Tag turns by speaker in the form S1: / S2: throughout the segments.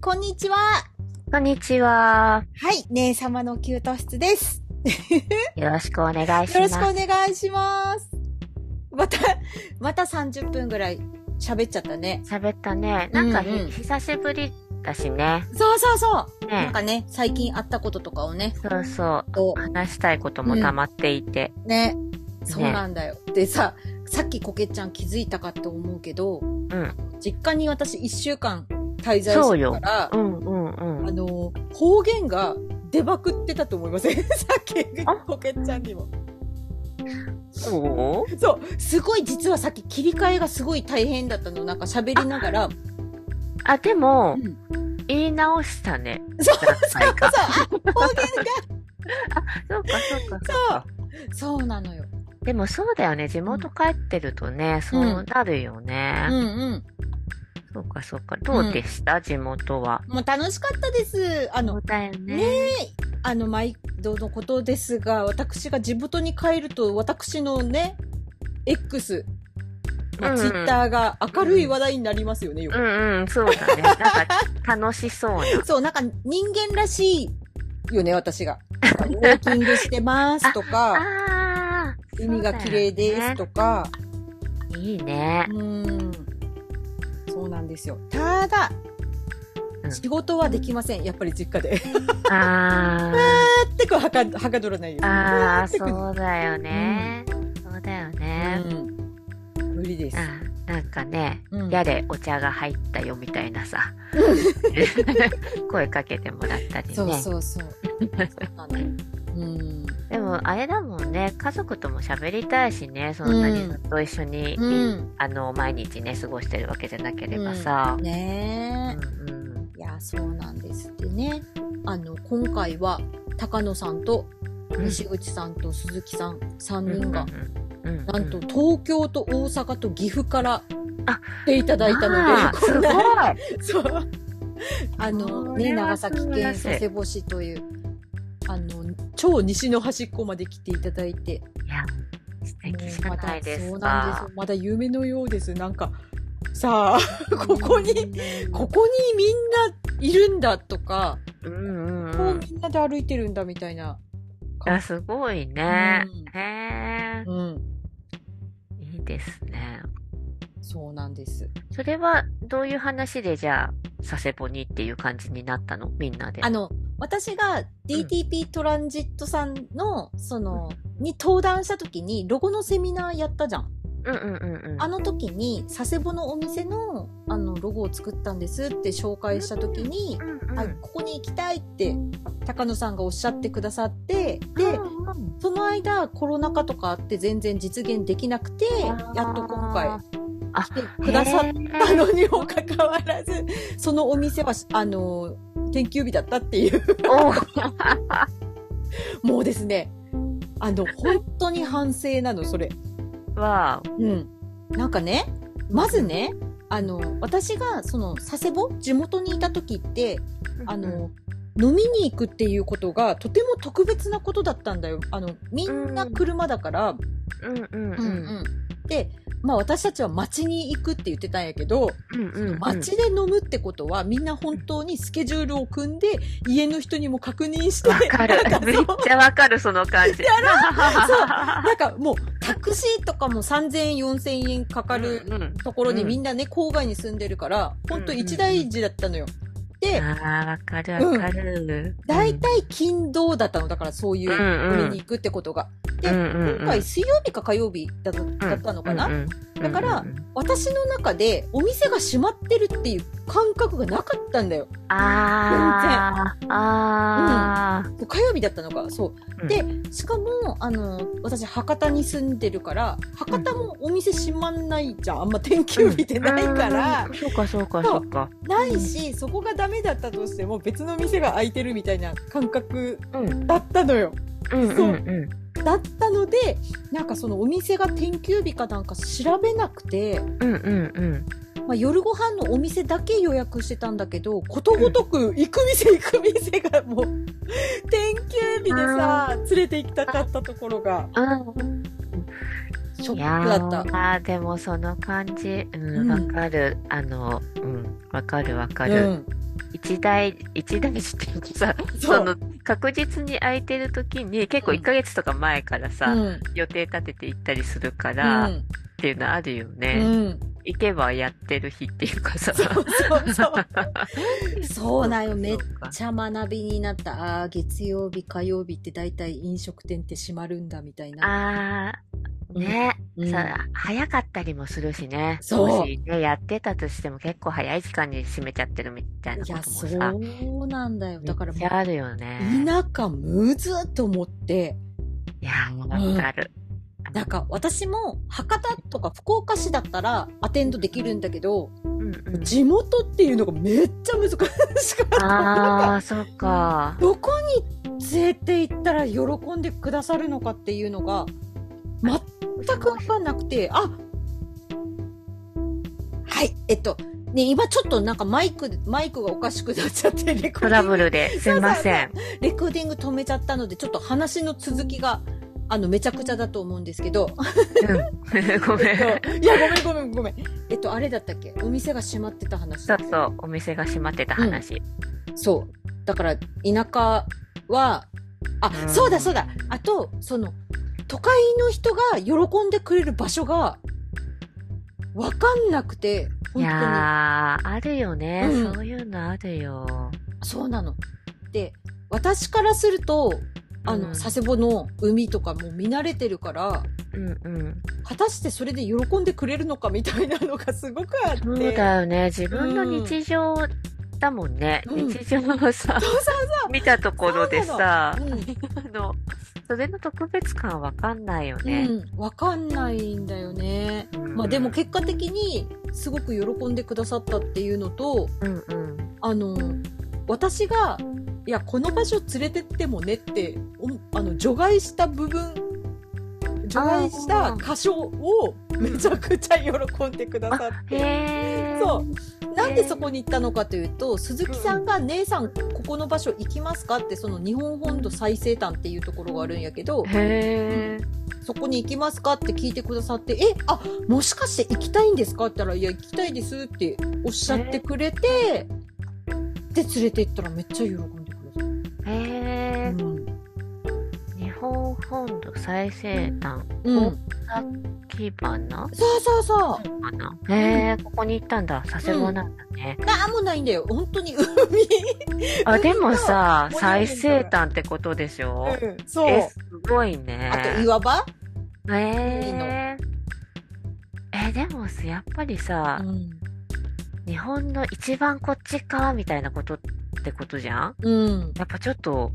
S1: こんにちは。
S2: こんにちは。
S1: はい、姉様の給湯室です。
S2: よろしくお願いし
S1: よろ
S2: ま
S1: し
S2: す。
S1: くお願いします。また、また30分ぐらい喋っちゃったね。
S2: 喋ったね。なんかひ、
S1: うんうん
S2: 久しぶりだしね。
S1: そうそうそう。なん
S2: ね。
S1: かね、最近あったこととかをね、
S2: そうそ
S1: と
S2: う。話したいことも溜まっていて。
S1: ね。そうなんだよ。でさ、さっきこけちゃん気づいたかと思うけど、
S2: ん
S1: 実家に私1週間滞在して
S2: そう
S1: た
S2: よ
S1: から、
S2: うんうんう
S1: あ
S2: ん。
S1: の、方言が出まくってたと思いません さっき
S2: あ、
S1: こけちゃんにも。
S2: そう
S1: そう、すごい実はさっき切り替えがすごい大変だったの。なんか喋りながら、
S2: あ、でも、
S1: うん
S2: 言い直したね。
S1: そう
S2: 何回か。
S1: そう、あ、方言
S2: そうかそうかそう
S1: が
S2: か。。
S1: そう、そうなのよ。
S2: でもそうだよね。地元帰ってるとね、そうなるよね
S1: う。んうん。
S2: そうかそうか。どうでした、地元は。
S1: もう楽しかったです。あ
S2: そ
S1: の
S2: う、だよね。
S1: あの、毎度のことですが、私が地元に帰ると、私のね、X、ま
S2: う
S1: あ、
S2: ん
S1: ツイッターが明るい話題になりますよね、よく
S2: うんうん、そうだね。なんか、楽しそうな。
S1: そう、なんか人間らしいよね、私が。ウォーキングしてますと か、
S2: ああー
S1: 海が綺麗ですとか、
S2: そうだよねいいね
S1: う。ん。そうなんですよ。ただ
S2: う、ん
S1: 仕事はできません。やっぱり実家で。
S2: あ
S1: 全くはか、はかどらないよ
S2: あ、。ああ、
S1: 全く
S2: そうだよね。そうだよね。
S1: うん無理です
S2: あ。ーなんかね、
S1: うん
S2: やれ、お茶が入ったよみたい なさ。声かけてもらったりね。
S1: そうそうそう。そうなのよ うん。
S2: でも、あれだもんね、家族とも喋りたいしね、そんなにずっと一緒に、
S1: うん。
S2: あの、毎日ね、過ごしてるわけじゃなければさ。う
S1: ね
S2: んうん
S1: え。いや、そうなんです。でね、あの、今回は、高野さんと、
S2: うん
S1: 西口さんと鈴木さん、3人が、
S2: うんうんうん
S1: なんと、東京と大阪と岐阜から、
S2: あ
S1: 来ていただいたの
S2: あー
S1: で、こ
S2: す
S1: ん
S2: ごい
S1: なそう。あの、
S2: これ
S1: ね、
S2: は
S1: 長崎県佐世保市という、あの、超西の端っこまで来ていただいて、
S2: いや、素敵じゃ
S1: ま
S2: ない
S1: だ、
S2: で
S1: そ
S2: す
S1: うなんです
S2: か
S1: よ。。まだ夢のようです。なんか、さあ、 ここに、ここにみんないるんだとか、
S2: うんうん
S1: こ
S2: う。
S1: うん
S2: い
S1: みんなで歩いてるんだみたいな。
S2: や、すごいね。
S1: う
S2: へえ、
S1: うん。
S2: いいですね。
S1: そうなんです。
S2: それは、どういう話で、じゃあ、佐世保にっていう感じになったのみんなで。
S1: あの、私が DTP トランジットさんの、その、に登壇した時に、ロゴのセミナーやったじゃん。
S2: うんうんうんうん。
S1: あの時に佐世保のお店のあのロゴを作ったんですって紹介した時に
S2: う、んうん、
S1: あここに行きたいって高野さんがおっしゃってくださってで、
S2: うんうん
S1: その間コロナ禍とかあって全然実現できなくてやっと今回来てくださった のにもかかわらずそのお店はあの天休日だったっていう
S2: お
S1: もうですねあの本当に反省なのそれ。
S2: は、
S1: うん、なんかねまずねあの私がその佐世保地元にいた時ってあの、飲みに行くっていうことがとても特別なことだったんだよあのみんな車だから、
S2: うんうんうん。
S1: で、まあ、私たちは街に行くって言ってたんやけど、
S2: うんうんうん。
S1: 街で飲むってことはみんな本当にスケジュールを組んで家の人にも確認して
S2: わかる
S1: なん。か
S2: めっ
S1: そう
S2: ちゃわかる、その感じ。
S1: なんかもうタクシーとかも3000円4000円かかる
S2: うんうん
S1: ところに
S2: うん
S1: みんなね、郊外に住んでるから、ほんと
S2: うんうんうん
S1: 一大事だったのよ。で、
S2: ああ、わかるわかる。
S1: 大体金土だったの、だからそういう
S2: うんうん
S1: 国に行くってことが。で、
S2: うんうんうん
S1: 今回水曜日か火曜日だだったのかな、
S2: うんうん
S1: だから
S2: うんうんうん
S1: 私の中でお店が閉まってるっていう感覚がなかったんだよ。
S2: あーあー、
S1: 火曜日だったのか、そう。で、しかも、あの、私博多に住んでるから、博多もお店閉まんないじゃん。あんま天休日でないから
S2: う。んそうかそうかそうか
S1: ないし、そこがダメだったとしても別の店が開いてるみたいな感覚
S2: うん
S1: だったのよ。
S2: うん
S1: そう
S2: うんうん
S1: だったので、なんかそのお店が天休日かなんか調べなくて、
S2: うんうん
S1: まあ、夜ご飯のお店だけ予約してたんだけど、ことごとく行く店行く店がもう、 天休日でさ、連れて行きたかったところが、
S2: うん
S1: ショ
S2: い
S1: ッ
S2: や
S1: クだった。
S2: ーあーでもその感じう
S1: うん
S2: んわかるあのうんわかるわか
S1: う
S2: る
S1: ん。
S2: 一一大一大事っていうかさ
S1: そう
S2: その確実に空いてる時に結構
S1: うん
S2: 1ヶ月とか前からさ、
S1: うん
S2: 予定立てて行ったりするか
S1: う
S2: ら、っ
S1: ん
S2: ていうのあるよ
S1: う
S2: ね、
S1: ん
S2: 行けばやってる日っていうかさ
S1: そうそうそ うそうなんよめっ
S2: そうか
S1: ちゃ学びになったあー月曜日火曜日って大体飲食店って閉まるんだみたいな
S2: あーね、
S1: うん
S2: さ早かったりもするしね
S1: そう
S2: もしねやってたとしても結構早い時間に閉めちゃってるみたいないこと
S1: や
S2: も
S1: そ
S2: さ
S1: うなんだよだから
S2: めっちゃあるよね
S1: 田舎むずっと思って
S2: いやわかる、
S1: なんか私も博多とか福岡市だったらアテンドできるんだけど
S2: うんうん
S1: 地元っていうのがめっちゃ難しかった
S2: ああ、そうか。
S1: どこに連れて行ったら喜んでくださるのかっていうのが全く分かんなくてあはいえっとね今ちょっとなんかマイクマイクがおかしくなっちゃってレコ
S2: ト
S1: ーディ
S2: ラ
S1: ン
S2: ブ
S1: グ
S2: ルですいません。
S1: レコーディング止めちゃったのでちょっと話の続きがあのめちゃくちゃだと思うんですけど
S2: うん ごめん。
S1: いやごめんごめんごめんえっとあれだったっけお店が閉まってた話
S2: そうそう、お店が閉まってた話。
S1: そう。だから、田舎は、あ、
S2: うん
S1: そうだそうだ。あと、その、都会の人が喜んでくれる場所が、わかんなくて、本
S2: い
S1: 当
S2: やー、あるよね、
S1: うん
S2: そういうのあるよ。
S1: に。そうなの。で、私からすると、あの、
S2: うん
S1: 佐世保の海とかもう見慣れてるから、
S2: うんうん。
S1: 果たしてそれで喜んでくれるのかみたいなのがすごくあって。
S2: そうだよね、自分の日常だもんね。
S1: うん
S2: 日常を さ、
S1: そうそう
S2: 見たところでさ、
S1: そううん
S2: あの、それの特別感わかんないよね。
S1: うん、わかんないんだよね。
S2: うん
S1: まあでも結果的にすごく喜んでくださったっていうのと、
S2: うんうん。
S1: あの、私が、いや、この場所連れてってもねって、おあの、除外した部分、除外した箇所をめちゃくちゃ喜んでくださって。
S2: へー。
S1: そう。なんでそこに行ったのかというと、鈴木さんが、姉さん、ここの場所行きますかって、その日本本土最西端っていうところがあるんやけど、
S2: へー。
S1: そこに行きますかって聞いてくださって、え、あ、もしかして行きたいんですかって言ったら、いや、行きたいですっておっしゃってくれて、で、連れて行ったらめっちゃ喜んでくださった。
S2: へー。
S1: ん。
S2: 日本本土最西端。
S1: うん。
S2: キーパーな
S1: そうそうそう。
S2: かなへえ、ここに行ったんだ。佐世保なんだね。
S1: なんもないんだよ。本当に海。
S2: あ、でもさ、
S1: うん
S2: 最西端ってことでしょ、
S1: うん、そう。
S2: え、すごいね。
S1: あと岩場、いいの
S2: ええ、でもさ、やっぱりさ、
S1: ん。
S2: 日本の一番こっちか、みたいなことってことじゃん
S1: うん。
S2: やっぱちょっと、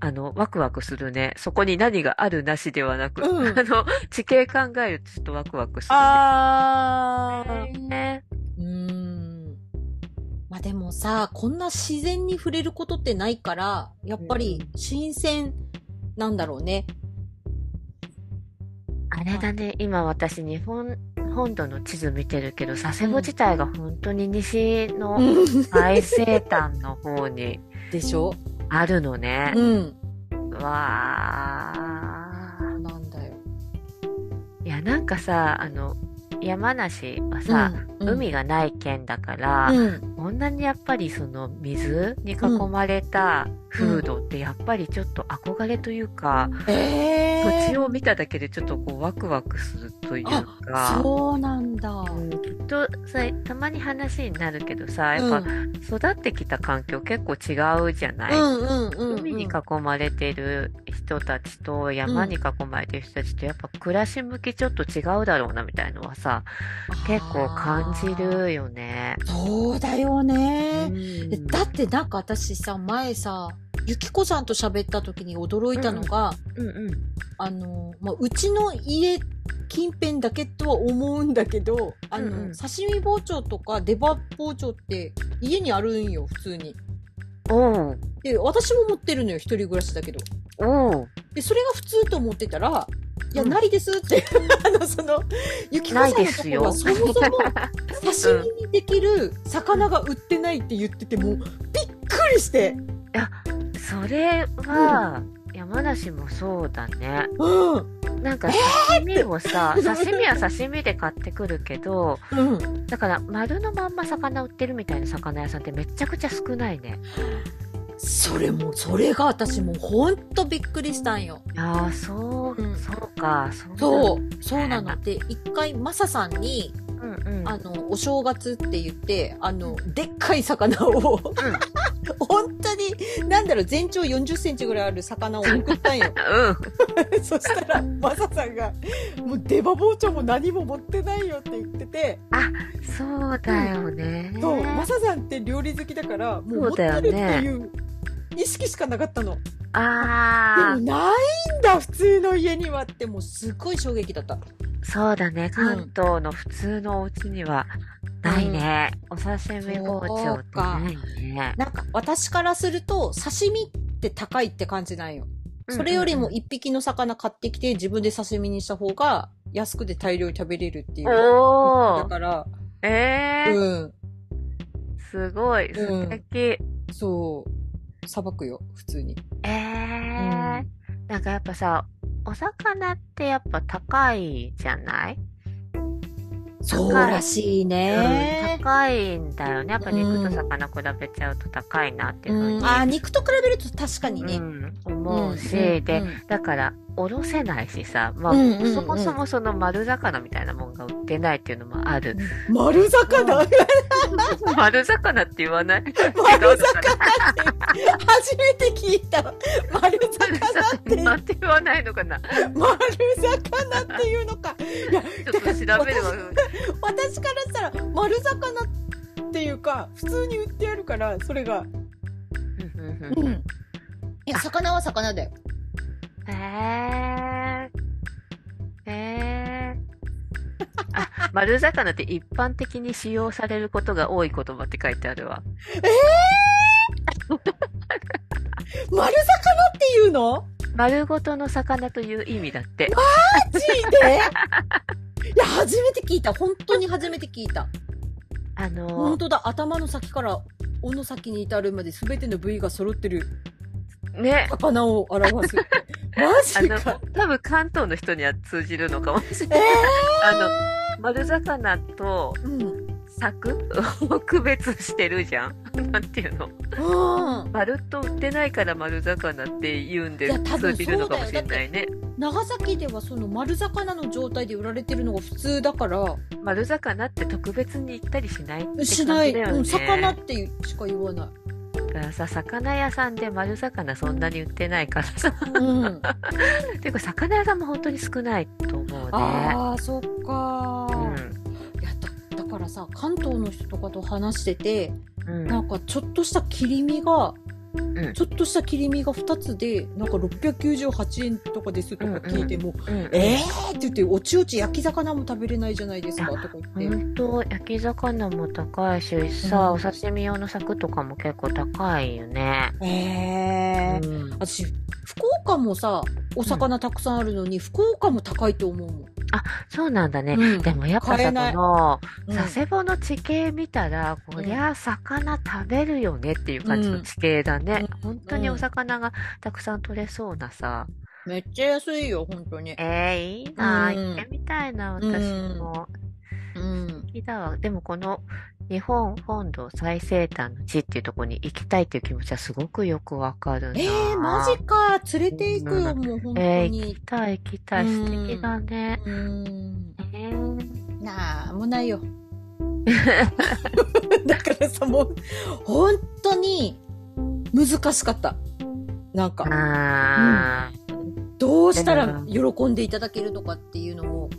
S2: あの、ワクワクするね。そこに何があるなしではなく、
S1: うん
S2: あの、地形考えるとちょっとワクワクする、ね。
S1: あ
S2: ね。
S1: うん。まあでもさ、こんな自然に触れることってないから、やっぱり新鮮なんだろうね。
S2: あれだね、今私日本本土の地図見てるけど佐世保自体が本当に西の最西端の方に
S1: でしょ
S2: あるのね。
S1: うん。
S2: わあ。
S1: なんだよ。
S2: いやなんかさあの山梨はさ、
S1: うん、
S2: 海がない県だから、
S1: うん。
S2: こんなにやっぱりその水に囲まれた風土ってやっぱりちょっと憧れというか、
S1: え
S2: 土地
S1: ー。
S2: を見ただけでちょっとこうワクワクするというか。
S1: そうなんだ。
S2: きっとさたまに話になるけどさやっぱ育ってきた環境結構違うじゃない、
S1: うんうんうんうん。
S2: 海に囲まれてる人たちと山に囲まれてる人たちってやっぱ暮らし向きちょっと違うだろうなみたいのはさ結構感じるよね。
S1: あー。そうだよ
S2: う
S1: ね。え
S2: ん
S1: だってなんか私さ、前さ、ゆきこさんと喋った時に驚いたのが、
S2: うんうん
S1: あの、まあ、うちの家近辺だけとは思うんだけど、あの、
S2: うんうん
S1: 刺身包丁とか出刃包丁って家にあるんよ、普通に。
S2: おう
S1: で、私も持ってるのよ、一人暮らしだけど。
S2: おう
S1: で、それが普通と思ってたら、いや、
S2: うん
S1: ないです って、あの、その、ゆきこさ
S2: なん
S1: のと
S2: いです
S1: ころ
S2: よ。
S1: はそも そも刺身にできる魚が売ってないって言ってて、もうびっくりして、
S2: いやそれは山梨もそうだね。
S1: うん、
S2: なんか刺身をさ、刺身は刺身で買ってくるけど、
S1: うん。
S2: だから丸のまんま魚売ってるみたいな魚屋さんってめちゃくちゃ少ないね。
S1: それも、それが私もうほんとびっくりしたんよ。
S2: ああ、そう、
S1: うん
S2: そうか、そうなん
S1: そう、そうなの。で、一回マサさんに、
S2: うんうん。
S1: あの、お正月って言って、あの、でっかい魚を、 本当に、なんだろう、全長40センチぐらいある魚を送った んよ。
S2: うん。
S1: そしたら、マサさんが、もう出刃包丁も何も持ってないよって言ってて、
S2: そうだよね。
S1: そう、マサさんって料理好きだから、もう持
S2: そう
S1: って
S2: だ
S1: るっ
S2: よ
S1: て
S2: ね
S1: いう意識しかなかったの。で
S2: あ
S1: もな
S2: あ、
S1: いんだ、普通の家にはって、もうすごい衝撃だった。
S2: そうだね。関東の普通のお家にはないね。お刺身包丁ってないね。
S1: なんか、私からすると、刺身って高いって感じなんよ。それよりも
S2: い
S1: 一匹の魚買ってきて自分で刺身にした方が安くて大量に食べれるってい。
S2: いうお
S1: だ
S2: ー
S1: から、
S2: ええ
S1: うん。
S2: すごい、
S1: うん
S2: 素敵。
S1: そう。さばくよ、普通に。
S2: ええなんかやっぱさ、お魚ってやっぱ高いじゃない
S1: そう
S2: ら
S1: しい
S2: うん。高いんだよね。やっぱ肉と魚比べちゃうと高いなっていうふうに、
S1: あー肉と比べると確かにね。
S2: うん思うし、
S1: ん
S2: で、
S1: ん
S2: だから、おろせないしさ、まあ、
S1: うんうんうん
S2: そもそもその丸魚みたいなもんが売ってないっていうのもある。
S1: 丸魚
S2: う
S1: 丸
S2: 丸魚って言 わない
S1: 魚って初めて聞いた。丸魚って、
S2: 魚って言わないのかなち
S1: 丸魚っていうのか。いや、
S2: ょっと調べるわ。
S1: 私からしたら丸魚っていうか、普通に売ってあるから、それが。
S2: うんうんうん
S1: うん。いや、魚は魚だよ。
S2: へえ。へえ。あ、丸魚って一般的に使用されることが多い言葉って書いてあるわ。
S1: 丸魚っていうの
S2: 丸ごとの魚という意味だって。
S1: マジで いや、初めて聞いた。本当に初めて聞いた。
S2: あの
S1: 本、当だ。頭の先から、尾の先に至るまで全ての部位が揃ってる
S2: ね。
S1: 魚を 表す。マ
S2: あ
S1: ジ
S2: の
S1: か。、
S2: 多分関東の人には通じるのかもしれ
S1: え
S2: ない。あの、丸魚と
S1: ー、うん。
S2: 柵 を区別してるじゃん。 なんていうの
S1: うん。
S2: 丸っと売ってないから丸魚って言うん
S1: い
S2: で
S1: や多分
S2: 通じるのかもしれないね。
S1: 長崎ではその丸魚の状態で売られてるのが普通だから、
S2: 丸魚って特別に行ったりしないって感
S1: し
S2: じ
S1: な
S2: だ
S1: い。
S2: よ
S1: う
S2: ね。
S1: ん、魚っていうしか言わない。
S2: だからさ魚屋さんで丸魚そんなに売ってないからさ。
S1: うん。
S2: ていうか魚屋さんも本当に少ないと思うね。
S1: ああ、そっか
S2: う
S1: ー。
S2: ん
S1: いやだだからさ関東の人とかと話してて、
S2: うん
S1: なんかちょっとした切り身が、
S2: ん
S1: ちょっとした切り身が2つでなんか698円とかですとか聞いても「
S2: うん
S1: えー!」って言って「おちおち焼き魚も食べれないじゃないですか」とか言って。
S2: 本当焼き魚も高いしさ、
S1: うん
S2: お刺身用の柵とかも結構高いよね。
S1: えー
S2: うん
S1: 私福岡もさお魚たくさんあるのに、福岡も高いと思うもん。
S2: そうなんだね。
S1: うん
S2: でもやっぱ
S1: 買え
S2: さ、こ
S1: ない
S2: の、
S1: うん
S2: 佐世保の地形見たら、こりゃ魚食べるよねっていう感じの地形だね。
S1: うん
S2: 本当にお魚がたくさん取れそうなさ。
S1: めっちゃ安いよ本当に。
S2: えー、いいな、
S1: うん
S2: 行ってみたいな、
S1: うん
S2: 私も。
S1: うん
S2: 好きだわ。でもこの日本本土最西端の地っていうところに行きたいっていう気持ちはすごくよくわかるな。
S1: えー、マジか連れていくよ、
S2: うん
S1: もう本当
S2: えー、行
S1: に
S2: き。たい行きたい。
S1: うん
S2: 素敵だね。
S1: うーん
S2: えー
S1: なあもうないよ だからさもう本当に難しかったなんか
S2: あー
S1: どうしたら喜んでいただけるのかっていうのも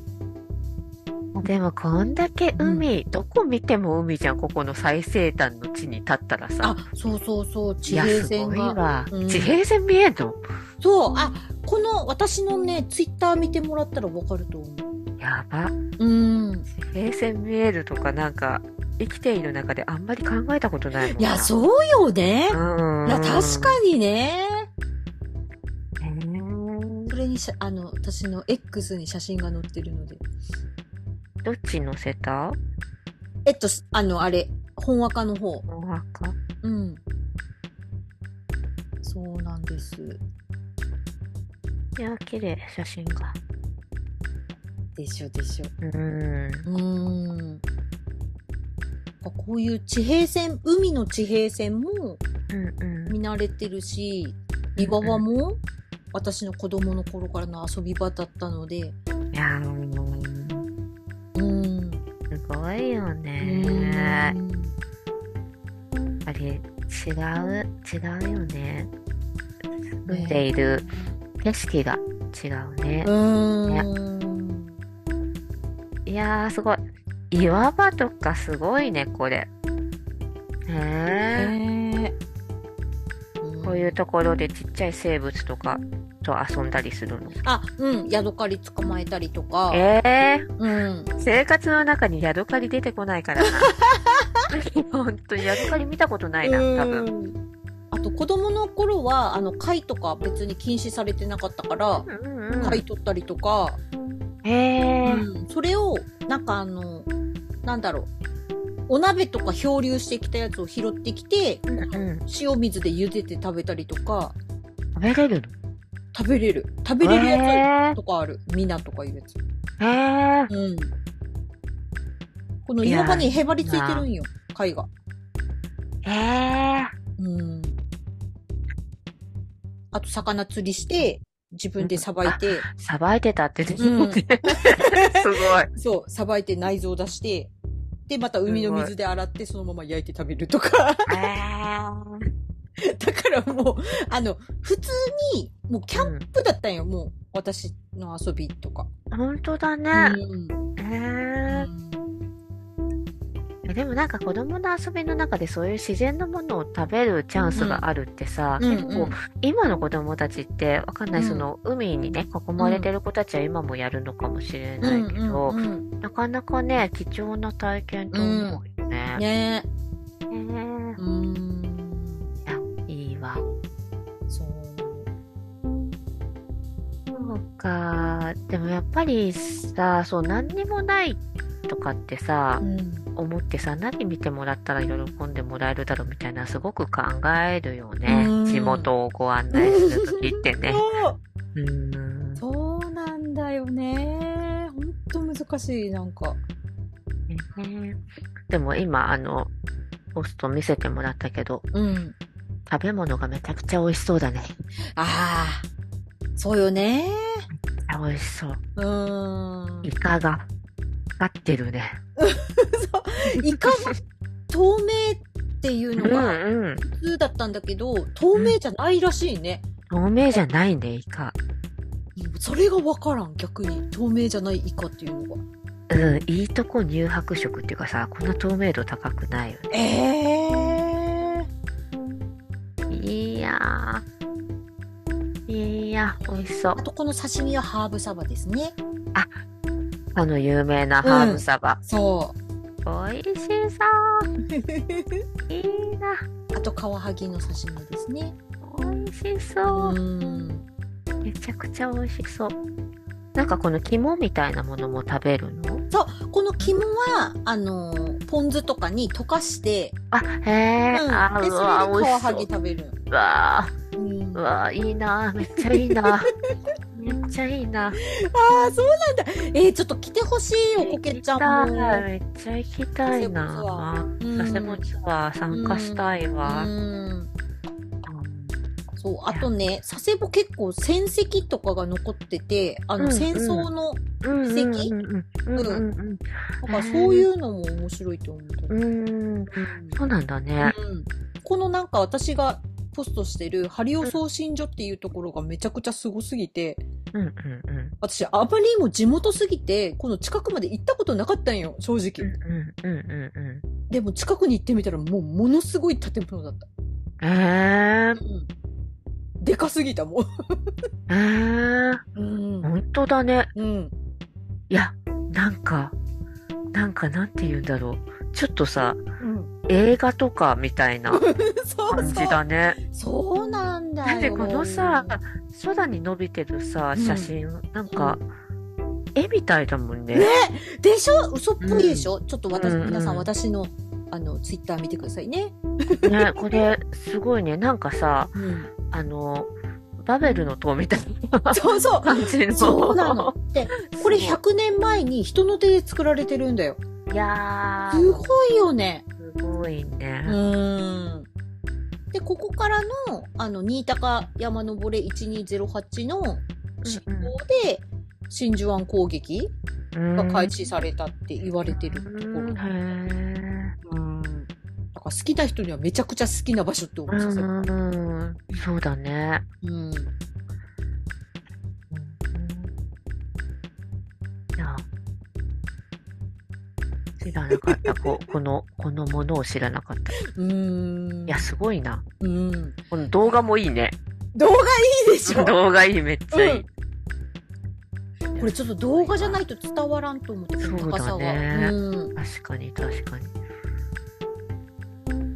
S2: でもこんだけ海、どこ見ても海じゃん、ここの最西端の地に立ったらさ
S1: あ。そうそうそう
S2: い
S1: 地
S2: や、
S1: 平
S2: すご
S1: 線
S2: い
S1: が
S2: わ。
S1: うん
S2: 地平線見えんの
S1: そうあこの私のねツイッター見てもらったらわかると思う
S2: やば。
S1: うん
S2: 地平線見えるとかなんか、生きている中であんまり考えたことないもんな。
S1: いやそうよね
S2: う、ん。
S1: いや確かにね
S2: に。
S1: それにしゃあの私の X に写真が載ってるので
S2: どっち乗せた
S1: えっとあのあれ本若の方
S2: お墓
S1: うん。そうなんです。
S2: いや、綺麗、写真が。
S1: でしょでしょ。
S2: うん。
S1: うーん。こういう地平線、海の地平線も
S2: うんうん。
S1: 見慣れてるし、岩場も私の子供の頃からの遊び場だったので、
S2: いやーもう
S1: うん。
S2: すごいよね。
S1: うん
S2: あれ、違う、違うよね。住んでいる景色が違うね。
S1: うん。
S2: いやー、すごい。岩場とかすごいね、これ。ね
S1: ね
S2: え。こういうところでちっちゃい生物とかと遊んだりするの。
S1: あ、うん、ヤドカリ捕まえたりとか、
S2: ええ
S1: うん。
S2: 生活の中にヤドカリ出てこない からな。本当にヤドカリ見たことないな、多分。
S1: うんあと子供の頃は、あの、貝とか別に禁止されてなかったから、
S2: うんうん
S1: 貝取ったりとか、
S2: へえ
S1: うんそれを、なんかあの、なんだろう、お鍋とか漂流してきたやつを拾ってきて、
S2: うん。
S1: 塩水で茹でて食べたりとか、
S2: 食べれる
S1: 食べれる。食べ
S2: の
S1: れるや
S2: へ
S1: つとかある。ミナとかいうやつ。
S2: えへえ
S1: うん。この岩場にへばりついてるんよ、貝が。
S2: へえ
S1: うん。あと、魚釣りして、自分でさばいて、
S2: さばいてたって出て
S1: うん
S2: こねす ごい。
S1: そう、さばいて内臓出して、で、また海の水で洗って、そのまま焼いて食べるとか。
S2: へえ
S1: だからもう、あの、普通に、もうキャンプだったんよ、もう、私の遊びとか。
S2: 本当だ
S1: う
S2: ね。
S1: ん。
S2: へええでもなんか子供の遊びの中でそういう自然のものを食べるチャンスがあるってさ、
S1: うんうん
S2: 結構今の子供たちってわかんない、
S1: うん
S2: その海にね囲まれてる子たちは今もやるのかもしれないけど、
S1: うんうん
S2: なかなかね貴重な体験と思うよ
S1: う
S2: ね
S1: ん。。ねえ。
S2: ね
S1: うん。
S2: えいいわ。
S1: そう
S2: そうかでもやっぱりさそう何にもないとかってさ
S1: なの。うん。
S2: 思ってさ何見てもらったら喜んでもらえるだろうみたいなすごく考えるよね
S1: うん
S2: 地元をご案内するときっ てね。うん
S1: そうなんだよね。ほんと難しい、なんか。
S2: ねでも今あのポスト見せてもらったけど
S1: うん。
S2: 食べ物がめちゃくちゃ美味しそうだね。
S1: ああ、そうよね。
S2: あ美味しそう。
S1: うーん
S2: イ。カが光ってるね。
S1: イカが透明っていう
S2: う
S1: のが
S2: んうん。
S1: 普通だったんだけど、透明じゃないらしいね。
S2: 透明じゃないねイカ。
S1: それがわからん、逆に。透明じゃないイカっていうのが。
S2: うん、いいとこ乳白色っていうかさ、こんな透明度高くないよ
S1: ええ
S2: ね。いやー。いや、美味しそう
S1: あ。とこの刺身はハーブサバですね。
S2: あの有名なハーブサバ。
S1: そ
S2: 美味しそう。いいな。
S1: う。 あとカワハギの刺身ですね。
S2: 美味し
S1: う
S2: そう。
S1: ん。
S2: めちゃくちゃ美味しそう。なんかこの肝みたいなものも食べるの
S1: この肝は、あのーポン酢とかに溶かして、
S2: あ、へえ、
S1: うん
S2: あ
S1: で、
S2: う
S1: そ
S2: わ、
S1: れで
S2: 美
S1: カワ
S2: 味しそ
S1: ハ
S2: う
S1: ギ。食べる。
S2: うわー
S1: うん
S2: うわーいいな。めっちゃい いな。めっちゃいいな。
S1: ああ、そうなんだ。えー、ちょっと来てほしいよ、コケちゃん
S2: 行き
S1: も。
S2: たいめっちゃ行きたいな。
S1: うん
S2: 佐世保ツアー参加したいわ。
S1: うんそう、あとね、佐世保結構戦跡とかが残ってて、あの、
S2: うん
S1: 戦争の、
S2: うんうん
S1: 素敵
S2: うんうんうん
S1: なんかそういうのも面白いと思うんだよ
S2: う
S1: ね
S2: んうん。そうなんだね。
S1: うんこのなんか私がポストしてる、ハリオ送信所っていうところがめちゃくちゃすごすぎて、
S2: うんうんうん。
S1: 私、あまりにも地元すぎて、この近くまで行ったことなかったんよ、正
S2: うん
S1: 直。
S2: うんうんうんう
S1: でも近くに行ってみたら、もうものすごい建物だった。
S2: ん。え
S1: でかすぎたもん。
S2: ー、えー、
S1: うん。
S2: 本当だね。
S1: うん。
S2: いや、なんか、なんかなんて言うんだろう。ちょっとさ、映画とかみたいな
S1: そう
S2: 感じ
S1: そう。
S2: だね。
S1: そうなんだ
S2: だって
S1: よ。
S2: このさ、空に伸びてるさ、写真、なんか、絵みたいだもんね。
S1: でしょ嘘っぽいでしょ、ちょっと私、
S2: うんうん
S1: 皆さん私の、あの、ツイッター見てくださいね。
S2: ね、これすごいねなんかさ
S1: うん。
S2: あのバベルの塔みたいな
S1: そうそう。
S2: 感じの。
S1: そうなの。で、これ
S2: す
S1: 100年前に人の手で作られてるんだよ。
S2: ごい。いや
S1: す
S2: ー、
S1: ごいよね。
S2: すごいね。
S1: うーん。で、ここからの、あの、新高山登れ1208の執行で、真珠湾攻撃
S2: うん
S1: が開始されたって言われてるとこ
S2: う
S1: ろ。
S2: んへ
S1: うん。だから好きな人にはめちゃくちゃ好きな場所って思
S2: ー
S1: させる。
S2: うんそうだね。
S1: うん。
S2: いや知らなかったこ このこのものを知らなかったいう
S1: ーん。
S2: やすごいな
S1: うん。
S2: この動画もいいね
S1: 動画いいでしょ
S2: 動画いいめっちゃいい、
S1: これちょっと動画じゃないと伝わらんと思って、この高さは。
S2: そうだね
S1: うん。
S2: 確かに確かに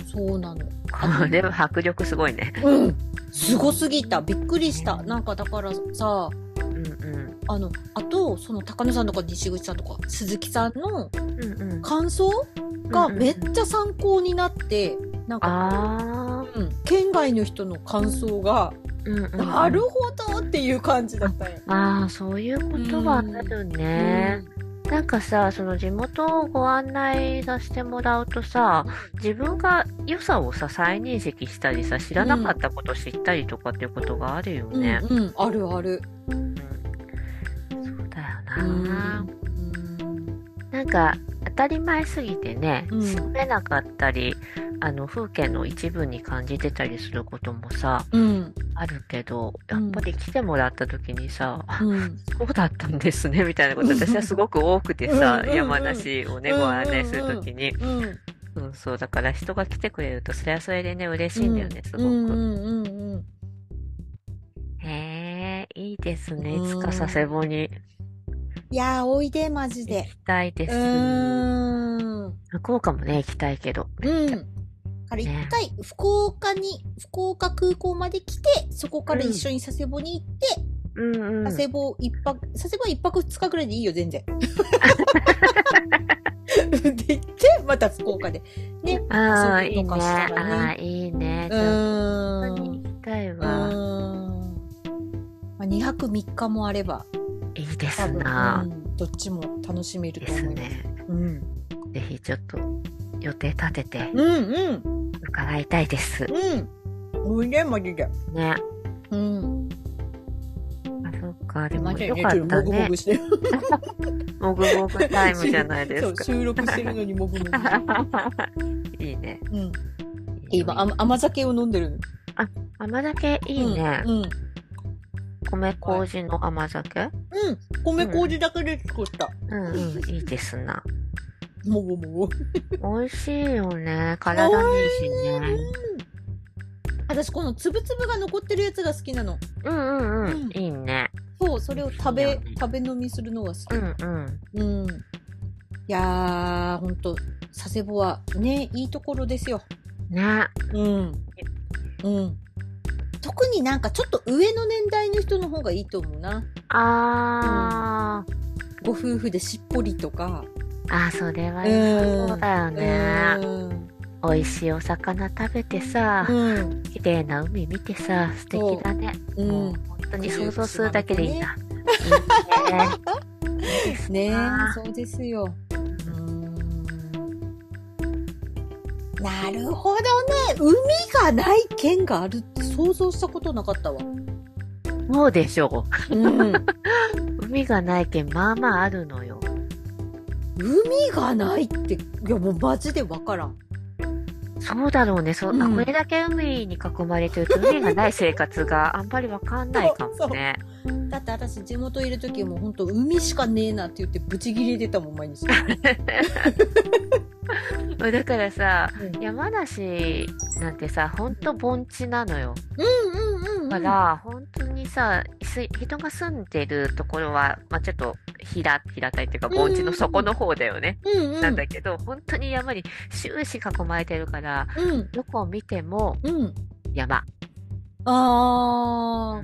S1: そうなの。
S2: これは迫力すごいね
S1: うん。すごすぎた。びっくりした。なんかだからさ、
S2: うんうん
S1: あの、あと、その高野さんとか西口さんとか鈴木さんの
S2: うんうん
S1: 感想がめっちゃ参考になって、なんか、
S2: ああ
S1: うん、県外の人の感想が、
S2: うんうん
S1: なるほどっていう感じだったよ。
S2: ああそういうことはあるね、なんかさ、その地元をご案内させてもらうとさ、自分が良さをさ、再認識したりさ、知らなかったことを知ったりとかっていうことがあるよ
S1: うん、
S2: ね。
S1: うん、うん、あるある。
S2: うんそうだよ
S1: う
S2: な、
S1: ん。
S2: なんか、当たり前すぎてね、
S1: うん
S2: 知れなかったり、あの、風景の一部に感じてたりすることもさ、
S1: うん。
S2: あるけど、やっぱり来てもらった時にさ、あ
S1: うん。
S2: そうだったんですね、みたいなこと、私はすごく多くてさ、
S1: うんうんうん
S2: 山梨をね、
S1: うんうん
S2: ご
S1: うん
S2: 案内するときに、
S1: うん。
S2: うん、そう、だから人が来てくれると、それはそれでね、嬉しいんだよね、すごく。
S1: うんうんうんうん。
S2: へえ、いいですね。
S1: うん
S2: いつか佐世保に
S1: いやー、おいで、マジ
S2: 行
S1: で。
S2: きたいです。
S1: うーん。
S2: 福岡もね、行きたいけど。
S1: うん。から一
S2: ね
S1: 回、福岡に、福岡空港まで来て、そこから一緒に佐世保に行って、
S2: うんうん。
S1: 佐世保一泊、佐世保一泊二日ぐらいでいいよ、全 然。 で、行って、また福岡で。
S2: ああ、い
S1: 遊
S2: い
S1: ぶ
S2: ね。
S1: とかしたら
S2: ああ
S1: ね
S2: ー、いいね。
S1: う
S2: じゃあ、
S1: ー
S2: 本当に
S1: ん。
S2: 行きたい
S1: ー
S2: うわ。
S1: ん。まあ、2泊3日もあれば、
S2: いいです
S1: 多分、
S2: な
S1: う。んどっちも楽しめる
S2: で
S1: と思い
S2: す
S1: ます。
S2: ね。
S1: うん。
S2: ぜひちょっと予定立てて
S1: うんうん。
S2: 伺いたいです。
S1: うん。おいで、マジで。
S2: ね。
S1: うん。
S2: あ、そっか。でも、
S1: マジで
S2: よ
S1: ね、
S2: か
S1: ちょ
S2: っ
S1: っと
S2: た
S1: もぐも
S2: ね
S1: ぐ。してる。
S2: もぐもぐタイムじゃないで
S1: そ
S2: す
S1: う
S2: か。
S1: 収録してるのにもぐもぐして る。
S2: いいね。
S1: うん。
S2: いい
S1: 今、あ甘酒を飲んでる。
S2: 甘酒いいね。
S1: うん。うん。
S2: 米麹の甘酒。
S1: うん米麹だけで作った。
S2: うんうん、いいですな。
S1: もごもご。
S2: 美味しいよね。体にいいしね。
S1: 私、このつぶつぶが残ってるやつが好きなの。
S2: うんうんうん
S1: う、ん
S2: いいね。
S1: そう、それを食
S2: いい
S1: べ
S2: よね、
S1: 食べ飲みするのが好
S2: う
S1: き。
S2: んうん。
S1: うん。いやー、ほんと、佐世保はね、いいところですよ。
S2: ね。
S1: うん。うん。特になんかちょっと上の年代の人の方がいいと思うな。
S2: あー。
S1: ご夫婦でしっぽりとか。
S2: あ、それは
S1: うん
S2: そうだよね。
S1: うん。
S2: 美味しいお魚食べてさ、
S1: うん。
S2: 綺麗な海見てさ、素敵だね。
S1: う。
S2: もうん本当に想像するだけでいいな。いいね。いいです
S1: ねえ
S2: な、
S1: そうですよ。なるほどね。海がない県があるって想像したことなかったわ。
S2: もうでしょ
S1: うん。
S2: う。海がないけん、まあまああるのよ。
S1: 海がないって、いやもうマジでわからん。
S2: そうだろうね。そう、あ
S1: うん
S2: これだけ海に囲まれてると海がない生活があんまりわかんないかもね。
S1: だって私地元いる時も本当海しかねえなって言ってブチギレ出たもん毎日。
S2: だからさ、
S1: うん
S2: 山梨なんてさ、ほんと盆地なのよ。
S1: うんうんうん、うん。
S2: だから、本当にさ、す人が住んでるところは、まあ、ちょっと平、平たいっていうか
S1: うん
S2: 盆地の底の方だよね。
S1: うんうん。
S2: なんだけど、本当に山に終始囲まれてるから、
S1: うん
S2: どこを見ても
S1: うん。
S2: 山。
S1: ああ。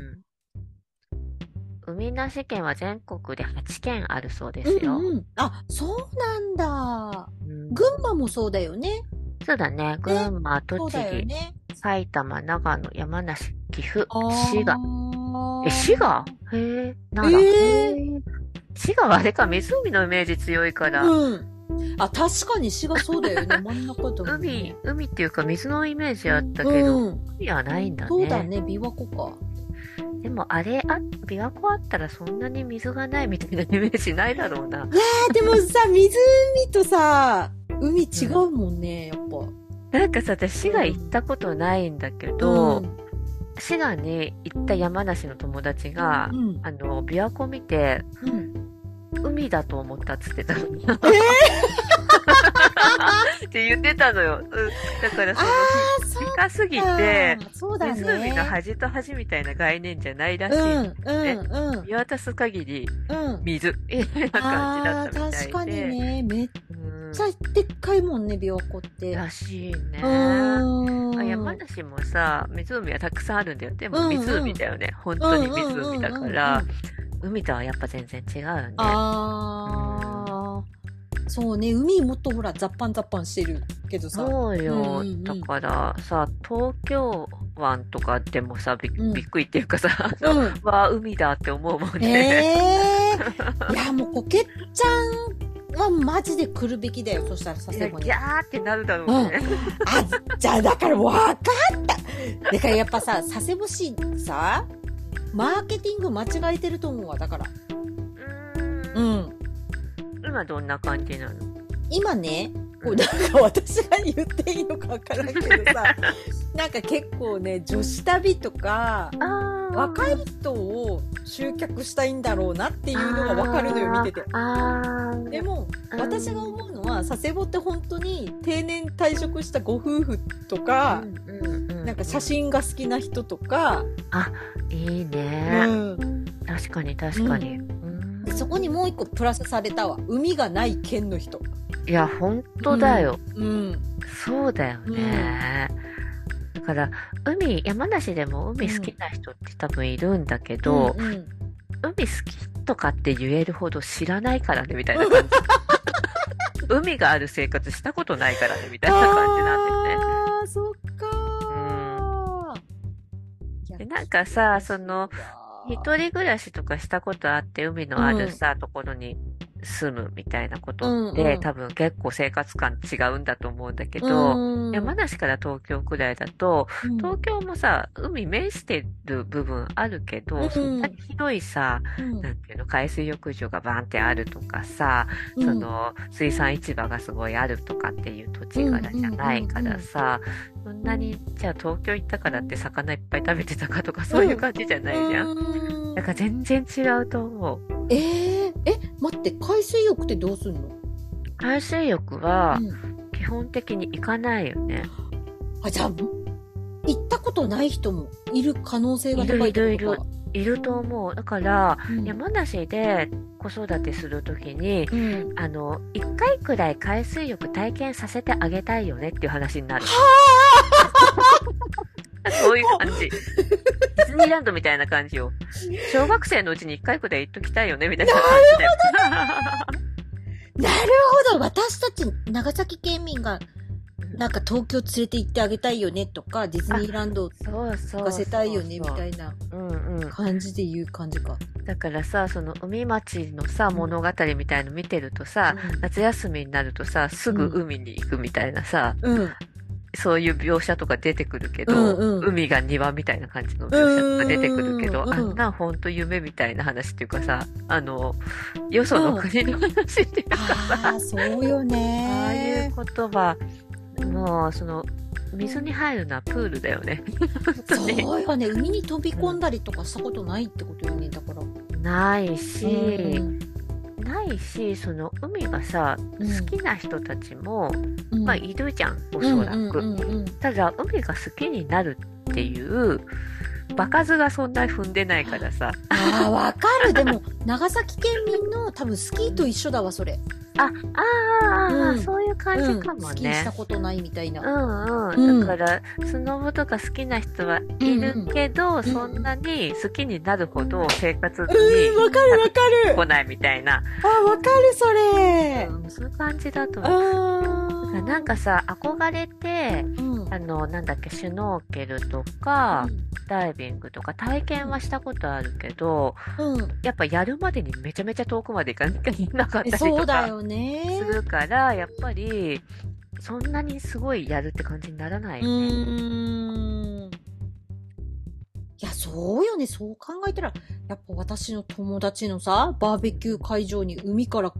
S2: 海なし県は全国で8県あるそうで
S1: う
S2: す
S1: ん
S2: よ。
S1: うん。あ、そうなんだ。
S2: うん
S1: 群馬もそうだよね。
S2: そうだね。群馬、
S1: そう
S2: 栃
S1: だよ
S2: 木、
S1: ね。
S2: 埼玉、長野、山梨、岐阜
S1: あー、
S2: 滋賀。え、滋賀へえ、奈良。
S1: え
S2: 滋賀はあれか、湖のイメージ強いから、
S1: うん。あ、確かに滋賀そうだよね。真ん中だもん
S2: 海
S1: ね。、
S2: 海っていうか水のイメージあったけど、
S1: うん。
S2: 海はないんだね。
S1: そうだね、琵琶湖か。
S2: でもあれ、あ、琵琶湖あったらそんなに水がないみたいなイメージないだろ うな。
S1: あ、でもさ、湖とさ、海違うもんね、やっぱ。
S2: なんかさ、私滋賀行ったことないんだけど、滋賀に行った山梨の友達が
S1: う、ん。
S2: あの、琵琶湖見て、
S1: うん。
S2: 海だと思ったっつってたの。 って言ってたのよ。うんだからその、
S1: あ、そう
S2: ひ深すぎて、、
S1: そうだね。
S2: 湖の端と端みたいな概念じゃないらしい。
S1: うん、うん、うん。
S2: 見渡す限り
S1: うん。
S2: 水みたいな感じだ
S1: あ
S2: っ
S1: あー、
S2: た
S1: 確
S2: みた
S1: か
S2: い
S1: に
S2: で。
S1: ね。めっ
S2: うん
S1: ちゃでっかいもんね、琵琶湖って。
S2: らしいね。
S1: うーん。
S2: あ山梨もさ、湖はたくさんあるんだよ。でも湖だよね。本当
S1: うんう
S2: に
S1: んうんうんうん
S2: 湖だから、海とはやっぱ全然違うよね。
S1: ああ、そうね、海もっとほら、ザッパンザッパンしてるけどさ。
S2: そう
S1: う
S2: よ、
S1: んうんうん
S2: だからさ東京湾とかでもさび,、
S1: うん
S2: びっくりっていう かさ、
S1: うん。
S2: わあ海だって思うもんね、
S1: ええー。いや、もうコケちゃんはマジで来るべきだよ。そしたら佐
S2: いや
S1: 世保
S2: ギ
S1: に。あ、
S2: ャーってなるだろうね、
S1: じゃあだからわかった。だからやっぱさ、佐世保市さ、マーケティング間違えてると思うわ。だから。
S2: うー
S1: うんん。
S2: 今どんな感じなの
S1: 今ね、こ
S2: う
S1: うんなんか私が言っていいのかわからんけどさ、なんか結構ね、女子旅とか、
S2: あ
S1: 若い人を集客したいんだろうなって
S2: て
S1: いうのがわかるのよ、見てて。
S2: あー
S1: でも、
S2: うん
S1: 私が思うのは佐世保って本当に定年退職したご夫婦とか、なんか写真が好きな人とか、
S2: いいね、
S1: う
S2: 確かに確かに、うん
S1: ん、そこにもう一個プラスされたわ海がない県の人、
S2: いや本当だよ、
S1: うん、
S2: そうだよね。だから、海、山梨でも海好きな人って多分いるんだけど、
S1: うんうん
S2: 海好きとかって言えるほど知らないからね、みたいな感 じ。海がある生活したことないからね、みたいな感じなんだよね。
S1: あーそっかー、
S2: でなんかさその一
S1: 人
S2: 人暮らしとかしたことあって、海のあるさ、ところに住むみたいなことって、
S1: うんうん
S2: 多分結構生活感違うんだと思うんだ
S1: け
S2: けど、山梨から東京くらいだと、東京もさ、海面してる部分あるけど、
S1: うん
S2: そんなに広いさ、なんていうの、海水浴場がバンってあるとかさ、その、水産市場がすごいあるとかっていう土地柄じゃないからさ、そんなに、じゃあ東京行ったからって魚いっぱい食べてたかとか、そういう感じじゃないじゃん。
S1: ん
S2: だから全然違うと思う。
S1: えー、え待って海水浴ってどうすんの
S2: 海水浴は
S1: う、ん
S2: 基本的に行かないよね。
S1: あ、じゃあ、行ったことない人もいる可能性が高いってことか
S2: いるいるいるいると思う。だから、
S1: うん
S2: 山梨で子育てするときに、
S1: うん。
S2: あの、一回くらい海水浴体験させてあげたいよねっていう話になる。 そういう感じ。ディズニーランドみたいな感じよ。小学生のうちに一回くらい行っときたいよねみたいな感じで。
S1: なるほど私たち長崎県民が、なんか東京連れて行ってあげたいよねとか、ディズニーランド
S2: そうそう。
S1: 行かせたいよねみた
S2: い
S1: いな
S2: な。うんうん。
S1: 感じで言う感じか。
S2: だからさ、その海町のさ、物語みたいの見てるとさ、夏休みになるとさ、すぐ海に行くみたいなさ、
S1: うん。うん。
S2: そういう描写とか出てくるけど、
S1: うんうん
S2: 海が庭みたいな感じの描写とか出てくるけど、
S1: うんうんうんうん
S2: あんな本当夢みたいな話っていうかさ、あの、よその国の話っていうかさ、
S1: ああ、そうよ
S2: ああいう
S1: ね
S2: ことは、もうその、水に入るのはプールだよね。本当に。
S1: そうよね。海に飛び込んだりとかしたことないってことよね、だから。
S2: ないし、
S1: ん。
S2: ないし、その海がさ、好きな人たちも、
S1: うん
S2: まあいるじゃん、おそら
S1: う
S2: く。
S1: んうんうんうん
S2: ただ海が好きになるっていう場数がそんなに踏んでないからさ
S1: ああ、わかる。でも、長崎県民の多分スキーと一緒だわ、それ。
S2: ああー、
S1: うん
S2: そういう感じか
S1: うん、
S2: も
S1: スキーし
S2: ね
S1: た。ことないみたいな。
S2: う
S1: う
S2: ん
S1: ん
S2: うん、だから、スノボとか好きな人はいるけど、そんなに好きになるほど生活に
S1: かるわか
S2: 来ないみたいな、
S1: あ、わかる、それ
S2: うんそういう感じだと思う。だから
S1: あ
S2: なんかさ憧れて
S1: うん。
S2: あの、なんだっけ、シュノーケルとか、ダイビングとか、体験はしたことあるけど、
S1: うん、うん
S2: やっぱやるまでにめちゃめちゃ遠くまで行かなきゃいけなかったり
S1: そ
S2: と
S1: うだ
S2: か
S1: よね
S2: す。るから、やっぱり、そんなにすごいやるって感じにならないうよね。
S1: ーん。いや、そうよね。そう考えたら、やっぱ私の友達のさ、バーベキュー会場に海から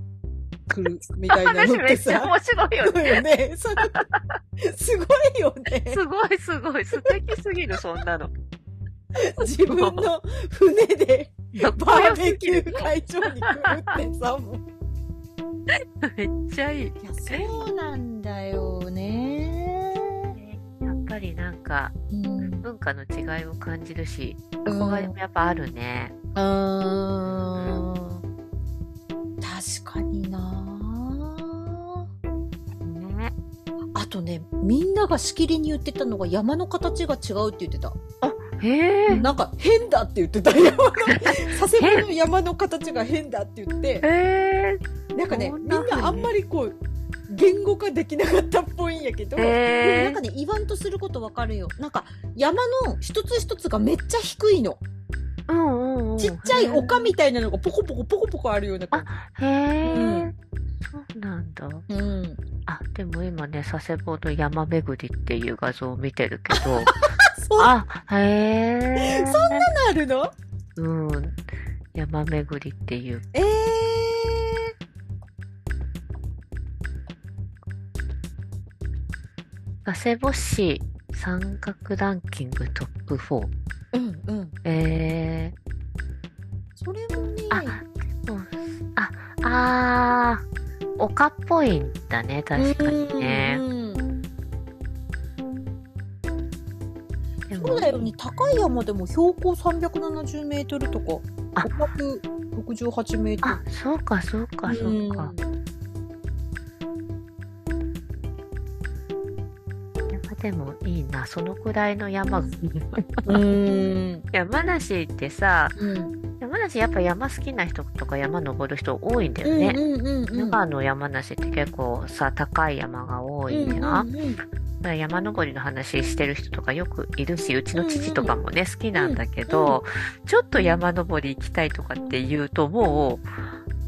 S1: 来るみたいな
S2: 話
S1: のっ
S2: め
S1: て
S2: っちゃ
S1: さ。
S2: 面白い よ
S1: そうよ
S2: ね。
S1: ね。それすごいよね。
S2: すごいすごい。素敵すぎる、そんなの。
S1: 自分の船で
S2: バ
S1: バーベキュー会場に来るってさ、もう。
S2: めっちゃいい。
S1: いや、そうなんだよね。
S2: やっぱりなんか、
S1: うん。
S2: 文化の違いを感じるし、
S1: うん
S2: 憧れもやっぱあるね。
S1: うーん。確かにな
S2: ね。
S1: あとね、みんながしきりに言ってたのが山の形が違うって言ってた。
S2: へえ。
S1: なんか変だって言 ってた。山の、佐世保の山の形が変だって言って、
S2: へ
S1: なんかね、
S2: そ
S1: み
S2: ん
S1: ん
S2: な風に
S1: なあんまりこう、言語化できなかったっぽいんやけど、でもな
S2: え
S1: んか。ね、言わんとすることわかるよ。なんか山の一つ一つがめっちゃ低いの。
S2: うんうんうん。
S1: ちっちゃい丘みたいなのがポコポコポコポコあるような感
S2: へえ、
S1: うん
S2: そうなんだ。
S1: じ。うん。
S2: あ、でも今ね、佐世保の山巡りっていう画像を見てるけ ど、
S1: そうな
S2: あ、へえ。そんな
S1: あるの
S2: うん。山巡りっていう
S1: ええ
S2: 佐世保市三角ランキングトップ4。
S1: ー。うんうん。
S2: えー、
S1: それもね、
S2: あ、でも、あ、あー、丘っぽいんだね、確かにね
S1: う。んうん
S2: でも
S1: そうだよね。高い山でも標高370メートルとか、
S2: あ
S1: 568メートル。
S2: あ、そうか、そうか、そうか。やっぱでもいいな、そのくらいの山。
S1: うん。
S2: 山梨ってさ、
S1: うん。
S2: 山梨やっぱ山好きな人とか山登る人多いんだ
S1: う
S2: よ
S1: ん。
S2: ね。
S1: うんうんうん。
S2: 長野山梨って結構さ、高い山が多いじゃん。
S1: うんうんうん
S2: だから山登りの話してる人とかよくいるしうちの父とかもね、好きなんだけど、ちょっと山登り行きたいとかって言うともう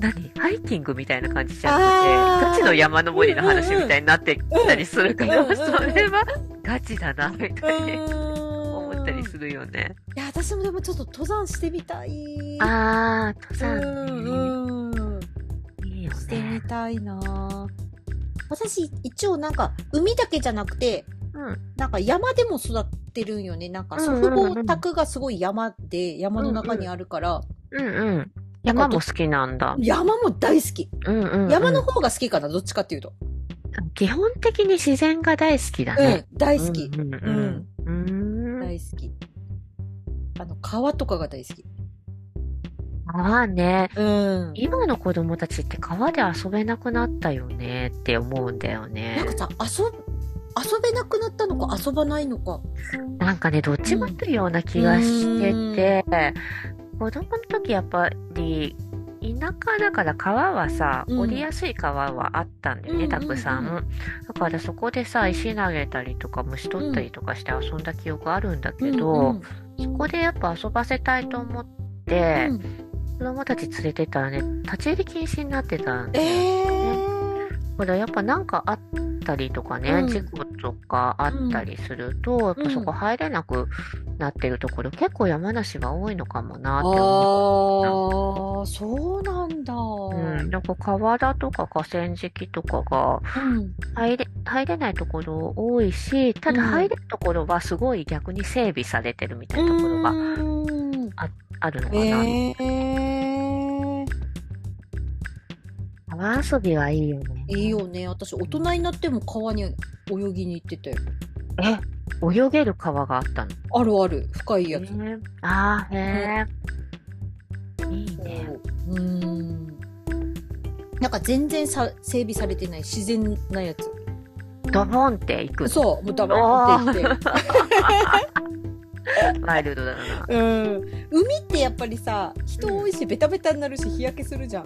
S2: 何ハイキングみたいな感じじゃなく
S1: あー
S2: てガチの山登りの話みたいになってきたりするから、
S1: うんうんうん
S2: それはガチだなみたいに
S1: 思
S2: 思ったりするよね。
S1: いや私もでもちょっと登山してみたい
S2: あー登山ね
S1: うんうん
S2: いいよ
S1: してみ
S2: ね。
S1: たいな私一応なんか海だけじゃなくて
S2: うん
S1: なんか山でも育ってるんよねなんか祖
S2: うんうん
S1: 父
S2: うん
S1: 母宅がすごい山で山の中にあるから、
S2: うんうん。山も好きなんだ。
S1: 山も大好き
S2: うんうん、うん。
S1: 山の方が好きかなどっちかっていうと、
S2: 基本的に自然が大好きだ
S1: うん
S2: ね。
S1: 大好き、
S2: うんうんうん。うーん
S1: 大好きあの川とかが大好き
S2: 川ね。
S1: うん
S2: 今の子供たちって川で遊べなくなったよねって思うんだよね
S1: なん。かさ遊ぶ遊べなくなったのか遊ばないのか
S2: なんかね、どっちもあるような気がしてて、子供の時やっぱり、田舎だから川はさ、
S1: うん
S2: 降りやすい川はあったんだよね、
S1: うんうんう
S2: た
S1: ん
S2: くさん。だからそこでさ、石投げたりとか虫取ったりとかして遊んだ記憶あるんだけ
S1: うんう
S2: ど
S1: ん、
S2: そこでやっぱ遊ばせたいと思っ
S1: う
S2: て、
S1: ん
S2: 子供たち連れてったらね、立ち入り禁止になってたんだよね
S1: え
S2: ほらやっぱなんかあったりとかね、
S1: うん
S2: 事故とかあったりすると、やっぱそこ入れなくなってるところ、結構山梨は多いのかもなって思う。
S1: ああ、そうなんだ。う
S2: うん、なんか河原とか河川敷とかが
S1: ん。
S2: 入れ入れないところ多いし、ただ
S1: うん
S2: 入れるところはすごい逆に整備されてるみたいなところが
S1: うん
S2: あるのかな。
S1: ええ
S2: 川遊びはいいよね。
S1: いいよね。私、大人になっても川に泳ぎに行ってて。
S2: え、泳げる川があったの。
S1: あるある。深いやつ。
S2: ねああ、へえ。いいね。
S1: うん。なんか全然さ整備されてない自然なやつ。
S2: ドボンって行くの
S1: そう、もうダメって言って。
S2: ワイルドだ
S1: う
S2: な。
S1: ん。海ってやっぱりさ、人多いし、ベタベタになるし、日焼けするじゃん。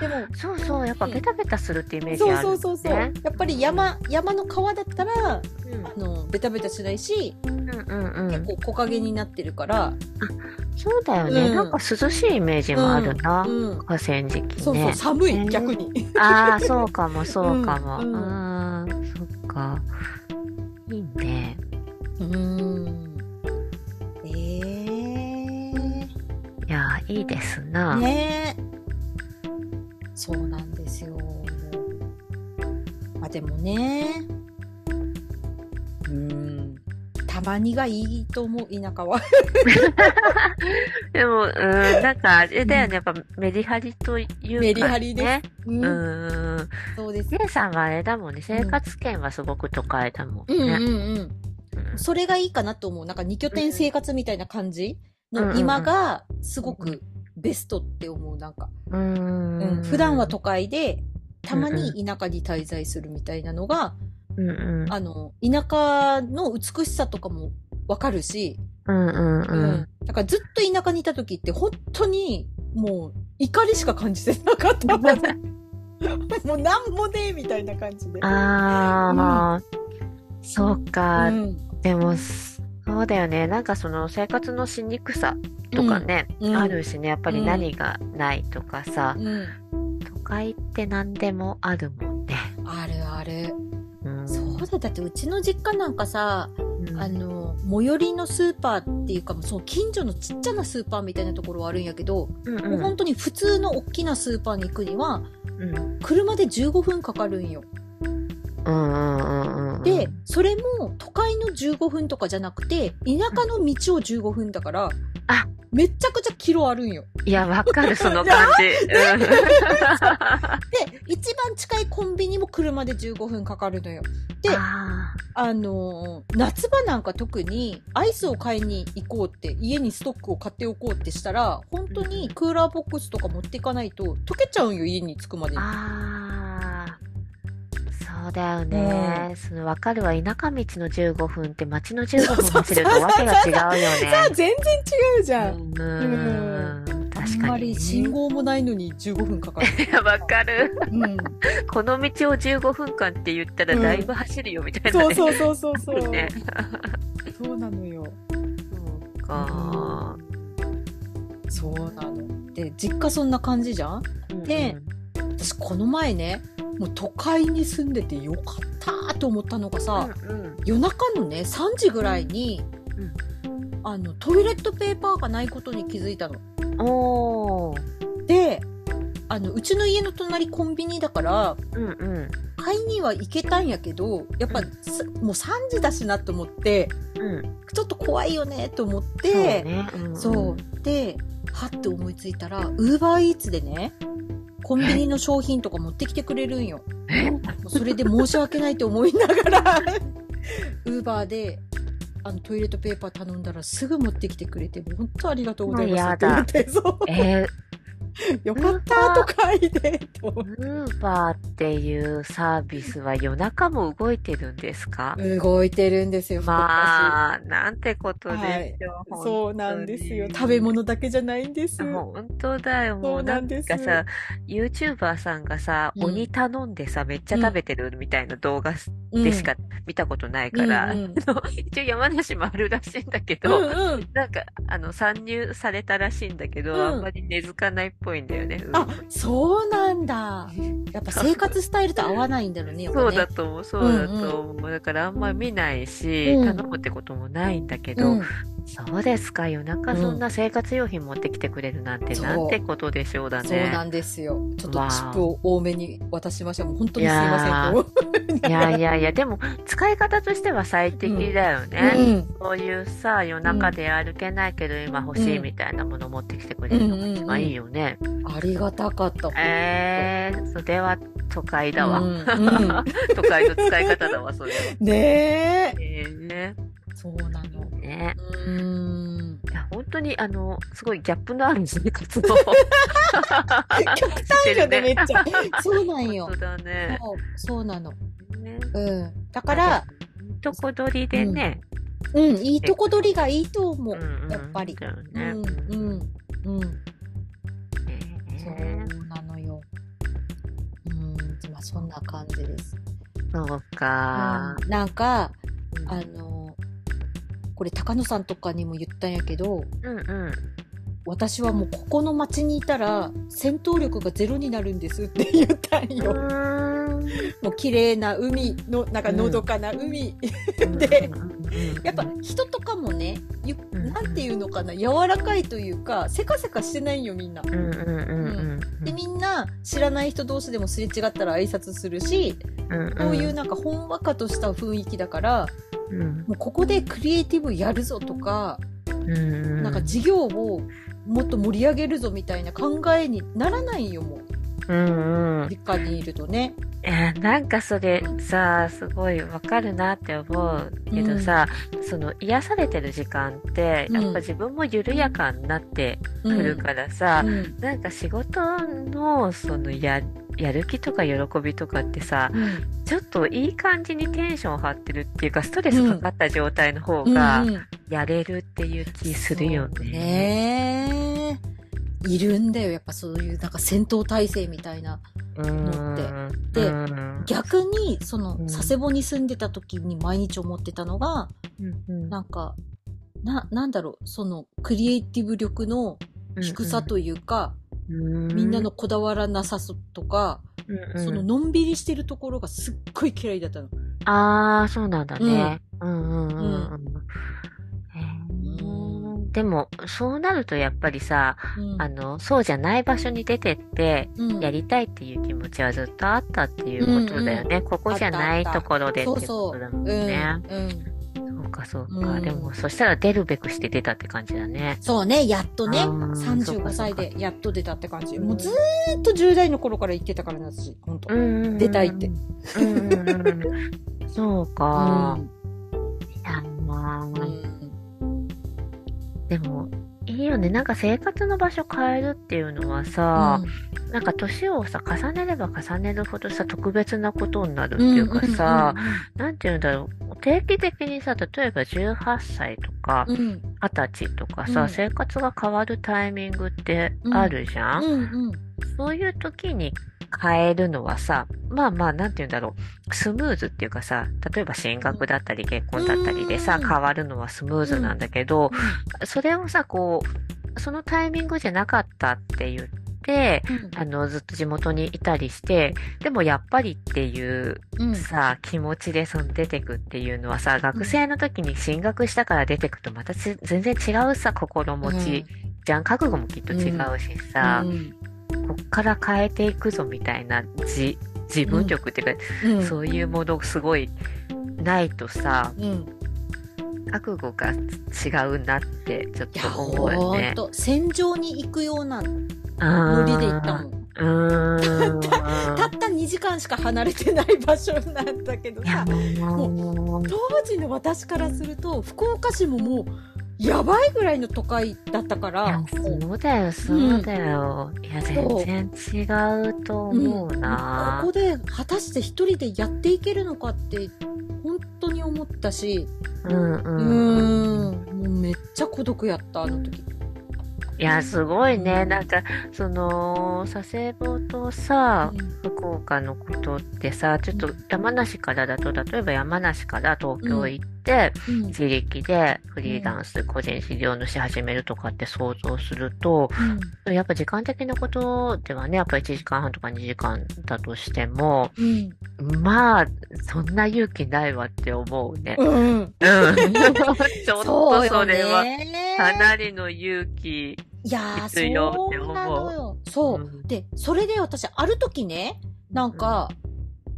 S1: でも
S2: そうそう、やっぱ
S1: うん
S2: ベタベタするってイメージ
S1: そう
S2: ある
S1: そうそ
S2: もんね。
S1: うそう、やっぱり山山の川だったら
S2: うん
S1: あのベタベタしないし、
S2: うんうんうん
S1: 結構木陰になってるから、
S2: そうだよね、
S1: うん
S2: なんか涼しいイメージもあるな、
S1: うん、
S2: 河川敷ね
S1: そうそう寒い、
S2: ね
S1: 逆に
S2: ああそうかもそうかもう
S1: うんんうん
S2: んそっかいいね
S1: うんえー、
S2: いやーいいですな、
S1: ねえそうなんですよまあでもねうんたまにがいいと思う田舎は
S2: でもうんなんかあれだよねやっぱメリハリというか、ね、
S1: メリハリで
S2: ね
S1: う、
S2: うんんうん
S1: そうです
S2: 姉さんはあれだもんね生活圏はすごく都会だもんね、
S1: うんうんうん
S2: うん
S1: それがいいかなと思う。なんか二拠点生活みたいな感じ
S2: うんうんう
S1: の
S2: ん
S1: 今がすごくベストって思う。なんか、
S2: うん
S1: うん、普段は都会で、たまに田舎に滞在するみたいなのが、
S2: うんうん
S1: あの、田舎の美しさとかもわかるし、
S2: うんうん
S1: う
S2: うん
S1: だからずっと田舎にいた時って本当にもう怒りしか感じてなかったんだね。もうなんもねえみたいな感じで。
S2: ああ、そうか、
S1: うん
S2: でもそうだよねなんかその生活のしにくさとかね、
S1: うん
S2: あるしねやっぱり何がないとかさ、
S1: うん。
S2: 都会って何でもあるもんね。
S1: あるある。
S2: うん
S1: そうだ。だってうちの実家なんかさ、
S2: うん
S1: あの最寄りのスーパーっていうかその近所のちっちゃなスーパーみたいなところはあるんやけど、
S2: うん
S1: もう
S2: う
S1: 本当に普通の大きなスーパーに行くには
S2: んうん
S1: 車で15分かかるんよ。
S2: うんうんうん
S1: でそれも都会の15分とかじゃなくて田舎の道を15分だから、
S2: あ
S1: めちゃくちゃキロあるんよ。
S2: いやわかるその感 じ。
S1: で一番近いコンビニも車で15分かかるのよ。で
S2: うんあ
S1: あのー夏場なんか特にアイスを買いに行こうって家にストックを買っておこうってしたら本当にクーラーボックスとか持っていかないと溶けちゃうんよ家に着くまで
S2: ー
S1: に。
S2: あーそうだよね、そのわかるわ田舎道の15分って町の15分走るとわけが違うよね。
S1: 全然違うじゃん。
S2: うーん、確
S1: あん
S2: か
S1: ま
S2: に
S1: り。信号もないのに15分かかる。
S2: いやわかる。
S1: うん、
S2: この道を15分間って言ったらだいぶ走るよみたいな、ね
S1: そうそうそうそうそう。
S2: ね。
S1: そうなのよ。
S2: そうか。
S1: そうなの。で実家そんな感じじゃんで私この前ねもう都会に住んでてよかったと思ったのがさ、
S2: うんうん、
S1: 夜中のね3時ぐらいに、あのトイレットペーパーがないことに気づいたの。
S2: うんおー
S1: であのうちの家の隣コンビニだから
S2: うんうん
S1: 買いには行けたんやけどやっぱ、
S2: うん
S1: すもう3時だしなと思って
S2: うん
S1: ちょっと怖いよねと思って
S2: そうねうんうん
S1: そうではって思いついたらウーバーイーツでねコンビニの商品とか持ってきてくれるんよ。
S2: え
S1: もうそれで申し訳ないと思いながらウーバーであのトイレットペーパー頼んだらすぐ持ってきてくれてもう本当ありがとうございますって言ってそう
S2: えー、
S1: よかったとか言ってと 思っ
S2: ウーバーっていうサービスは夜中も動いてるんですか、
S1: て動いてるんですよ
S2: まあ、なんてことでしょう、
S1: 私そうなんですよ
S2: 本当に
S1: 食べ物だけじゃないんです
S2: 本当だよ、も
S1: そうう
S2: な
S1: なんんです
S2: かさ、YouTuber さんがさ、
S1: うん
S2: 鬼頼んでさ、めっちゃ食べてるみたいな動画
S1: うん
S2: でしか見たことないから、
S1: うん うん
S2: 一応山梨もあるらしいんだけ
S1: うん
S2: ど、
S1: うん
S2: なんか、あの、参入されたらしいんだけど、
S1: うん
S2: あんまり根付かないっぽいんだよね。うん
S1: あそうなんだやっぱ生活スタイルと合わないんだろうねやっぱ
S2: そう
S1: ね
S2: だと思う、そうだと思う。だからあんま見ないし、
S1: うん
S2: 頼むってこともないんだけど、
S1: うん
S2: そうですか、夜中そんな生活用品持ってきてくれるなんて、
S1: そう
S2: なんてことでしょうだ
S1: そうな
S2: ね。
S1: んですよ。ちょっと
S2: わあ
S1: チップを多めに渡しました。もう本当にすいませんと。
S2: いやいやいや、でも、使い方としては最適だよね。
S1: うん
S2: そういうさ、夜中で歩けないけど今欲しいみたいなもの持ってきてくれるのが一番いいよね。
S1: ありがたかった。
S2: えー、それは都会だわ。
S1: うんうん
S2: 都会の使い方だわ、それは。
S1: ねえ。
S2: えーね。
S1: そうなの。
S2: ね。
S1: うーん。
S2: いや、本当に、あの、すごいギャップのある生活 を。
S1: 極端よね、めっちゃ。そうなんよ
S2: 本。当だね。
S1: そうそうなの。
S2: ね
S1: うん。だから、
S2: とこ取りでね。
S1: うん、いいとこ取りがいいと思
S2: う
S1: う。
S2: んうん
S1: やっぱり
S2: だよ
S1: う
S2: ね
S1: ん、うん、うん。
S2: えー
S1: そうなのよ。そんな感じです。
S2: そうか。
S1: うんなんか、あの、これ高野さんとかにも言ったんやけど、
S2: うんうん。
S1: 私はもうここの町にいたら戦闘力がゼロになるんですって言ったん
S2: う
S1: よ。
S2: ー
S1: もう綺麗な海の、なんかのどかな海。
S2: ん
S1: で
S2: うんうんうん
S1: やっぱ人とかもね、ゆ
S2: うん
S1: なんていうのかな、柔らかいというか、せかせかしてないんよみんな。
S2: うんうんうんうん
S1: で、みんな知らない人同士でもすれ違ったら挨拶するし、
S2: うんん
S1: こういうなんかほんわかとした雰囲気だから、
S2: うん
S1: もうここでクリエイティブやるぞとか、
S2: うん
S1: なんか事業をもっと盛り上げるぞみたいな考えにならないよもう
S2: うんうん
S1: 実家にいるとね。
S2: えーなんかそれさすごいわかるなって思うけどさ、その癒されてる時間って
S1: うん
S2: やっぱ自分も緩やかになって
S1: う
S2: く
S1: ん
S2: るからさ
S1: う、ん
S2: なんか仕事のそのややる気とか喜びとかってさ
S1: うん
S2: ちょっといい感じにテンション張ってるっていうかストレスかかった状態の方が
S1: うんうん
S2: やれるっていう気するよ
S1: そう
S2: ね。
S1: ねいるんだよやっぱそういうなんか戦闘態勢みたいな思って
S2: うん
S1: で
S2: うん
S1: 逆にそうの
S2: ん
S1: 佐世保に住んでた時に毎日思ってたのが
S2: うん
S1: なんかななんだろうそのクリエイティブ力の低さというか、みんなの、こだわらなささとか、
S2: うんうん
S1: そののんびりしてるところがすっごい嫌いだったの。
S2: ああ、そうなんだね。うんうんうんうん
S1: う
S2: へー。でも、そうなるとやっぱりさ、
S1: うん
S2: あの、そうじゃない場所に出てって、
S1: うん
S2: やりたいっていう気持ちはずっとあったっていうことだよね。ここじゃないところでって
S1: そう
S2: こ
S1: そ
S2: と
S1: う。
S2: だ
S1: う
S2: もん
S1: ん、
S2: ね。
S1: うん。
S2: そうかそうか。
S1: うん
S2: でも、そしたら出るべくして出たって感じだね。
S1: そうね、やっとね、
S2: あー
S1: 35歳でやっと出たって感じ。
S2: うん
S1: もうずーっと10代の頃から言ってたからな、私、ほんと。
S2: うんうんうん
S1: 出たいって。
S2: うんうんうんそうか。いやまあ
S1: うんうん
S2: でも、いいよね。なんか生活の場所変えるっていうのはさ、なんか年をさ、重ねれば重ねるほどさ、特別なことになるっていうかさ、、なんて言うんだろう。定期的にさ、例えば18歳とか
S1: うん、うん
S2: 20歳とかさ、
S1: うん
S2: 生活が変わるタイミングってあるじゃん、
S1: うんうん、
S2: そういう時に変えるのはさ、まあまあ、なんて言うんだろう。スムーズっていうかさ、例えば進学だったり結婚だったりでさ、
S1: うん
S2: 変わるのはスムーズなんだけど、それをさ、こう、そのタイミングじゃなかったって言って、あの、ずっと地元にいたりして、でもやっぱりっていう
S1: うん、
S2: さ、気持ちでその出てくっていうのはさ、学生の時に進学したから出てくとまたち全然違うさ、心持ちじゃん。覚悟もきっと違うしさ
S1: う、ん
S2: こっから変えていくぞみたいな、じ、自分力っていうか、
S1: うん、
S2: そういうものすごいないとさ、
S1: うん。
S2: 覚悟が違うなってちょっ
S1: い
S2: と
S1: や、
S2: 思うよ
S1: ほ
S2: ね
S1: ん。と、戦場に行くようなノ
S2: ノ
S1: リで行ったもん。
S2: うーん。
S1: たった2時間しか離れてない場所なんだけど
S2: いや
S1: さ
S2: もう
S1: 当時の私からすると福岡市ももうやばいぐらいの都会だったか
S2: い
S1: ら
S2: やそうだよ、そうだよ。いや、全然違うと思うな
S1: こ。こで果たして一人でやっていけるのかって本当に思ったし
S2: うん
S1: う
S2: うん。
S1: ーんもうめっちゃ孤独やったあの時
S2: いや、すごいね。なんか、その、佐世保とさ、福岡のことってさ、ちょっと山梨からだと、例えば山梨から東京行っ
S1: うん
S2: て、自力でフリーランス、個人事業主始めるとかって想像すると、やっぱ時間的なことではね、やっぱ1時間半とか2時間だとしても、
S1: うん
S2: まあ、そんな勇気ないわって思うね。
S1: うんうん
S2: うん。ちょっ
S1: そう
S2: と
S1: よ
S2: そ
S1: ね
S2: れは、かなりの勇気。
S1: いやー
S2: 必要っ
S1: そ
S2: て思う
S1: うなのよそう、
S2: うん
S1: でそれで私ある時ねなんか、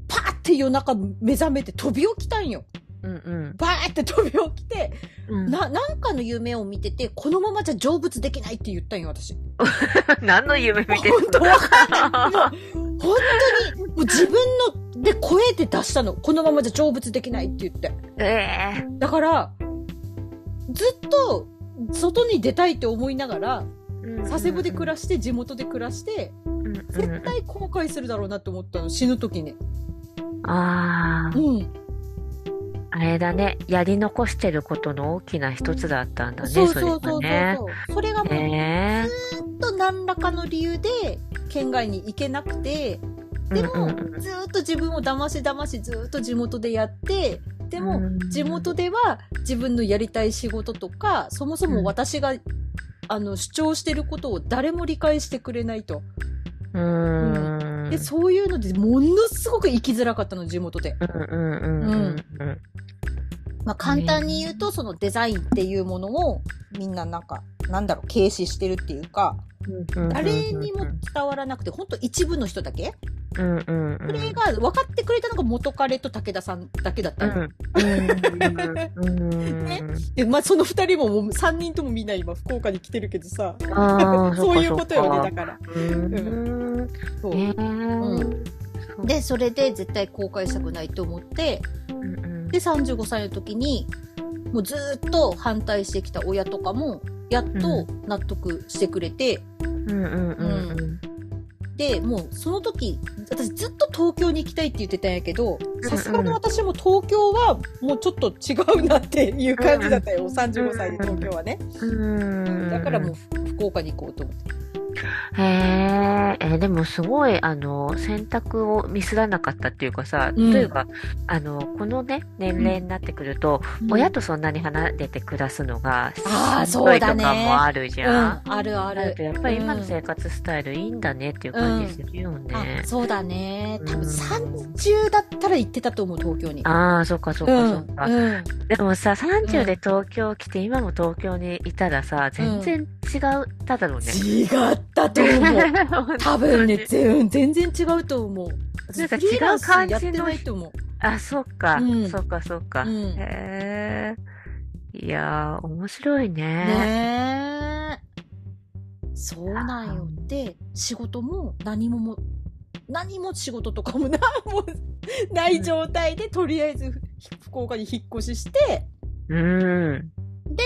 S1: パーって夜中目覚めて飛び起きたんよ。
S2: うんうん、
S1: バーって飛び起きて、
S2: うん。
S1: な、なんかの夢を見てて、このままじゃ成仏できないって言ったんよ、私。も
S2: 何の夢見て
S1: 本
S2: る
S1: 当
S2: の
S1: わう、本当に、もう自分の、で、声で出したの。このままじゃ成仏できないって言って。
S2: ええ
S1: だから、ずっと、外に出たいって思いながら、佐世保で暮らして、地元で暮らして、絶対後悔するだろうなって思ったの、死ぬ時に。
S2: ああ、
S1: うん。
S2: あれだね。やり残してることの大きな一つだったんだね、
S1: そうそうそう
S2: れ
S1: そう
S2: がね。
S1: そう。それがもう
S2: ええ
S1: ちょっと何らかの理由で県外に行けなくてでも、
S2: うんうんうん
S1: ずーっと自分を騙し騙しずーっと地元でやってでも、
S2: うん
S1: 地元では自分のやりたい仕事とかそもそも私が、あの主張してることを誰も理解してくれないと、
S2: うーん
S1: でそういうのでものすごく生きづらかったの地元で、
S2: うんうんうんうんうん
S1: まあ、簡単に言うとそのデザインっていうものをみんななんかなんだろう軽視してるっていうか
S2: うん
S1: 誰にも伝わらなくてほんと一部の人だけ
S2: うんうんうん
S1: それが分かってくれたのが元彼と武田さんだけだっ
S2: う
S1: たの、
S2: んうんうん
S1: ねでまあ、その2人ももう3人ともみんな今福岡に来てるけどさ
S2: あー
S1: そういうことよ
S2: そ
S1: ね
S2: っか
S1: だから
S2: そっかうん
S1: そう
S2: えーそう
S1: でそれで絶対後悔したくないと思って
S2: うんうん
S1: で35歳の時にもうずーっと反対してきた親とかもやっと納得してくれて、
S2: うんうんうんうん
S1: でもうその時私ずっと東京に行きたいって言ってたんやけどさすがの私も東京はもうちょっと違うなっていう感じだったよ35歳で東京はね
S2: うん
S1: だからもう福岡に行こうと思って
S2: へーえーでもすごいあの選択をミスらなかったっていうかさ、
S1: うん
S2: というかあのこのね年齢になってくると、親とそんなに離れて暮らすのがし
S1: あー
S2: んどい
S1: そ
S2: とか
S1: うだね
S2: もあるじ
S1: うん
S2: ゃん。
S1: あるあ
S2: だ
S1: る
S2: けどやっぱり今の生活スタイルいいんだねっていう感じするよね
S1: あ。そうだね多分
S2: うん
S1: 30だったら行ってたと思う東京に
S2: ああ、そっかそっかそっか。
S1: うんうん
S2: でもさ、30で東京来て、今も東京にいたらさ、全然違っただろうね。
S1: 違ったと思う 多分ね
S2: 本当に
S1: 全全然違うと思う
S2: なんか違う感
S1: フ
S2: じの
S1: リーランスやってないと思う
S2: あ、そっか、
S1: うん
S2: そっかそっか。
S1: うん
S2: へえ。いやー、面白いね。
S1: ねえそうなんよで仕事も何もも何も仕事とかも何もない状態でとりあえず福岡に引っ越しして
S2: うん。
S1: で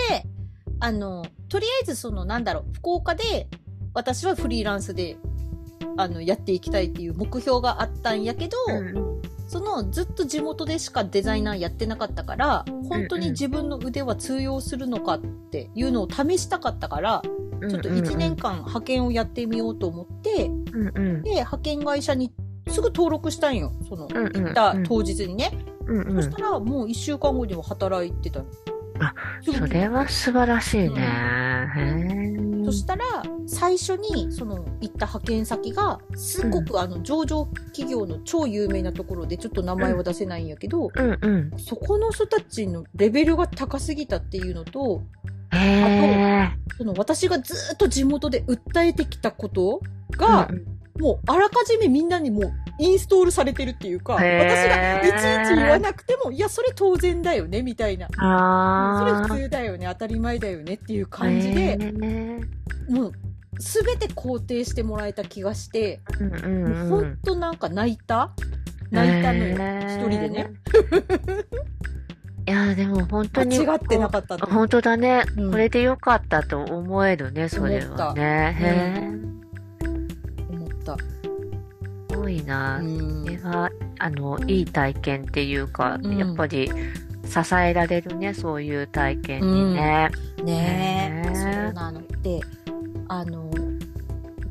S1: あのとりあえずそのなんだろう福岡で私はフリーランスであのやっていきたいっていう目標があったんやけど、
S2: うん
S1: そのずっと地元でしかデザイナーやってなかったから本当に自分の腕は通用するのかっていうのを試したかったからちょっと1年。間派遣をやってみようと思って
S2: うんうん
S1: で派遣会社にすぐ登録したんよその
S2: うんうん
S1: 行った当日にね
S2: うんうん。
S1: そしたらもう1週間後には働いてたの
S2: あ
S1: すぐ
S2: それは素晴らしいね。へー
S1: そしたら最初にその行った派遣先がすごくあの上場企業の超有名なところでちょっと名前は出せないんやけど、
S2: うんうん。
S1: そこの人たちのレベルが高すぎたっていうのと、
S2: へ
S1: その私がずーっと地元で訴えてきたこと
S2: ー
S1: が、
S2: うんうん
S1: もうあらかじめみんなにもうインストールされてるっていうか、私
S2: へー
S1: がいちいち言わなくても、いや、それ当然だよね、みたいな。それ
S2: あ
S1: 普
S2: ー
S1: 通だよね、当たり前だよねっていう感じで、
S2: へー
S1: もう全て肯定してもらえた気がして、
S2: うんうん
S1: もう
S2: う
S1: ほ
S2: ん
S1: んとなんか泣いた泣いたのよ、
S2: へー
S1: 一人でね。
S2: いやーでも本当に
S1: 間違ってなかったと思う
S2: 本当だね、
S1: うん
S2: これでよかったと思えるねそれはね
S1: 思った。
S2: へえすごいな、
S1: うん
S2: これはあのいい体験っていうか、
S1: うん
S2: やっぱり支えられるねそういう体験にね、
S1: ね
S2: ねえ
S1: え、そうなのであの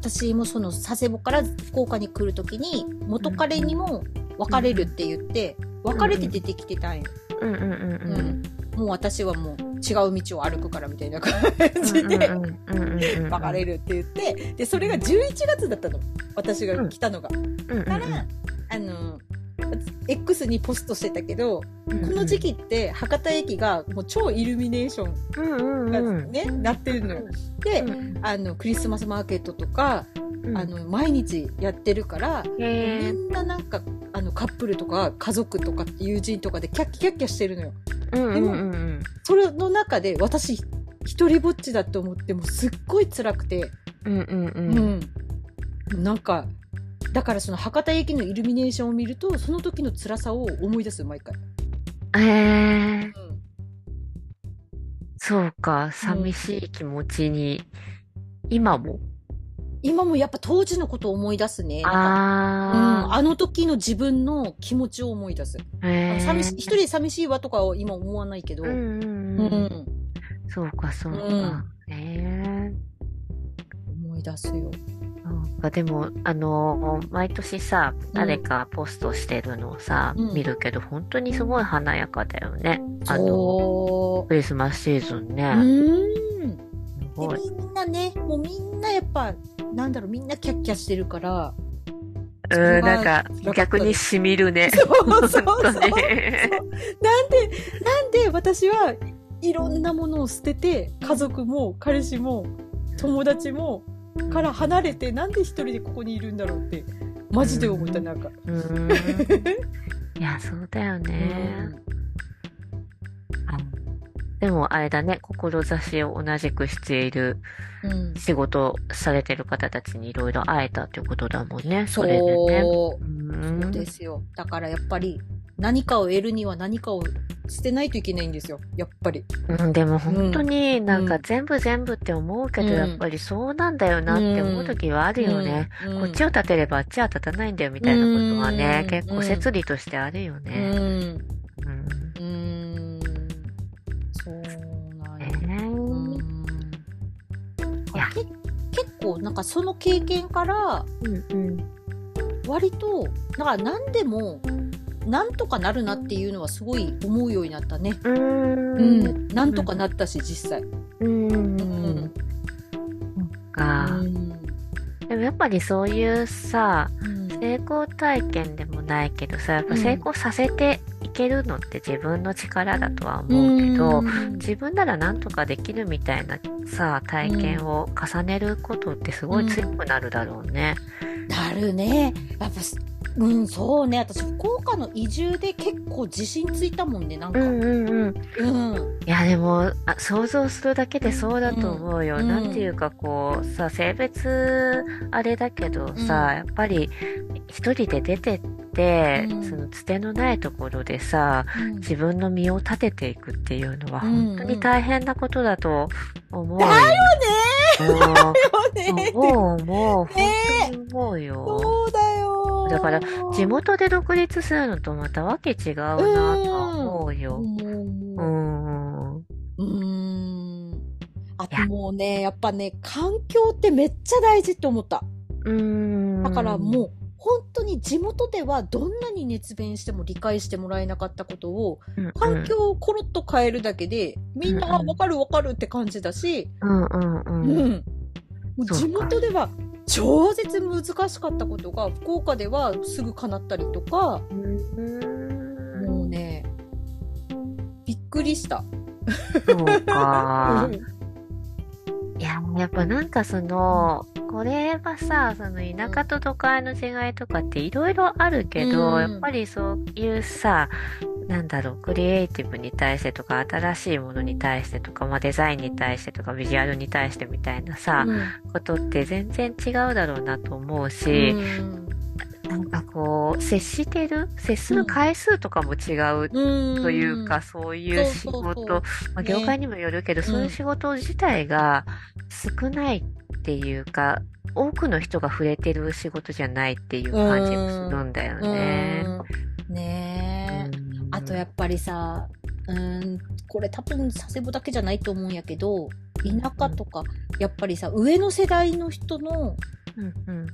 S1: 私もその佐世保から福岡に来る時に元彼にも別れるって言って、別れて出てきてたんよ、
S2: うん、うん
S1: う
S2: うん
S1: ん
S2: うん
S1: もう私はもう違う道を歩くからみたいな感じで、
S2: うん
S1: 別れ
S2: る
S1: るって言ってでそれが11月だったの私が来たのが、だから、あの X にポストしてたけど、この時期って博多駅がもう超イルミネーション
S2: うんうん
S1: が
S2: うん
S1: ね、なってるのよ。で、
S2: うん
S1: あのクリスマスマーケットとか、
S2: うん
S1: あの毎日やってるから、
S2: へ
S1: み
S2: ー
S1: んななんかあのカップルとか家族とか友人とかでキャッキャキャッキャしてるのよ
S2: うんうんうん
S1: それの中で私一人ぼっちだと思ってもうすっごい辛くて
S2: うんうんう
S1: うん
S2: うん
S1: ん、なんかだからその博多駅のイルミネーションを見るとその時の辛さを思い出す毎回、
S2: へー
S1: うん
S2: そうか寂しい気持ちに、今も
S1: 今もやっぱ当時のことを思い出すねなんかうん、
S2: あ
S1: あの時の自分の気持ちを思い出す
S2: あ、へー
S1: 寂し一人で寂しいわとかは今思わないけど、
S2: う
S1: うん
S2: ん
S1: う
S2: うんうん
S1: ん、
S2: そうかそう
S1: う
S2: か。へえ
S1: 思い出すよ。
S2: そうかでも、あのー毎年さ、誰かポストしてるのをさ、
S1: うん
S2: 見るけど、本当にすごい華やかだよね。あの、
S1: そ
S2: クリスマスシーズン
S1: う。う
S2: ね。
S1: ーん。
S2: すごい。
S1: でみんなね、もうみんなやっぱ、なんだろう、みんなキャッキャしてるから。
S2: うん、なんか、逆に染みるね。
S1: そうそう
S2: 本
S1: そ
S2: 当
S1: う。なん
S2: に。
S1: で、なんで私はいろんなものを捨てて、家族も彼氏も友達もから離れて、なんで一人でここにいるんだろうって、マジで思った、
S2: うん
S1: なんか。
S2: うー んいや、そうだよね。あでも、あれだね、志を同じくしている
S1: うん。
S2: 仕事をされてる方たちにいろいろ会えたということだもんね、
S1: そ
S2: そ
S1: う
S2: れでね。
S1: そうう
S2: ーん
S1: ですよ。だからやっぱり、何かを得るには何かを捨てないといけないんですよ。やっぱり。
S2: うん、でも本当になん
S1: う
S2: か
S1: ん
S2: 全部全部って思うけど、
S1: うん
S2: やっぱりそうなんだよなって思う時はあるよね。
S1: うん。
S2: こっちを立てればあっちは立たないんだよみたいなことはね、
S1: うん
S2: 結構説理としてあるよ
S1: うん。
S2: ね。うん
S1: うーん。そうなんや。
S2: ね
S1: うん
S2: いや
S1: け結構なんかその経験から割となんか何でもなんとかなるなっていうのはすごい思うようになったね。
S2: う
S1: うん
S2: うん
S1: ん、なんとかなったし実際。
S2: うん
S1: うん
S2: かでもやっぱりそういうさ成功体験でもないけどさやっぱ成功させていけるのって自分の力だとは思うけど、自分ならなんとかできるみたいなさ体験を重ねることってすごい強くなるだろうね。
S1: なるね。やっぱすうんそうね。私福岡の移住で結構自信ついたもんねなんか。うん。
S2: うんうんいやでもあ想像するだけでそうだと思うよ、
S1: うん
S2: なんていうかこうさ性別あれだけ
S1: う
S2: どさ、
S1: ん
S2: やっぱり一人で出てって、
S1: うん
S2: そのつてのないところでさ 自分の身を立てていくっていうのは
S1: うん
S2: 本当に大変なことだと思うよ、
S1: ね
S2: うん思う思う本
S1: ね
S2: 当に思うよ、
S1: そうだよー。
S2: だから地元で独立するのとまたわけ違うなとは思う
S1: う。
S2: よ、うん
S1: う
S2: ん、
S1: ーん。あ
S2: い
S1: と
S2: や
S1: もうね、やっぱね、環境ってめっちゃ大事って思った。
S2: うん
S1: だからもう、本当に地元ではどんなに熱弁しても理解してもらえなかったことを、
S2: うん
S1: 環境をコロッと変えるだけで、みんな、あ
S2: うん
S1: わかるわかるって感じだし、
S2: うんうんう。
S1: うんん。もう
S2: そうか
S1: 地元では超絶難しかったことが、福岡ではすぐ叶ったりとか、もうね、びっくりした。
S2: そう
S1: う
S2: か
S1: ん。
S2: いや、やっぱなんかその、これはさ、その田舎と都会の違いとかっていろいろあるけど、
S1: うん
S2: やっぱりそういうさ、なんだろう、クリエイティブに対してとか、新しいものに対してとか、まあ、デザインに対してとか、ビジュアルに対してみたいなさ、ことって全然違うだろうなと思う
S1: う
S2: し、
S1: ん
S2: なんかこう、接してる、接する回数とかも違う
S1: うん
S2: というか、そういう仕
S1: そう
S2: 事、
S1: そうそう
S2: まあ、
S1: ね
S2: 業界にもよるけど、そういう仕事自体が少ないっていうか、多くの人が触れてる仕事じゃないっていう感じもするんだよね。
S1: うんねえ、あとやっぱりさうんこれ多分佐世保だけじゃないと思うんやけど田舎とかやっぱりさ上の世代の人の
S2: うんうん、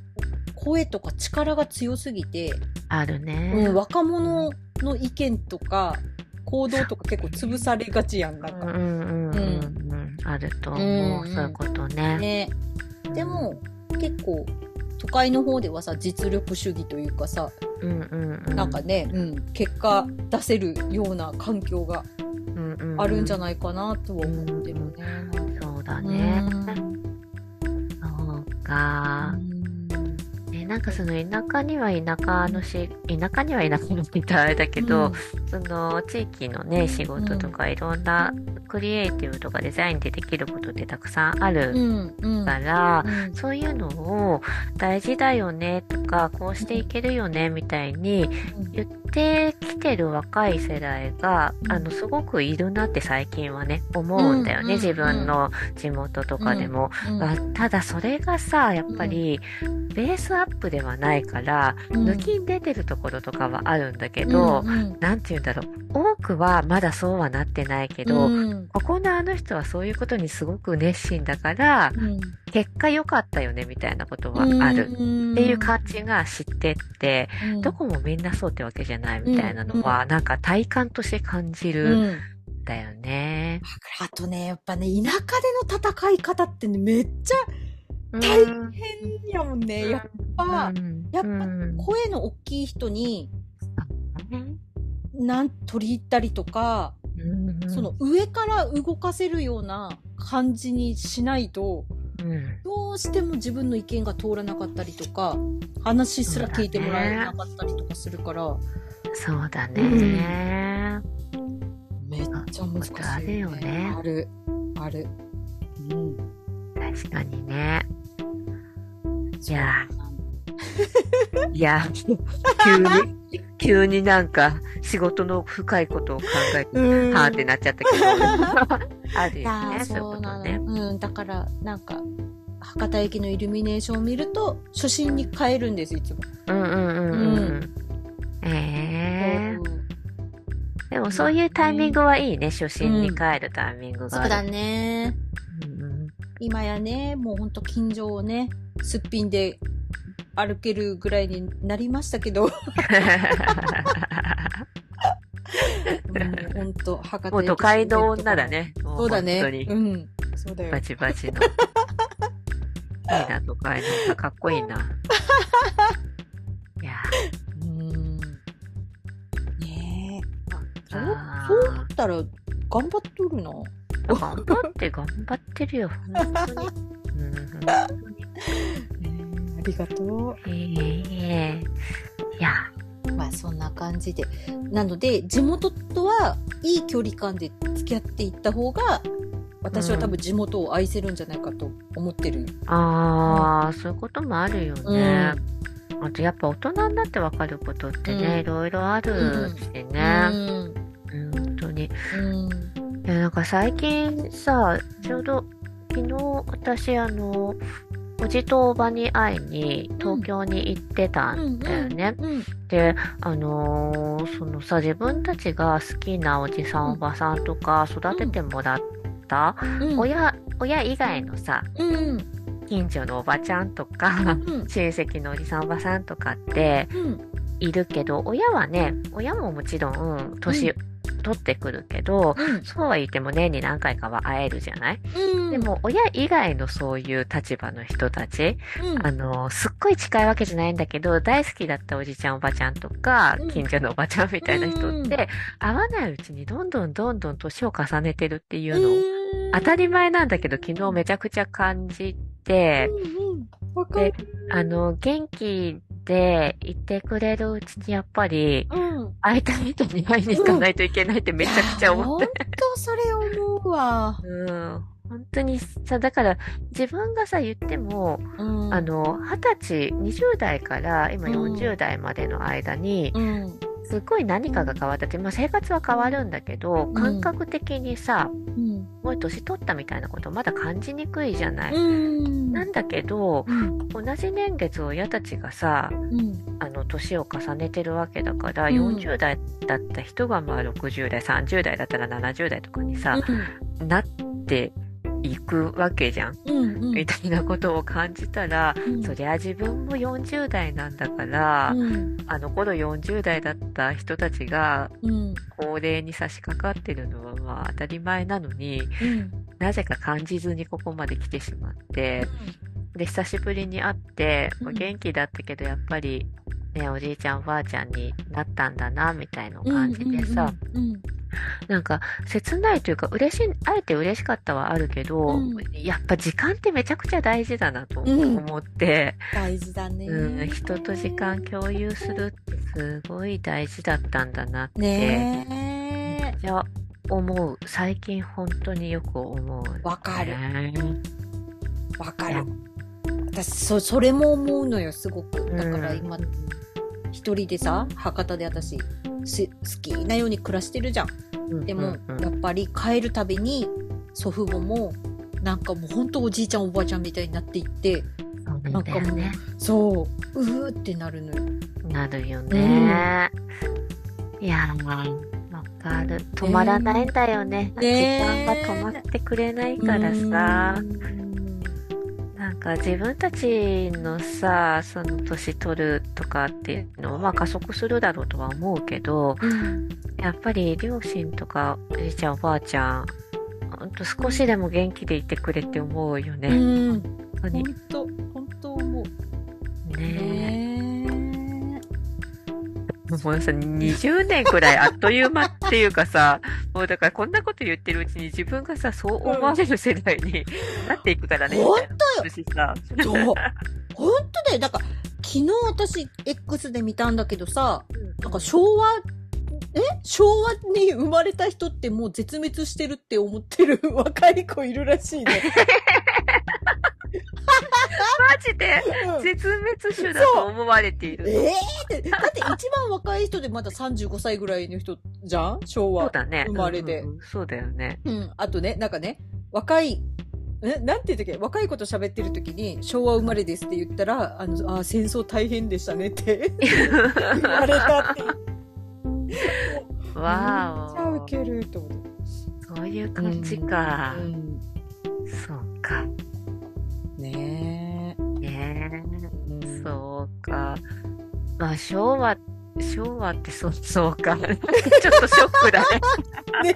S1: 声とか力が強すぎて、
S2: あるね。
S1: うん、若者の意見とか行動とか結構潰されがちやんなん
S2: う
S1: か、
S2: んうんうんうんあると思う、
S1: うんうん
S2: そういうことね。
S1: ねでも結構都会の方ではさ実力主義というかさ
S2: うんうんうん、
S1: なんかね、うん、結果出せるような環境が
S2: うんうんうん
S1: あるんじゃないかなとは思ってるね。
S2: そうだ
S1: うん
S2: ね。そうか。ね、なんかその田舎には田舎のし、田舎には田舎のって言ったらあれだけど、、その地域のね、仕事とかいろんなクリエイティブとかデザインでできることってたくさんあ
S1: う
S2: る
S1: んうん
S2: から、
S1: うん
S2: そういうのを大事だよねとか、こうしていけるよねみたいに言ってきてる若い世代が、
S1: うん
S2: あの、すごくいるなって最近はね、思うんだよ
S1: うん
S2: ね、
S1: うん
S2: 自分の地元とかでも。あただそれがさやっぱりベースアップではないから、
S1: うん
S2: 抜きん出てるところとかはあるんだけ
S1: け
S2: ど、
S1: うんうん
S2: なんて言うんだろう多くはまだそうはなってないけど、
S1: うん
S2: ここのあの人はそういうことにすごく熱心だから
S1: うん
S2: 結果良かったよねみたいなことはあるっていう感じが知ってって、
S1: うん
S2: どこもみんなそうってわけじゃないみたいなのは、なんか体感として感じ
S1: う
S2: るん
S1: ん
S2: だよね。
S1: あとね、やっぱね、田舎での戦い方ってね、めっちゃ大変やもんね。やっぱ、
S2: うん
S1: やっぱ
S2: うん
S1: 声の大きい人に、
S2: うん
S1: なん、取り入ったりとか、
S2: うん
S1: その上から動かせるような感じにしないと、
S2: うん
S1: どうしても自分の意見が通らなかったりとか、話すら聞いてもらえなかったりとかするから、
S2: そうだね。
S1: めっちゃ難しい、
S2: あるよね
S1: ある。ある。うん。
S2: 確かにね。
S1: そうなんだ
S2: いやいや、急に、急になんか仕事の深いことを考えて、
S1: うん
S2: はーってなっちゃったけど。 ある
S1: い
S2: よ
S1: や
S2: ね、
S1: ー
S2: そうい
S1: そ
S2: うこ
S1: うな
S2: と
S1: の、
S2: ね。
S1: うん、だからなんか博多駅のイルミネーションを見ると初心に帰るんですいつも、
S2: うんうんうんうんうん。ええでもそういうタイミングはいいね、初心に帰るタイミングがあ
S1: そう
S2: る。
S1: だね
S2: うんうん
S1: 今やねもうほんと近所をねすっぴんで歩けるぐらいになりましたけど、うん、ほんと博多駅
S2: もう都会の女だね。
S1: そうだね
S2: もう本当
S1: う
S2: に。
S1: んそうだよ
S2: バチバチの。いいな、都会の女。かっこいいな。いや
S1: うんねえそう
S2: あー
S1: そう思ったら頑張っとるな
S2: ー、頑張って頑張ってるよ、本当に。うん
S1: ありがとう
S2: いえいえいや、
S1: まあそんな感じで。なので、地元とはいい距離感で付き合っていった方が、私は多分地元を愛せるんじゃないかと思ってる。
S2: ああ、そういうこともあるよね。あとやっぱ大人になってわかることってね、
S1: うん
S2: いろいろあるし
S1: う
S2: ね。
S1: ん。
S2: うん、本当に。
S1: うん。
S2: いやなんか最近さ、ちょうど昨日私あの、おじとおばに会いに東京に行ってたんだよね。
S1: うん。
S2: で、あのーそのさ、自分たちが好きなおじさんおばさんとか育ててもらった、
S1: うん。
S2: 親、親以外のさ、
S1: うん。うん。
S2: 近所のおばちゃんとか、
S1: うん。
S2: 親戚のおじさんおばさんとかって
S1: うん。
S2: いるけど、親はね、親ももちろん年取ってくるけど、そうは言っても年に何回かは会えるじゃない
S1: うん。
S2: で、も親以外のそういう立場の人たち、あの、すっごい近いわけじゃないんだけど、大好きだったおじちゃんおばちゃんとか
S1: うん、
S2: 近所のおばちゃんみたいな人
S1: う
S2: っ
S1: ん
S2: て、会わないうちにどんどんどんどん年を重ねてるっていううのを、
S1: ん。
S2: 当たり前なんだけど、昨日めちゃくちゃ感じて、
S1: うん。うん。わかる。
S2: あの、元気でいてくれるうちにやっぱり、
S1: うん。
S2: 会いたい人に会いに行かないといけないってめちゃくちゃ思って。
S1: いや。本当それ思うわ。
S2: うん。本当にさ、だから自分がさ、言っても、
S1: うん。
S2: あ、の、二十歳、20代から今
S1: うん
S2: 40代までの間に、
S1: うん。
S2: すごい何かが変わったって、まあ生活は変わるんだけど、感覚的にさ、
S1: うん。
S2: もう年取ったみたいなことまだ感じにくいじゃない。
S1: うん。
S2: なんだけど、
S1: うん。
S2: 同じ年月を親たちがさ、
S1: うん。
S2: あの年を重ねてるわけだから、
S1: うん
S2: 40代だった人がまあ60代30代だったら70代とかにさ、なっていくわけじゃん、
S1: うん。うん。
S2: みたいなことを感じたら、
S1: うん
S2: そりゃ自分も40代なんだから、
S1: うん。
S2: あの頃40代だった人たちが
S1: うん。
S2: 高齢に差し掛かってるのはまあ当たり前なのに
S1: うん。
S2: なぜか感じずにここまで来てしまって。で久しぶりに会って、
S1: うん
S2: 元気だったけどやっぱり、ね、おじいちゃんおばあちゃんになったんだなみたいな感じでさ、
S1: うん
S2: なんか切ないというか嬉しいあえて嬉しかったはあるけど、
S1: うん
S2: やっぱ時間ってめちゃくちゃ大事だなと
S1: うん
S2: 思って、
S1: 大事だね、
S2: うん人と時間共有するってすごい大事だったんだなって、
S1: ねえ
S2: いや思う最近本当によく思う、
S1: わかる
S2: ね
S1: わかる私そそれも思うのよすごくだから今、一人でさ博多で私す好きなように暮らしてるじゃん
S2: うん
S1: でも、
S2: うん
S1: やっぱり帰るたびに祖父母もなんかもうほんとおじいちゃんおばあちゃんみたいになっていって
S2: そうなんだよね
S1: そううーってなるのよ
S2: なるよね。いやー、わかる。止まらないんだよね。
S1: ね
S2: 時間が止まってくれないからさ、
S1: うん
S2: なんか自分たちのさ、その年取るとかっていうのは、まあ加速するだろうとは思うけど、
S1: うん
S2: やっぱり両親とかおじいちゃんおばあちゃん、ほんと少しでも元気でいてくれって思うよ
S1: う
S2: ね。
S1: ん
S2: 本当に
S1: 本。当本当思う
S2: ね
S1: ね
S2: え。もうさ、20年くらいあっという間っていうかさ、もうだからこんなこと言ってるうちに自分がさ、そう思われる世代になっていくからね。
S1: 本
S2: 当よ。
S1: そう 本当だよなんか昨日私 X で見たんだけどさなんか昭和え昭和に生まれた人ってもう絶滅してるって思ってる 若い子いるらしいね。
S2: マジで
S1: うん
S2: 絶滅種だと思われている。
S1: えーって、だって一番若い人でまだ35歳ぐらいの人じゃん昭
S2: そう
S1: 和。
S2: だね。
S1: 生まれて
S2: うんうんうんそうだよ ね。
S1: うん。あとね、なんかね、若い、えなんて言う時若い子と喋ってる時に昭和生まれですって言ったら、あの、あー戦争大変でしたねって 言われたって。
S2: わ
S1: めっちゃウ
S2: ー
S1: ケると思って。
S2: お。そういう感じか
S1: う。ん
S2: そうか。
S1: ね
S2: ね
S1: え。
S2: え。そうか。まあ、昭和、昭和ってそう、そうか。 ちょっとショックだ ね。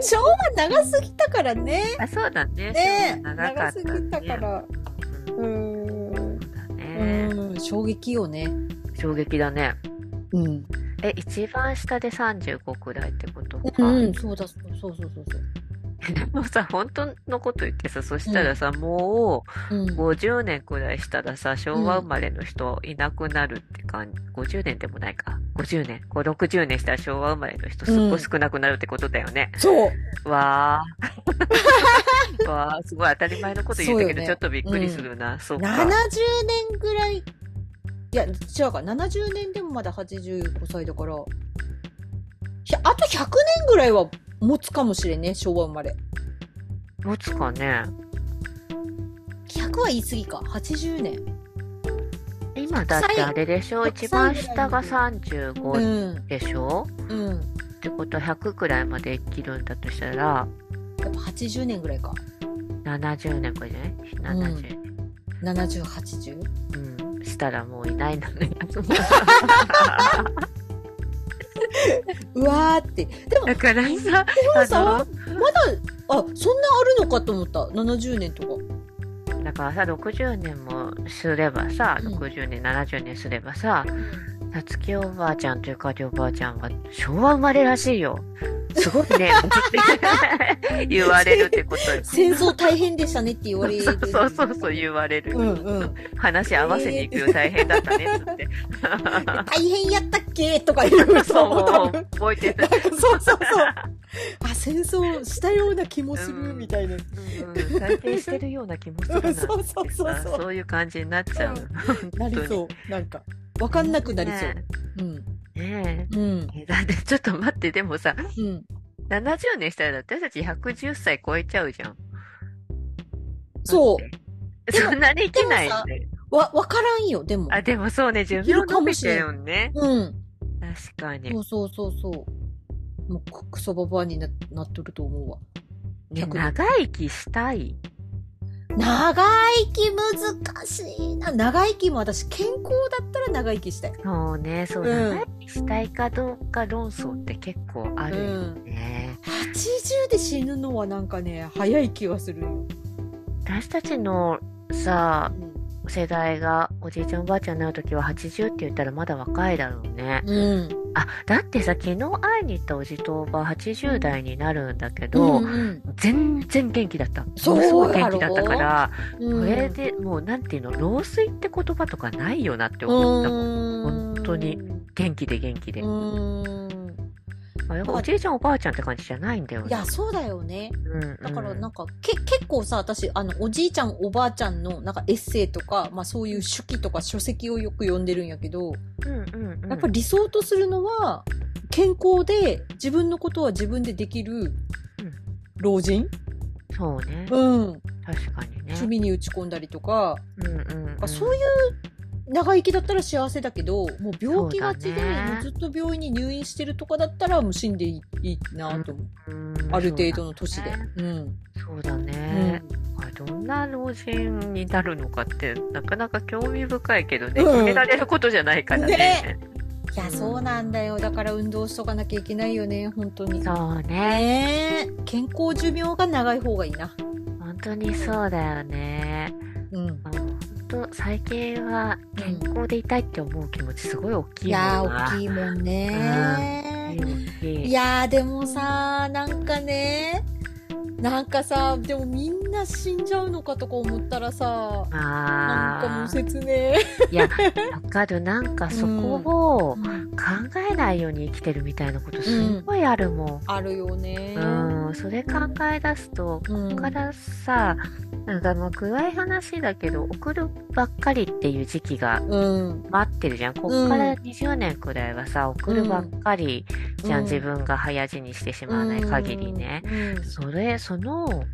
S1: 昭和長すぎたからね。
S2: あ、そうだね。
S1: ねえ
S2: 昭和長か
S1: 長
S2: っ
S1: す
S2: たね
S1: ぎたか。ら。
S2: うん
S1: うーん。
S2: そうだね。
S1: うん、衝撃よね。
S2: 衝撃だね。
S1: うん。
S2: え、一番下で35くらいってことか。
S1: うん、そうだ、そうそうそうそう
S2: でもさ、本当のこと言ってさ、そしたらさ、も
S1: そう。う。
S2: うん50年くらいしたらさ、昭和生まれの人いなくなるって感じ。50年でもないか。50年。こう60年したら昭和生まれの人すっごい少なくなるってことだよね。
S1: そう。
S2: わ ー。わー、すごい当たり前のこと言
S1: そ
S2: うん
S1: う
S2: だ
S1: よ
S2: けど、
S1: ね
S2: ちょっとびっくりするな。そう
S1: 70
S2: か。
S1: 年ぐらい。いや、違うか。70年でもまだ85歳だから。ひゃあと100年ぐらいは持つかもしれんね、昭和生まれ。
S2: 持つかね。
S1: 100は言い過ぎか。80年。
S2: 今だってあれでしょ
S1: 100歳
S2: 一番下が35
S1: うん。
S2: でしょ、
S1: うん。
S2: ってことは100くらいまで生きるんだとしたら、
S1: やっぱ80年ぐらいか。
S2: 70年くらいじゃない ?70 年。
S1: 70、80?
S2: うん、したらもういないのね。
S1: うわーって。でも、
S2: だからさ、
S1: 今さ
S2: あ、
S1: まだ、あ、そんなあるのかと思った。70年とか。
S2: のだからさ、60年もすればさ、
S1: うん
S2: 60年、70年すればさ、さつきおばあちゃんとゆかりおばあちゃんは昭和生まれらしいよ。すごい ね。って 言われるってことよ。
S1: 戦争大変でしたねって言われる。
S2: そうそうそう言われる。
S1: うんうん。
S2: 話合わせに行くよ、大変だったねっつ って。
S1: 大変やったっけとか言う。そう、 多分。
S2: 覚えて
S1: な
S2: た
S1: ん。かそうそう そう。あ、戦争したような気もするみたいな。
S2: うん、体験してるような気もするなってさ
S1: そうそうそうそう
S2: そういう感じになっちゃう。本当
S1: な
S2: に
S1: りそう。なんか、わかんなくなりそう。
S2: ね
S1: うん。
S2: えね
S1: うん。
S2: ええだってちょっと待って、でもさ、
S1: うん。
S2: 70年したら私たち110歳超えちゃうじゃん。
S1: そう
S2: だって。 そんなに生きないよね。
S1: わ、わからんよ、でも。
S2: あ、でもそうね、寿
S1: きる
S2: 命
S1: か
S2: 伸
S1: も
S2: び
S1: してれん
S2: るよね。
S1: うん。
S2: 確かに
S1: そ。うそうそうそう。もうく、クソババアにななっとると思うわ。
S2: ね
S1: 100
S2: 長生きしたい。
S1: 長生き難しいな。長生きも私、健康だったら長生きしたい。
S2: そうね、そう、
S1: うん
S2: 長生きしたいかどうか論争って結構あ
S1: う
S2: るよ
S1: ん。
S2: ね。
S1: 80で死ぬのはなんかね、早い気がするよ。
S2: 私たちのさ、世代がおじいちゃんおばあちゃんになるときは80って言ったらまだ若いだろうね。
S1: うん。
S2: あ、だってさ、昨日会いに行ったおじとおば80代になるんだけど、
S1: うん
S2: 全然元気だった。
S1: そう
S2: すごい元気だったから、
S1: うん
S2: これでもうなんていうの、老衰って言葉とかないよなって思ったもん。
S1: 本
S2: 本当に元気で元気で。
S1: うん。
S2: あやっぱおじいちゃんおばあちゃんって感じじゃないんだよね。
S1: いや、そうだよね。
S2: うんうん
S1: だからなんか、け結構さ、私、あの、おじいちゃん、おばあちゃんの、なんかエッセイとか、まあそういう手記とか書籍をよく読んでるんやけど、
S2: うんうんうん、
S1: やっぱり理想とするのは、健康で自分のことは自分でできる老人、
S2: そうね、
S1: うん、
S2: 確かにね。
S1: 趣味に打ち込んだりとか、
S2: うんうんうん、
S1: そういう長生きだったら幸せだけど、もう病気がちで、
S2: そうだね
S1: もうずっと病院に入院してるとかだったら、もう死んでいいいいなと思う、
S2: うん
S1: ある程度の年で。
S2: そうだね
S1: うん。
S2: そうだ
S1: うん
S2: ね。あどんな老人になるのかってなかなか興味深いけどね、
S1: うん
S2: 決められることじゃないからね。
S1: ねいや、そうなんだよ。だから運動しとかなきゃいけないよね、本当に。
S2: そうね、
S1: ねえ健康寿命が長い方がいいな。
S2: 本当にそうだよね。
S1: うん。
S2: あの本当最近は健康でいたいって思う気持ちすごい大
S1: い
S2: きいもん
S1: や
S2: な。
S1: ー、大きいもんね。
S2: 大きい。
S1: いやーでもさなんかねなんかさでもみんな死んじゃうのかとか思ったらさなんかも
S2: あ
S1: う
S2: ー
S1: 説明
S2: いや、わかる。なんかそこを考えないように生きてるみたいなことすごいあるも
S1: あるよね
S2: ん。うん、それ考え出すと、
S1: うん
S2: ここからさ、なんかもう暗い話だけど、送るばっかりっていう時期が
S1: うん
S2: 待ってるじゃん。こっから20年くらいはさ、送るばっかりじゃん。自分が早死にしてしまわない限りね。それ、その、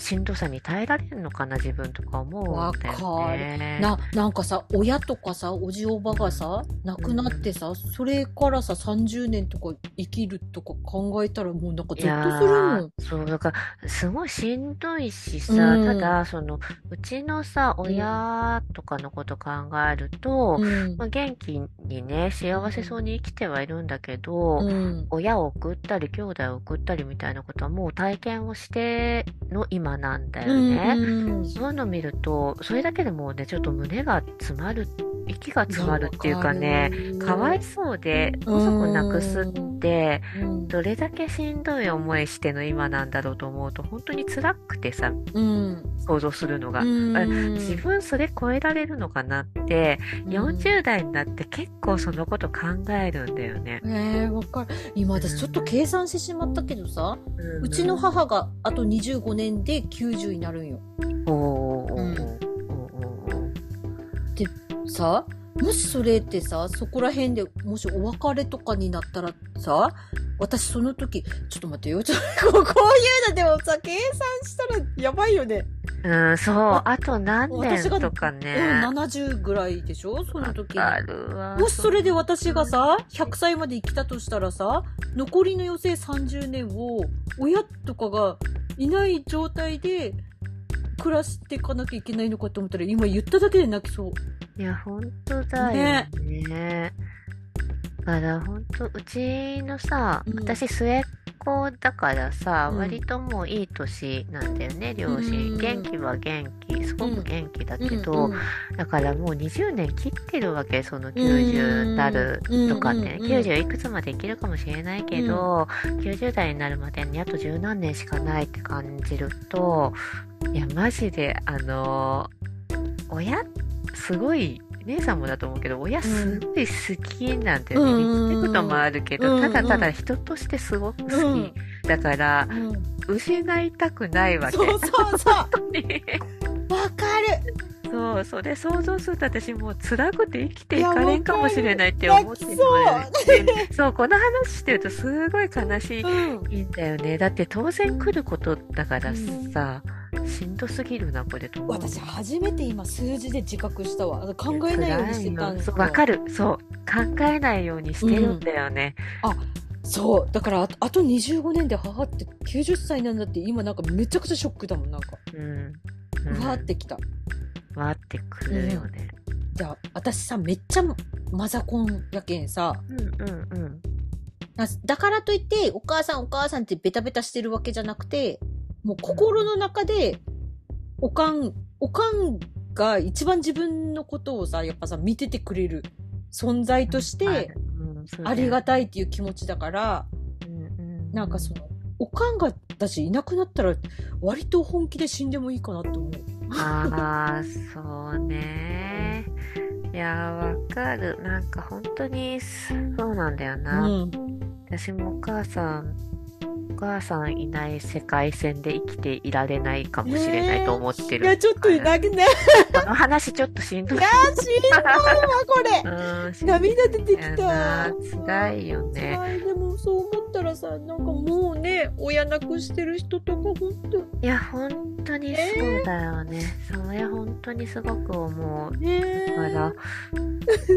S2: しんどさに耐えられるのかな、自分とか思うんだよ
S1: う
S2: ね。
S1: んななんかさ親とかさおじおばがさ亡くなってさ、それからさ30年とか生きるとか考えたらもうなんか
S2: い
S1: ゾッ
S2: や
S1: とするもん
S2: ーそう、だから、すごいしんどいしさ、
S1: うん
S2: ただ、その、うちのさ、親とかのこと考えると、
S1: うん
S2: まあ、元気にね、幸せそうに生きてはいるんだけど、
S1: うん
S2: 親を送ったり、兄弟を送ったりみたいなことはもう体験をしての今なんだよね。
S1: うん
S2: そういうの見ると、それだけでもうね、ちょっと胸が詰まる、息が詰まるっていうかね、かわいそうで、
S1: うん
S2: 家族なくすって、
S1: うん
S2: どれだけしんどい思いしての今なんだろうと思うと、本当に辛くてさ、
S1: うん
S2: 想像するのが。
S1: うん
S2: 自分それ超えられるのかなって、40代になって結構そのこと考えるんだよね。
S1: えー、わかる今私ちょっと計算してしまったけどさ、うちの
S2: 母
S1: 母があと25年で90になるんよ
S2: おーおーおー
S1: うん
S2: おーおー
S1: さもしそれってさそこら辺でもしお別れとかになったらさ私その時ちょっと待ってよちょ っとこういうのでもさ計算したらやばいよね、
S2: うん、そう、あと何
S1: 私が
S2: 年とか
S1: う
S2: ね
S1: ん。、70ぐらいでしょその時
S2: あるわ。
S1: もしそれで私がさ100歳まで生きたとしたらさ残りの余生30年を親とかがいない状態で暮らしていかなきゃいけないのかと思ったら今言っただけで泣きそう。
S2: いや、本当だよね。だから本当、うちのさ
S1: う、ん
S2: 私末っ子だからさ、
S1: うん
S2: 割ともういい年なんだよね、両
S1: う
S2: 親。
S1: ん
S2: 元気は元気、すごく元気だけど、
S1: うん
S2: だからもう20年切ってるわけその90なるとかね、
S1: うんうんうん
S2: 90いくつまで生きるかもしれないけど、90代になるまでにあと十何年しかないって感じるといやマジであのー親すごい姉さんもだと思うけど親すごい好きなんだよね、
S1: うん
S2: 生きてくのもあるけど、
S1: うんうん
S2: ただただ人としてすごく好き、
S1: うん
S2: だから
S1: うん
S2: 失いたくないわけ
S1: そうそうそうわ
S2: 本当に。
S1: かる
S2: そう、それ想像すると私もう辛くて生きていかれんかもしれないって思ってるそうそう、この話してるとすごい悲し
S1: うん
S2: いんだよね。だって当然来ることだからさ、しんどすぎるな、これと思う。
S1: 私初めて今数字で自覚したわあの考えないようにしてたん
S2: 辛い
S1: です
S2: よそ
S1: よ
S2: うわかる。そう。考えないようにしてるんだよね。
S1: そうだからあとあと25年で母って90歳なんだって今なんかめちゃくちゃショックだもんなんか
S2: うん。う
S1: うんわーってきた
S2: うわーってくるよね。
S1: じゃあ私さめっちゃマザコンやけんさ
S2: うんうんうん。
S1: なだからといってお母さんお母さんってベタベタしてるわけじゃなくてもう心の中でおかんおかんが一番自分のことをさやっぱさ見ててくれる存在として
S2: うん、そうだ
S1: あ
S2: よ
S1: りがたいっていう気持ちだから
S2: うんうん
S1: なんかそのおかんが私いなくなったら割と本気で死んでもいいかなと思う。
S2: ああ、そうね。いやー、わかる。なんか本当に、そうなんだよな。
S1: うん
S2: 私もお母さん、お母さんいない世界線で生きていられないかもしれないと思って
S1: い
S2: る。
S1: やちょっといなくね。
S2: この話ちょっとしんど
S1: い
S2: い
S1: や。しんどいわこれ
S2: う。ん、しんどい
S1: 涙出てき
S2: よな
S1: た。
S2: 辛いよね。
S1: 辛いでもそう思っったらさなんかもうね親亡くしてる人とか本当
S2: いや、本当にそうだよね。それ本当にすごく思う。
S1: ね
S2: だから、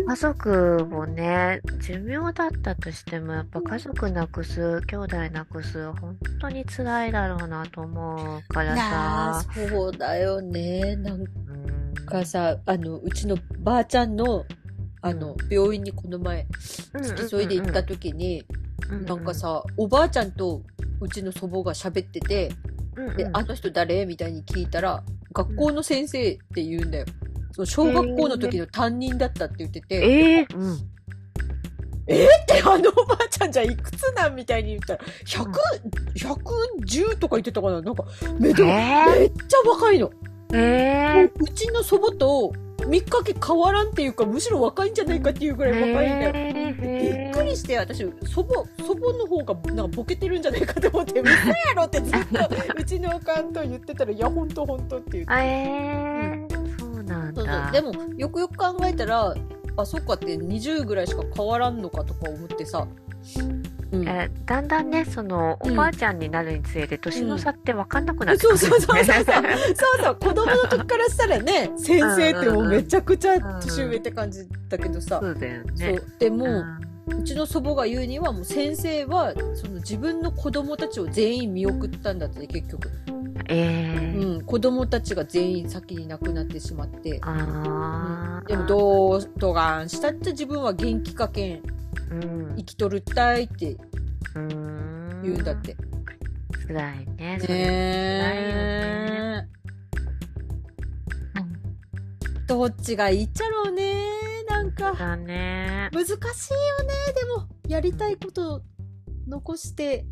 S2: 家族もね、寿命だったとしても、やっぱ家族なくす、兄弟なくす、本当に辛いだろうなと思うから
S1: なあ
S2: さ。
S1: そうだよねなん
S2: うん
S1: かさあのうちのばあちゃんのあの病院にこの前付き添いで行った時に、なんか、さおばあちゃんとうちの祖母が喋ってて、
S2: うんうんうんうんうん
S1: で「あの人誰?」みたいに聞いたら「学校の先生」って言うんだよ。その小学校の時の担任だったって言ってて、
S2: ええうん
S1: で、あのおばあちゃんじゃいくつなんみたいに言ったら、100、110とか言ってたかななんか、めでも
S2: え
S1: めっちゃ若いの。
S2: ええ
S1: うちの祖母と見かけ変わらんっていうか、むしろ若いんじゃないかっていうぐらい若いんだよ。びっくりして、私、祖母、祖母の方がなんかボケてるんじゃないかと思って、 嘘やろってずっとうちのおかんと言ってたら、いや、ほんとほんとって言って
S2: あえー、そうなん
S1: そうそ
S2: だ。
S1: うでもよくよく考えたらあそっかって20ぐらいしか変わらんのかとか思ってさ、うん
S2: えーだんだんね、その、
S1: う
S2: お
S1: ん
S2: ばあちゃんになるにつれて、年の差って分かんなくなってく
S1: そう
S2: る、
S1: そうそうそうそう
S2: ね
S1: そうそう子供の時からしたらね先生ってもうめちゃくちゃ年上って感じだけどさ、
S2: そうだよ
S1: そ
S2: ね。
S1: うでも
S2: ん
S1: ううちの祖母が言うにはもう先生はその自分の子供たちを全員見送ったんだって結局、
S2: えー
S1: うん、子供たちが全員先に亡くなってしまって、
S2: あー
S1: でもどうとがんしたって自分は元気かけん
S2: うん
S1: 生きとるったいって
S2: うん
S1: 言うんだって。
S2: 辛いね。それ
S1: ねえ、どっちがいいっちゃろうねなんか
S2: だね。
S1: 難しいよねでもやりたいこと残して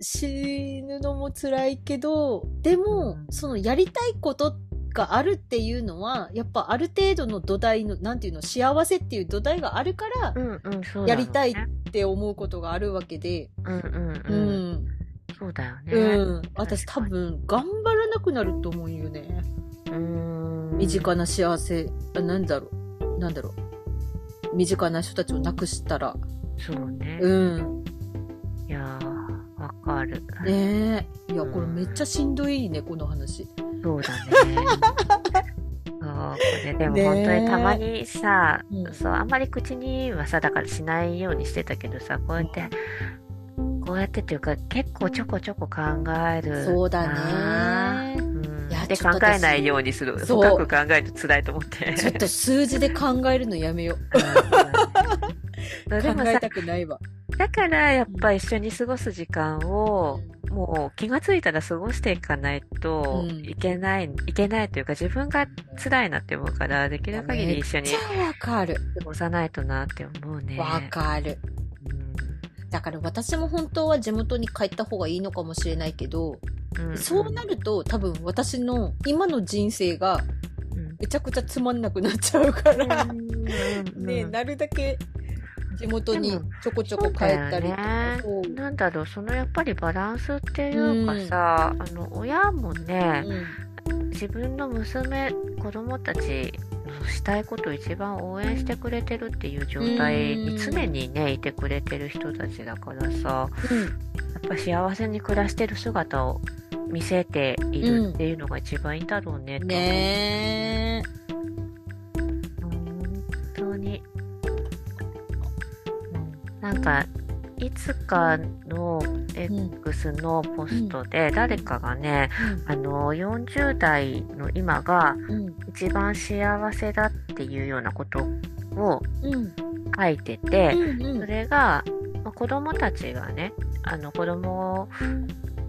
S1: 死ぬのも辛いけどでも
S2: うん
S1: そのやりたいことがあるっていうのはやっぱある程度の土台のなんていうの幸せっていう土台があるから
S2: うんうん、そうだろうね
S1: やりたいって思うことがあるわけで、
S2: うんうん
S1: う
S2: うん。
S1: ん、
S2: そうだよね。
S1: うん、私多
S2: 確かに
S1: 分頑張らなくなると思うよね。
S2: うん。
S1: 身近な幸せ、あなんだろう、なんだろう。身近な人たちをなくしたら、
S2: そうね。
S1: うん、
S2: いやー、わかる。
S1: ねえ。いや、これめっちゃしんどいね、この話。
S2: そうだね。そうこれでも
S1: ねえ
S2: 本当にたまにさ、
S1: うん
S2: そうあんまり口にはさだからしないようにしてたけどさこうやってこうやってっていうか結構ちょこちょこ考える
S1: そうだ
S2: な
S1: ね。
S2: うん、
S1: いや
S2: で
S1: ちょっ
S2: 考
S1: と私
S2: えないようにする
S1: そう
S2: 深く考えると辛いと思って
S1: ちょっと数字で考えるのやめよう。
S2: うん
S1: 考
S2: でも
S1: え
S2: さ
S1: たくないわ。
S2: だからやっぱ一緒に過ごす時間を、もう気がついたら過ごしていかないと
S1: うん
S2: いけない、いけないというか自分が辛いなって思うから、できる限り一緒に
S1: めっちゃわかる。
S2: 過ごさないとなって思うね。
S1: わかる。だから私も本当は地元に帰った方がいいのかもしれないけど、
S2: うん
S1: そうなると多分私の今の人生が
S2: うん
S1: めちゃくちゃつまんなくなっちゃうから、
S2: うん
S1: ね
S2: うん
S1: なるだけ地元
S2: で
S1: に
S2: も
S1: ちょこちょこ帰ったりとか
S2: そう
S1: う、
S2: なんだろう、そのやっぱりバランスっていうかさ、あの、親もね、自分の娘、子供たちのしたいことを一番応援してくれてるっていう状態
S1: うん
S2: に常にね、いてくれてる人たちだからさ、やっぱ幸せに暮らしてる姿を見せているっていうのが一番いいんだろうね、
S1: う
S2: と
S1: ん、
S2: 思
S1: ねえ
S2: う本当に。なんか、いつかの
S1: うん
S2: X のポストで、誰かがね、あの、40代の今が
S1: うん
S2: 一番幸せだっていうようなことを
S1: うん
S2: 書いてて、
S1: うん
S2: それが、まあ子供たちがね、あの子供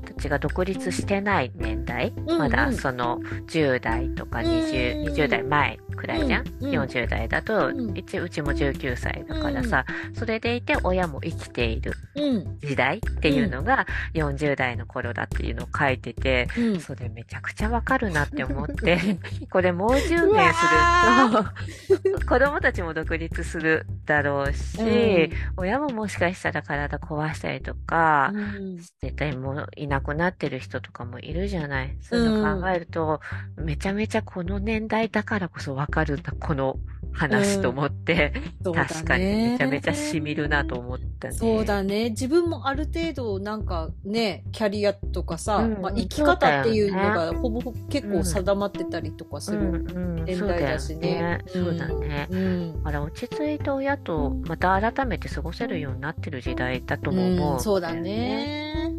S2: たちが独立してない年代、
S1: うん
S2: ま
S1: う
S2: だ
S1: ん
S2: その10代とか
S1: うん
S2: 20, 20代前くらいじゃん、
S1: うんうん
S2: 40代だと、
S1: うん
S2: 一うちも19歳だからさ、それでいて親も生きている
S1: うん
S2: 時代っていうのが40代の頃だっていうのを書いてて、
S1: うん
S2: それめちゃくちゃわかるなって思って、 これもう10
S1: うわ
S2: 年する と、子供たちも独立するだろうし、親ももしかしたら体壊したりとか、
S1: うん
S2: 絶対もういなくなってる人とかもいるじゃない。そういうのを考えると、めちゃめちゃこの年代だからこそわかるんだ、この話と思って、
S1: そうだね
S2: 確かにめちゃめちゃ染みるなと思って、ったね。
S1: そうだね。自分もある程度なんかね、キャリアとかさ、
S2: うん
S1: まあ、生き方っていうの
S2: そうだ
S1: がほぼほぼ結構定まってたりとかす
S2: うん
S1: る。
S2: うん、
S1: 年代だしね
S2: そうだよね。そうだね
S1: うん。
S2: あら落ち着いた親とまた改めて過ごせるようになってる時代だとも思う、
S1: うんそうだ。ね。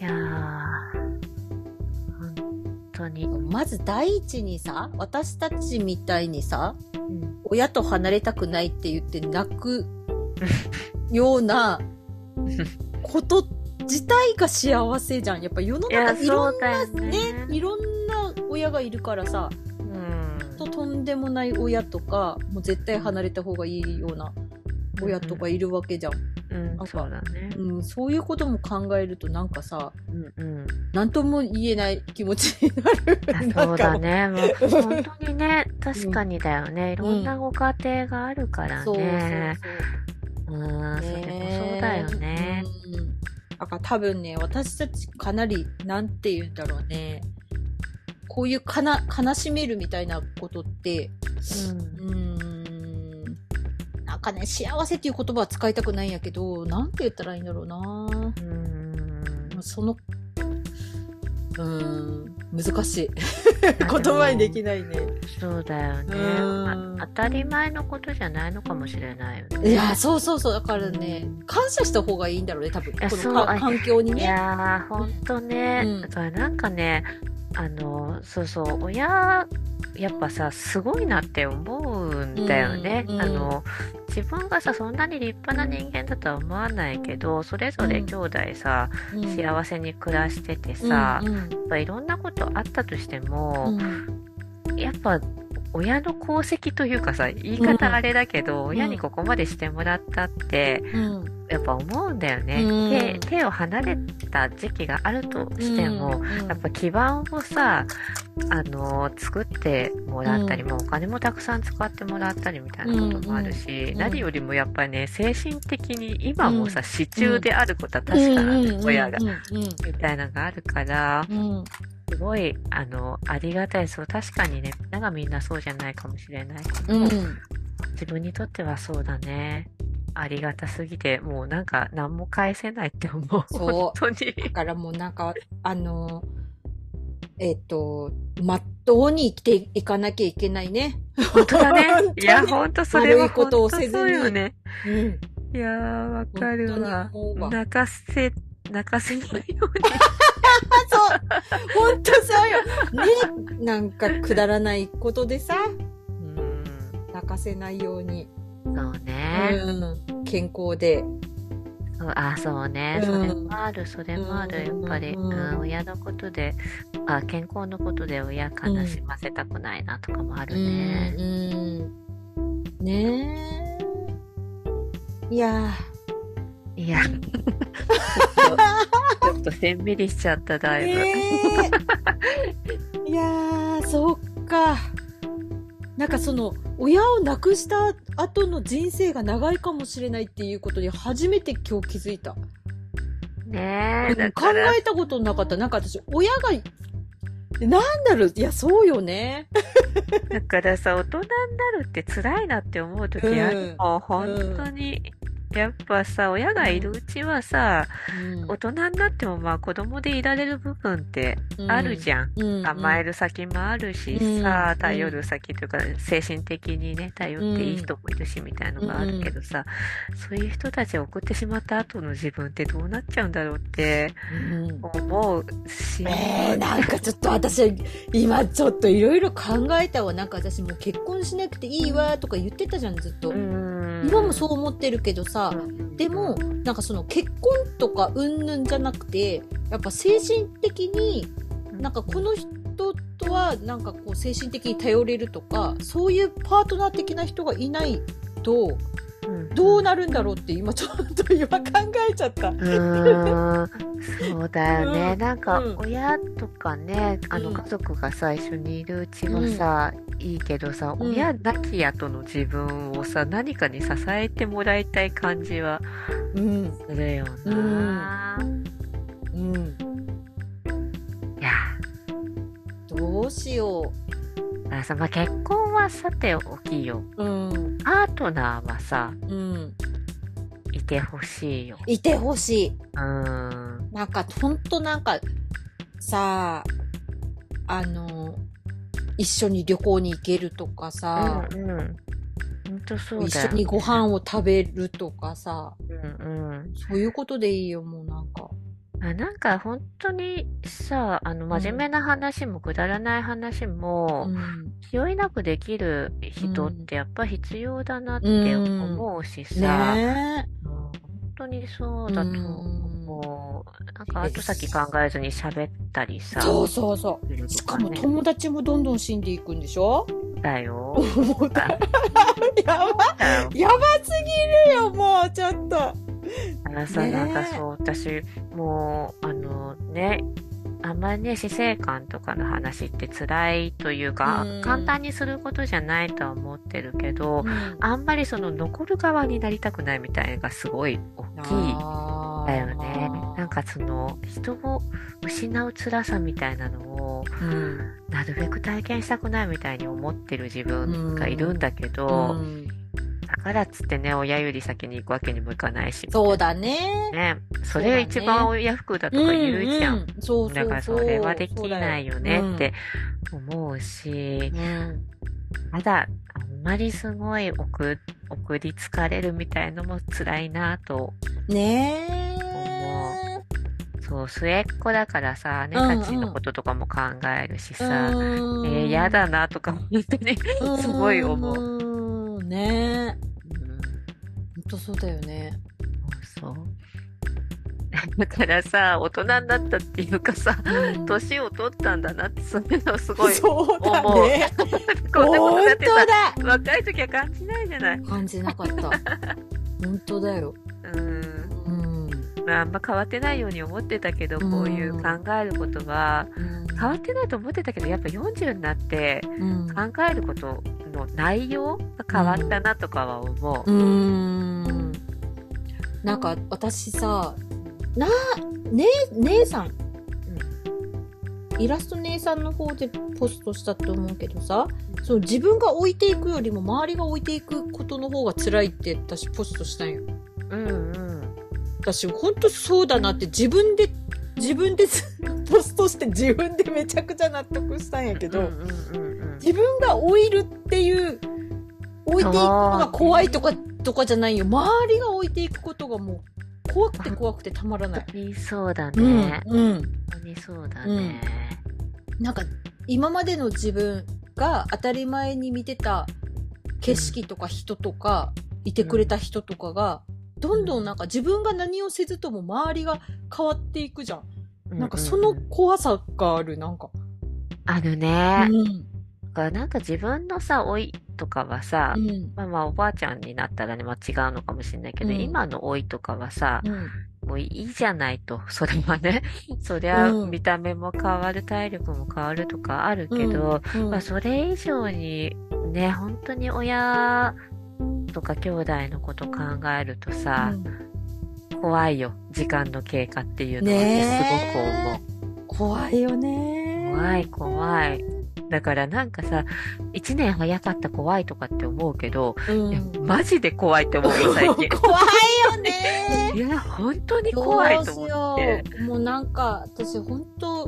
S2: いやー本当に、
S1: まず第一にさ、私たちみたいにさ、
S2: うん
S1: 親と離れたくないって言って泣くようなこと自体が幸せじゃん。やっぱ世の
S2: いや
S1: 中いろ
S2: そ
S1: ん
S2: うだよ
S1: な
S2: ね
S1: ね、いろんな親がいるからさ、
S2: うん
S1: ととんでもない親とか、もう絶対離れた方がいいような親とかいるわけじゃん。
S2: うん
S1: か
S2: そうだね
S1: うん、そういうことも考えるとなんかさ、
S2: うん うん
S1: なんとも言えない気持ちになる。
S2: あそうだねもう
S1: うん
S2: 本当に ね確かにだよね、いろんなご家庭があるか
S1: な
S2: ら
S1: んか。そうそう
S2: ねうんそ
S1: そう。
S2: れもそうだよね
S1: ね、うん。だから多分ね、私たちかなり、なんて言うんだろうね。こういうかな、悲しめるみたいなことって、
S2: うん
S1: うーんなんかね、幸せっていう言葉は使いたくないんやけど、なんて言ったらいいんだろうな。
S2: うん
S1: まあその、うーん、難しい。言葉にできないね。
S2: そうだよね
S1: うん
S2: あ当たり前のことじゃないのかもしれないよね
S1: いや、そうそうそう。だからね、感謝した方がいいんだろうね、多分。こ
S2: やそう
S1: のか
S2: あ
S1: 環境に
S2: い
S1: ね。
S2: やー、ほんとね。
S1: うん
S2: だからなんかね、あの、そうそう、親、やっぱさ、すごいなって思うんだよね。
S1: うんうん
S2: あの、自分がさ、そんなに立派な人間だとは思わないけど、それぞれ兄弟さ、幸せに暮らしててさ、
S1: うんうん
S2: やっぱいろんなことあったとして
S1: う
S2: も、
S1: ん
S2: やっぱ、親の功績というかさ、言い方あれだけど、親にここまでしてもらったって、
S1: うん
S2: やっぱ思うんだよね、
S1: うん
S2: 手手を離れた時期があるとしても、
S1: うん
S2: やっぱ基盤をさあの作ってもらったり、
S1: う
S2: もうお金もたくさん使ってもらったりみたいなこともあるし、
S1: うん
S2: 何よりもやっぱりね精神的に今もさ
S1: う
S2: 支柱であることは確かなんだよ、親が。
S1: うん
S2: みたいなのがあるから
S1: うんうん
S2: すごいあのありがたいそう確かにねみんながみんなそうじゃないかもしれないけど、
S1: うんうん
S2: 自分にとってはそうだね。ありがたすぎて、もうなんか何も返せないって思う。
S1: そう
S2: 本当に。
S1: だからもうなんか、あの、えっ、と、まっとうに生きていかなきゃいけないね。
S2: 本当だね
S1: 本当。に
S2: いや、本当それは
S1: 悪いこ
S2: 本
S1: とを
S2: 当
S1: せずに
S2: そうよね。
S1: うん。
S2: いやー、わかるわ
S1: 本当に思う。わ
S2: 泣かせ、泣かせないよ
S1: そう本当そうよねなんかくだらないことでさ、
S2: うに。うん。
S1: 泣かせないように。
S2: そうね。
S1: うん。健康で。
S2: そうあ、そうね。
S1: うん
S2: それもある、それもある。や
S1: う
S2: っ
S1: ん
S2: ぱり、
S1: うん
S2: うん、親のことで、あ、健康のことで親悲しませたくないなとかもあるね。
S1: うん。うんねえ。いや
S2: いや、ちょっと、ちょっとせんびりしちゃった、だ
S1: ー。
S2: いぶ。
S1: ねえいやー、そっか。なんかその、親を亡くした後の人生が長いかもしれないっていうことに初めて今日気づいた。
S2: ねえ、
S1: うん
S2: だ
S1: 考
S2: から、
S1: えたことなかった。なんか私、親が、なんだろう、いや、そうよね。
S2: だからさ、大人になるって辛いなって思う時あるの、本当に。やっぱさ、親がいるうちはさ、大人になってもまあ子供でいられる部分ってあるじ
S1: ゃ
S2: ゃん。
S1: ん。うん、
S2: 甘える先もあるし
S1: うん
S2: さ
S1: う、ん
S2: 頼る先というか、精神的にね、頼っていい人もいるし、みたいのがあるけどさ、そういう人たちを送ってしまった後の自分ってどうなっちゃうんだろうって
S1: うん
S2: 思うし。
S1: えー、なんかちょっと私、今ちょっといろいろ考えたわ。なんか私もう結婚しなくていいわとか言ってたじゃん、ずっと。
S2: うん
S1: 今もそう思ってるけどさ、
S2: うん
S1: でも、なんかその結婚とかうんぬんじゃなくて、やっぱ精神的に、なんかこの人とはなんかこう精神的に頼れるとか、そういうパートナー的な人がいないと、
S2: うん
S1: どうなるんだろうって今ちょっと今考えちゃった。
S2: うーんそうだよね、
S1: うん
S2: なんか
S1: うん
S2: 親とかね、あの
S1: うん
S2: 家族が最初にいるうちはさ、いいけどさ、
S1: うん
S2: 親なき後の自分をさ何かに支えてもらいたい感じは
S1: うん。
S2: するよな、
S1: うん。
S2: いや
S1: どうしよ
S2: だからさ、まあ、結婚はさておきよ
S1: う。うん。
S2: パートナーはさ
S1: うん。
S2: いてほしいよ。
S1: いてほしい。
S2: うん。
S1: なんか、ほんとなんか、さあ、あの、一緒に旅行に行けるとかさ、
S2: うんうん。ほんとそう
S1: 一
S2: だよ。
S1: 緒にご飯を食べるとかさ、
S2: うんうん。
S1: そういうことでいいよ、もうなんか。
S2: あなんか本当にさ、あの、真面目な話もくだらない話も、
S1: うん。
S2: 気負いなくできる人ってやっぱ必要だなって思うしさ、
S1: ねえ。
S2: うん本当にそうだと思う。なんか後先考えずに喋ったりさ、
S1: そうそうそう。
S2: する
S1: し
S2: と
S1: か
S2: か
S1: も
S2: ね、
S1: 友達もどんどん死んでいくんでしょ
S2: だよ。だ
S1: やば、
S2: だよ。
S1: やばすぎるよ、もう、ちょっと。
S2: あのさ、
S1: ねえ
S2: なんかそう、私、もう、あのね、あんまりね、死生観とかの話って辛いというか、
S1: うん
S2: 簡単にすることじゃないとは思ってるけど、
S1: うん
S2: あんまりその残る側になりたくないみたいなのがすごい大きい
S1: あー
S2: だよね。なん、かその人を失う辛さみたいなのを
S1: うん
S2: なるべく体験したくないみたいに思ってる自分がいるんだけど、
S1: うん
S2: だからっつってね、親より先に行くわけにもいかないし。
S1: そうだね。
S2: ね、それが一番親不幸だとか言うじゃん。
S1: うんうんそうそうそう
S2: だからそれはできないよねっ。て思うし
S1: そう、だようん
S2: ただ、あんまりすごい送送り疲れるみたいのも辛いなと。
S1: ね
S2: そう、末っ子だからさ、姉たちのこととかも考えるし
S1: え。
S2: さ、えー、嫌だなとか、本当にすごい思う。
S1: 思うん。ねえ。
S2: うん
S1: ほんとそうだよね。
S2: そう。だからさ、大人になったっていうかさ、
S1: うん
S2: 年を取ったんだなって、そういうのをすごい
S1: そうだ
S2: 思う
S1: ね。
S2: こんなこと
S1: 本
S2: だってさ
S1: 当、だ
S2: 若い時は感じないじゃない。
S1: 感じなか った。本当だよ。
S2: うん。
S1: うん。
S2: まあ、あんま変わってないように思ってたけど、こういう考えることは、変わってないと思ってたけど、やっぱ40になって
S1: うん
S2: 考えることの内容が変わったなとかは思う。
S1: うーん。なんか私さ、な、ね、姉さん。イラスト姉さんの方でポストしたと思うけどさ、そう自分が置いていくよりも周りが置いていくことの方が辛いって私ポストしたんよ。
S2: うんうん。
S1: 私ほんとそうだなって自分で、自分で ポストして自分でめちゃくちゃ納得したんやけど、
S2: うんうんうん
S1: 自分が老いるっていう置いていくのが怖いとかとかじゃないよ周りが置いていくことがもう怖くて怖くてたまらない
S2: 本当にそうだ
S1: う
S2: ね。
S1: ん
S2: 本
S1: うん
S2: 当にそうだね。
S1: なんか今までの自分が当たり前に見てた景色とか人とかいてくれた人とかがどんどんなんか自分が何をせずとも周りが変わっていくじゃん
S2: う
S1: なんかその
S2: うう
S1: 怖さがあるなんか
S2: あの
S1: う
S2: ね、
S1: ん
S2: なんか自分のさ、老いとかはさ、
S1: うん
S2: まあまあおばあちゃんになったらね、まあ違うのかもしれないけど、
S1: うん
S2: 今の老いとかはさ、
S1: うん
S2: もういいじゃないと、 それはね、そりゃ
S1: うん
S2: 見た目も変わる、体力も変わるとかあるけど、
S1: うん
S2: まあそれ以上にね、本当に親とか兄弟のこと考えるとさ、怖いよ、時間の経過っていうのはね、
S1: ね
S2: すごく思う。
S1: うん怖いよね
S2: 怖い怖い。だからなんかさ、一年早かった怖いとかって思うけど、
S1: うん
S2: いや、マジで怖いって思うよ、最近。
S1: 怖いよね
S2: いや、本当に怖いと思う。
S1: どう
S2: っ
S1: し
S2: て
S1: ようもうなんか私本当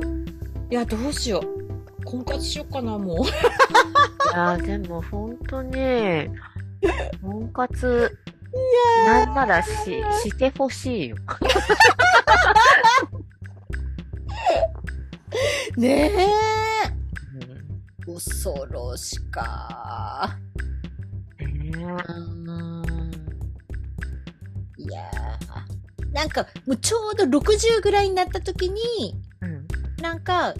S1: いやどうしよう婚活しようかなもう
S2: いや、でも本当に、婚活、なんならし、してほしいよ。
S1: ねえ
S2: うん
S1: 恐ろしか
S2: ね
S1: うーんいやーなんかもうちょうど60ぐらいになった時に
S2: えうん
S1: なんか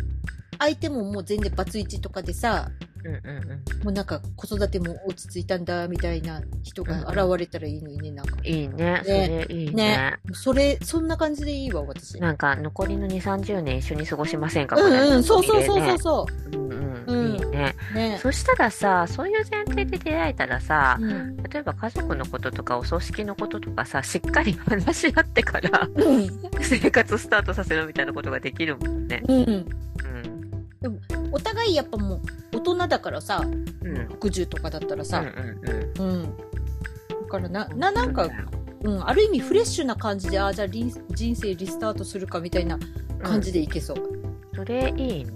S1: 相手ももう全然バツイチとかでさ
S2: うんうんう
S1: もうなんか子育ても落ち着いたんだみたいな人が現れたらいいのにねなんか
S2: んいいね、それいいね。
S1: それそんな感じでいいわ私
S2: なんか、残りの2、30年一緒に過ごしませんか
S1: うんうんそうそうそうそううそ
S2: うん
S1: う
S2: うんん。いいね。
S1: うね
S2: そしたらさ、そういう前提で出会えたらさ、
S1: うん
S2: 例えば家族のこととかお葬式のこととかさしっかり話し合ってから 生活スタートさせるみたいなことができるもんね。
S1: うん
S2: うん
S1: お互いやっぱもう大人だからさ
S2: うんうん
S1: 60とかだったらさ
S2: うんうん
S1: うんだからなななんかうん、ある意味フレッシュな感じで、ああ、じゃあリン人生リスタートするかみたいな感じでいけそう。
S2: それいいね。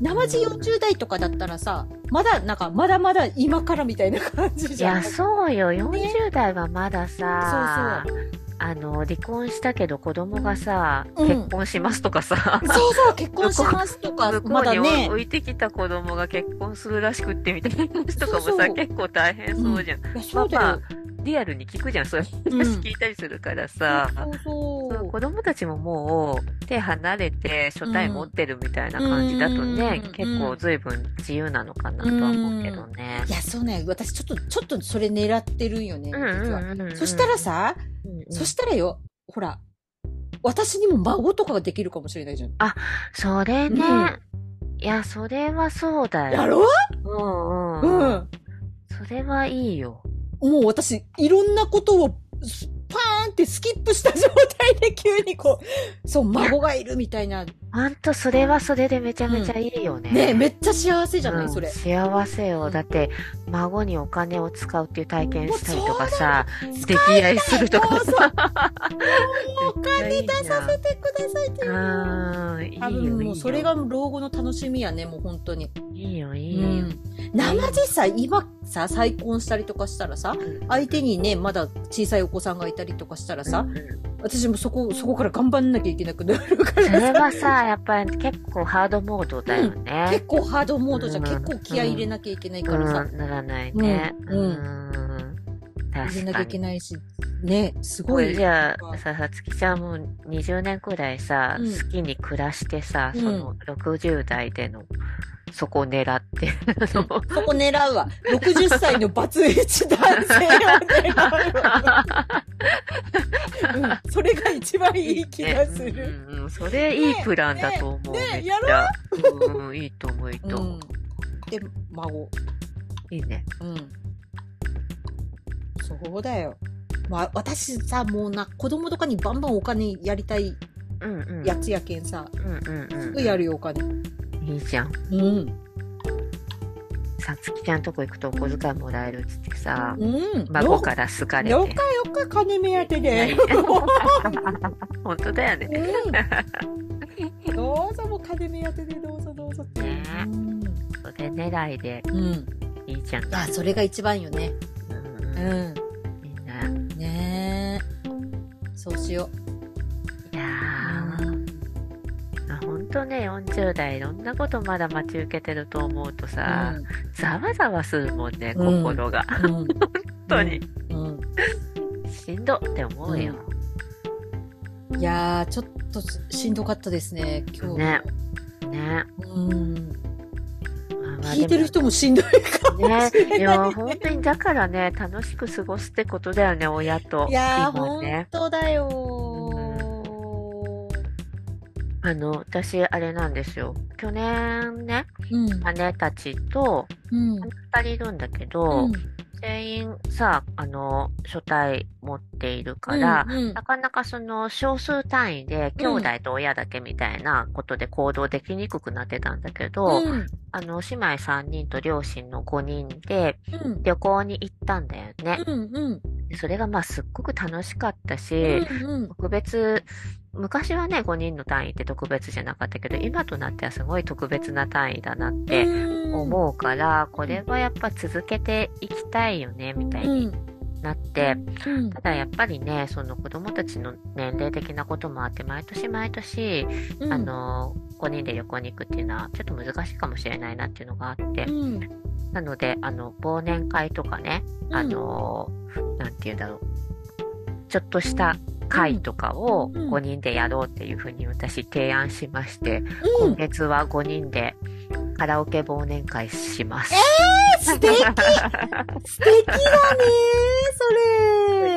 S1: 生地40代とかだったらさ、まだ、なんか、まだまだ今からみたいな感じ
S2: い
S1: じゃん。
S2: や、そうよ。40代はまださ、
S1: そう
S2: あの、離婚したけど子供がさ、
S1: うん
S2: 結婚しますとかさ、
S1: そうそう、結婚しますとか、
S2: 向こ
S1: ま
S2: う
S1: だ
S2: に
S1: ね
S2: 置。いてきた子供が結婚するらしくってみたいな話とかもさ、
S1: そうそう
S2: 結構大変そうじゃん。
S1: いや、そうだよ。
S2: リアルに聞くじゃん、そうい
S1: う
S2: う
S1: ん
S2: 話聞いたりするからさ。
S1: そう
S2: そう
S1: そう。
S2: 子供たちももう手離れて書体持ってるみたいな感じだとね、
S1: うん
S2: 結構随分自由なのかなとは思うけどね。
S1: いや、そうね。私、ちょっと、ちょっとそれ狙ってるんよね、
S2: うんうん
S1: 実は。
S2: うんうん
S1: そしたら、さ、
S2: うんうん
S1: そしたらよ、ほら、私にも孫とかができるかもしれないじゃん。
S2: それね、
S1: うん
S2: いや、それはそうだ
S1: や
S2: よ。
S1: ろ
S2: うん
S1: う
S2: うん。
S1: ん。
S2: それはいいよ。
S1: もう私、いろんなことを、すパーンってスキップした状態で急にこう、そう、孫がいるみたいな。
S2: ほんと、それはそれでめちゃめちゃいいよね。
S1: ねめっちゃ幸せじゃない、
S2: うん
S1: それ。
S2: 幸せよ。だって、孫にお金を使うっていう体験したりとかさ、
S1: 使
S2: 出来合いするとかさ。
S1: お金出させてくださいって
S2: う。ーん、いい
S1: 多
S2: よ。いい
S1: 分も
S2: よ
S1: うそれが老後の楽しみやね、もう本当に。
S2: いいよ、
S1: う
S2: いいよ。
S1: ん。生地さ、今さ、再婚したりとかしたらさ、相手にね、まだ小さいお子さんがいたりとかしたらさ、
S2: うんうん
S1: 私もそこ、そこから頑張んなきゃいけなくなるか
S2: そ
S1: ら
S2: れ
S1: さ、
S2: はさ、やっぱり結構ハードモードだよね。
S1: 結構ハードモードじゃん、
S2: うん
S1: 結構気合い入れなきゃいけない
S2: うん、
S1: からさ、
S2: ならないね。
S1: うんうん
S2: ん
S1: 入れ
S2: 確
S1: なき
S2: か
S1: ゃいけ
S2: に。
S1: ないし、ね、す
S2: こ
S1: ご
S2: れ
S1: い。
S2: じゃあ、さ、さつきちゃんも20年くらいさ、
S1: うん
S2: 好きに暮らしてさ、
S1: うん
S2: その60代での、そこを狙って、
S1: そこ 狙うわ。60歳のバツイチ男性を狙うわ。うんそれが一番いい気がす
S2: ね
S1: る。
S2: うんうんうんそれいいプランだと思う。
S1: ねね
S2: めっち
S1: や
S2: ゃうんうんいいと思う、いいと
S1: う
S2: 思
S1: ん
S2: う。、
S1: で、孫。
S2: いいね。
S1: うん。そうだよ。まあ、私さ、もうな、子供とかにバンバンお金やりたい
S2: うんうん。
S1: やつやけんさ、
S2: うんうんうん。
S1: すぐやるよ、お金。
S2: いいじゃん。
S1: うん。
S2: さつきちゃんとこ行くとお小遣いもらえるっつってさ、
S1: うん。
S2: 孫から好かれ
S1: よ
S2: て
S1: か。よか金目当てで。
S2: 本当だよね。
S1: うん。どうぞもう金目当てでどうぞどうぞって。
S2: ね
S1: う
S2: それ狙いで
S1: ん。うん。
S2: いいじゃん。
S1: あ、それが一番よね。
S2: うん
S1: う。
S2: うんん、いいね。
S1: ねえ。そうしよう。
S2: いやー、まあ、本当ね、40代いろんなことまだ待ち受けてると思うとさ、ざわざわするもんね、
S1: うん
S2: 心が。
S1: 本
S2: 本当に。。
S1: うん。
S2: しんどって思うよ。
S1: いやー、ちょっとししんどかったですね、今日。
S2: ねね。
S1: うん。
S2: まあまあ
S1: 聞いてる人もしんどい かも
S2: ね
S1: しれない。
S2: いや、本当にだからね、楽しく過ごすってことだよね、親と。
S1: いやー、
S2: 今はね
S1: 本当だよ
S2: あの、私、あれなんですよ。去年ね、
S1: ー。うん。
S2: 姉たちと、
S1: うん。
S2: 二人いるんだけど、全員さ、あの、書体持っているから、
S1: うんうん
S2: なかなかその少数単位で兄弟と親だけみたいなことで行動できにくくなってたんだけ
S1: う
S2: ど、
S1: ん。
S2: あの、姉妹三人と両親の五人で
S1: うん。
S2: 旅行に行ったんだよね。
S1: うん。うん。
S2: でそれがまあすっごく楽しかったし、
S1: うん。
S2: 特別、昔はね、5人の単位って特別じゃなかったけど、今となってはすごい特別な単位だなって思うから、これはやっぱ続けていきたいよね、みたいに
S1: うん。
S2: なって、
S1: うん。
S2: ただやっぱりね、その子供たちの年齢的なこともあって、毎年毎年、
S1: うん。
S2: あ、の、5人で旅行に行くっていうのはちょっと難しいかもしれないなっていうのがあって
S1: う、ん。
S2: なので、あの、忘年会とかね、あ、の、なんて言うんだろう。ちょっとした会とかを
S1: うんうん
S2: 5人でやろうっていうふうに私提案しまして、
S1: う
S2: 今
S1: ん。
S2: 月は5人でカラオケ忘年会します。
S1: 素敵素敵だね そ
S2: と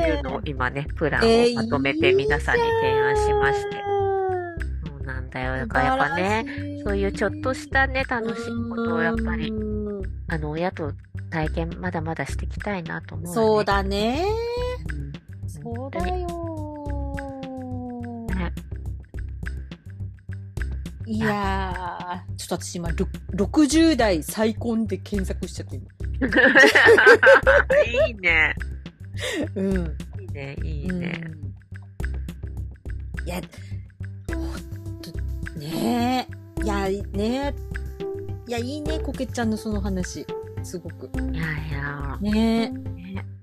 S2: い
S1: れ
S2: うのを今ね、プランをまとめて皆さんに提案しまして。そうなんだよ。だからやっぱね、
S1: ね
S2: そういうちょっとしたね、楽しいことをやっぱり、
S1: うん
S2: あの、親と体験まだまだしていきたいなと思う、ね。
S1: そう。だね
S2: ん、
S1: そうだよ
S2: ね
S1: いやーちょっと私今ろ60代再婚で検索しちゃって今
S2: いいね。
S1: うん
S2: いいね。ね、いいね。
S1: うんいや、ほんと、ねえ。いや、ねえ。いや、いいね、こけちゃんのその話。すごく。
S2: いやいや、
S1: ね
S2: ね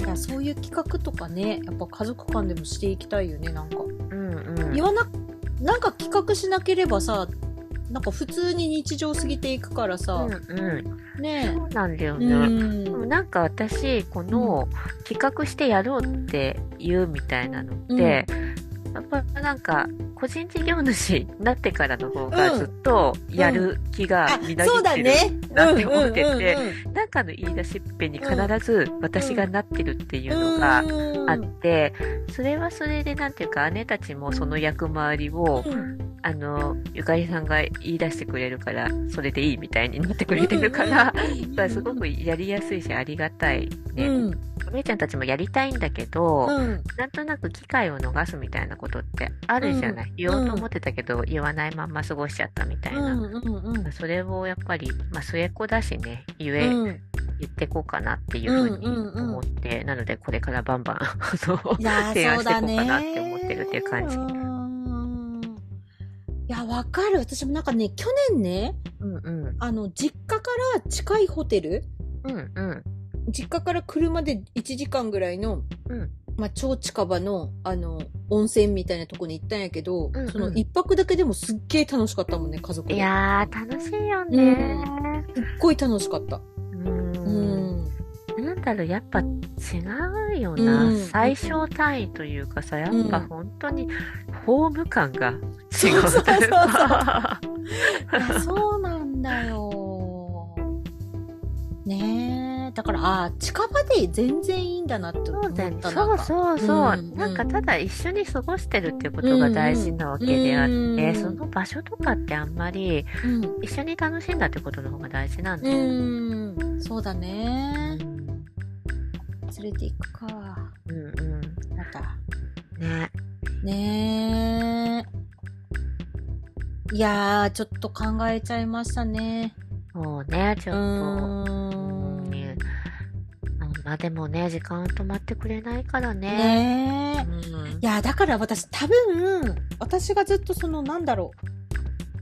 S1: え。いや、そういう企画とかね、やっぱ家族間でもしていきたいよね、なんか。
S2: うんうん
S1: 言。わな、なんか企画しなければさ、なんか普通に日常過ぎていくからさ
S2: うん、うん。
S1: ね
S2: そうなんだよ
S1: え。
S2: ね。
S1: うん。
S2: でもなんか私この企画してやろうって言うみたいなのって、やっぱなんか個人事業主になってからの方
S1: う
S2: が
S1: ん
S2: ずっとやる気が
S1: あ
S2: みなぎ
S1: そう
S2: っ
S1: だ
S2: てる、
S1: ね。
S2: なって思ってて
S1: うんうんうんうん
S2: なんかの言い出しっぺに必ず私がなってるっていうのがあ
S1: あ
S2: って、それはそれでなんていうか姉たちもその役回りを、あのゆかりさんが言い出してくれるからそれでいいみたいになってくれてるから、 だからすごくやりやすいしありがたいね。
S1: うん
S2: お姉ちゃんたちもやりたいんだけど、
S1: うん
S2: なんとなく機会を逃すみたいなことってあるじゃない、言おうと思ってたけど言わないまま過ごしちゃったみたいな、
S1: うんうん
S2: それをやっぱり、まあ、末っ子だしね言え、
S1: うん
S2: 言ってこうかなっていうふうに
S1: うんうんうん
S2: 思って、なのでこれからバンバン あの
S1: いや
S2: 提
S1: ーそ
S2: 案
S1: う
S2: し
S1: だね
S2: ていこうかなって思ってるっていう感じ
S1: うんいやわかる私もなんかね去年ね
S2: うんうん
S1: あの実家から近いホテル
S2: うんうん
S1: 実家から車で1時間ぐらいの、
S2: うん
S1: まあ、超近場のあの温泉みたいなとこに行ったんやけど、
S2: うんうん
S1: その一泊だけでもすっげえ楽しかったもんね家族で
S2: いやー楽しいよね
S1: すっごい楽しかった
S2: うん
S1: うん
S2: なんだろう、やっぱ違うよな、
S1: うん
S2: 最小単位というかさ、や
S1: ん
S2: っぱ本当にホーム感が違
S1: そうそう
S2: うというか。
S1: いやそうなんだよ。ねえ。だから、ああ、近場で全然いいんだなって思
S2: そう
S1: っ
S2: だ
S1: た
S2: よね
S1: な。
S2: そうそうそう、
S1: うんうん
S2: なんかただ一緒に過ごしてるっていうことが大事なわけであって、
S1: うんうん
S2: その場所とかってあんまり
S1: うん。
S2: 一緒に楽しんだってことの方が大事なんだよね。
S1: うん。そうだね。連れて行くか。
S2: うんうん
S1: また。
S2: ね、
S1: ねえ。いやー、ちょっと考えちゃいましたね。
S2: そうね、ち
S1: う
S2: ょっと。
S1: ーん。
S2: ねまあでもね、時間止まってくれないからね。
S1: ねえ
S2: う。
S1: い
S2: ん
S1: や、だから私多分、私がずっとその、なんだろ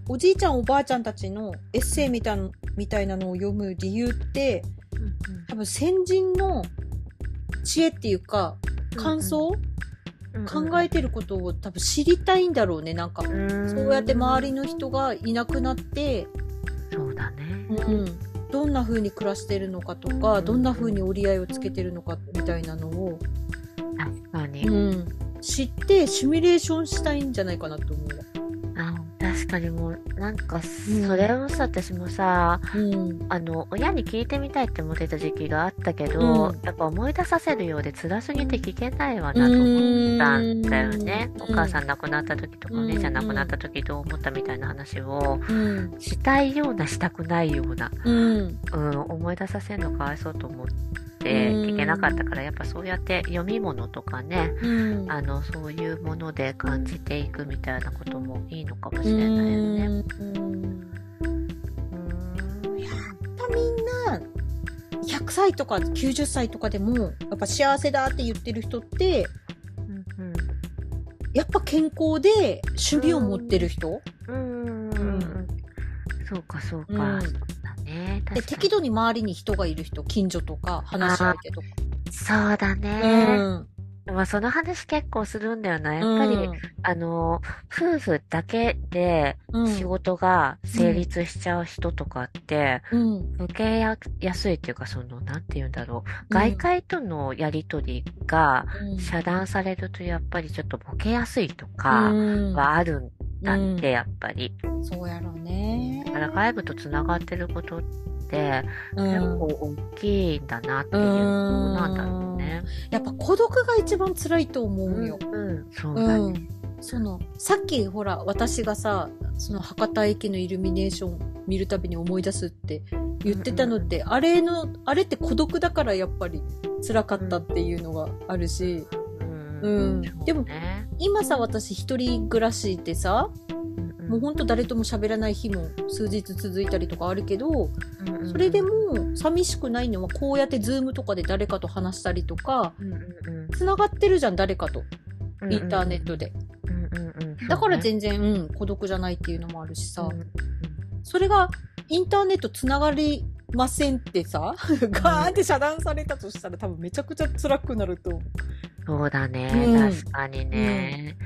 S1: う、おじいちゃんおばあちゃんたちのエッセイみたいなみたいなのを読む理由って、
S2: うんうん
S1: 多分先人の知恵っていうか、感想、考えてることを多分知りたいんだろうね、なんか。そうやって周りの人がいなくなって、
S2: りそうだね
S1: うん、どんな風に暮らしてるのかとか、どんな風に折り合いをつけてるのかみたいなのを、
S2: 確かに、
S1: うん、知ってシミュレーションしたいんじゃないかなと思う。
S2: あ確かにもうなんか
S1: うん
S2: それをさ、私もさ
S1: うん
S2: あの親に聞いてみたいって思ってた時期があったけど、
S1: うん
S2: やっぱ思い出させるようで辛すぎて聞けないわなと思ったんだよね
S1: うん
S2: お母さん亡くなった時とか
S1: うん
S2: お姉ちゃん亡くなった時どう思ったみたいな話を
S1: うん。
S2: したいようなしたくないような、
S1: うん。
S2: うん、思い出させるのかわいそうと思って
S1: うん
S2: 聞けなかったからやっぱそうやって読み物とかね
S1: うん。
S2: あのそういうもので感じていくみたいなこともいいのかも
S1: う
S2: しれないよね。
S1: ん。やっぱみんな、100歳とか90歳とかでも、やっぱ幸せだって言ってる人って、やっぱ健康で趣味を持ってる人、
S2: うんうんうんうんそうかそうか、
S1: うん
S2: そうだね確か
S1: で
S2: に
S1: 適度に周りに人がいる人、近所とか話し相手とか。
S2: そうだね、
S1: うん
S2: まあ、その話結構するんだよなやっぱり、あの夫婦だけで
S1: うん
S2: 仕事が成立しちゃう人とかって、
S1: うん
S2: 受けやすいっていうかそのなんて言うんだろう外界とのやり取りが、
S1: うん
S2: 遮断されるとやっぱりちょっとボケやすいとか
S1: うん
S2: はあるんだ
S1: う
S2: っ
S1: ん
S2: て、やっぱり。
S1: そうやろうね
S2: だ。から外部とつながってることって
S1: う
S2: 結
S1: ん
S2: 構大きいんだなっていうことなんだろうね。
S1: やっぱ孤独が一番辛いと思
S2: う
S1: うんよ。
S2: うんそうだ
S1: う
S2: ね。
S1: ん、そのさっきほら私がさその博多駅のイルミネーション見るたびに思い出すって言ってたのって、あれのあれって孤独だからやっぱり辛かったっていうのがあるし、うんでも
S2: そうね
S1: 今さ私一人暮らしでさ、
S2: うん
S1: もうほんと誰とも喋らない日も数日続いたりとかあるけど
S2: うんうん
S1: それでも寂しくないのはこうやってズームとかで誰かと話したりとか
S2: うんうんうん
S1: つながってるじゃん誰かとインターネットで、
S2: うんうんうんうんそうね
S1: だから全然、うん、孤独じゃないっていうのもあるしさ、
S2: うん
S1: それがインターネットつながりませんってさガーンって遮断されたとしたら多分めちゃくちゃ辛くなると思う
S2: そうだね、
S1: うん
S2: 確かにね。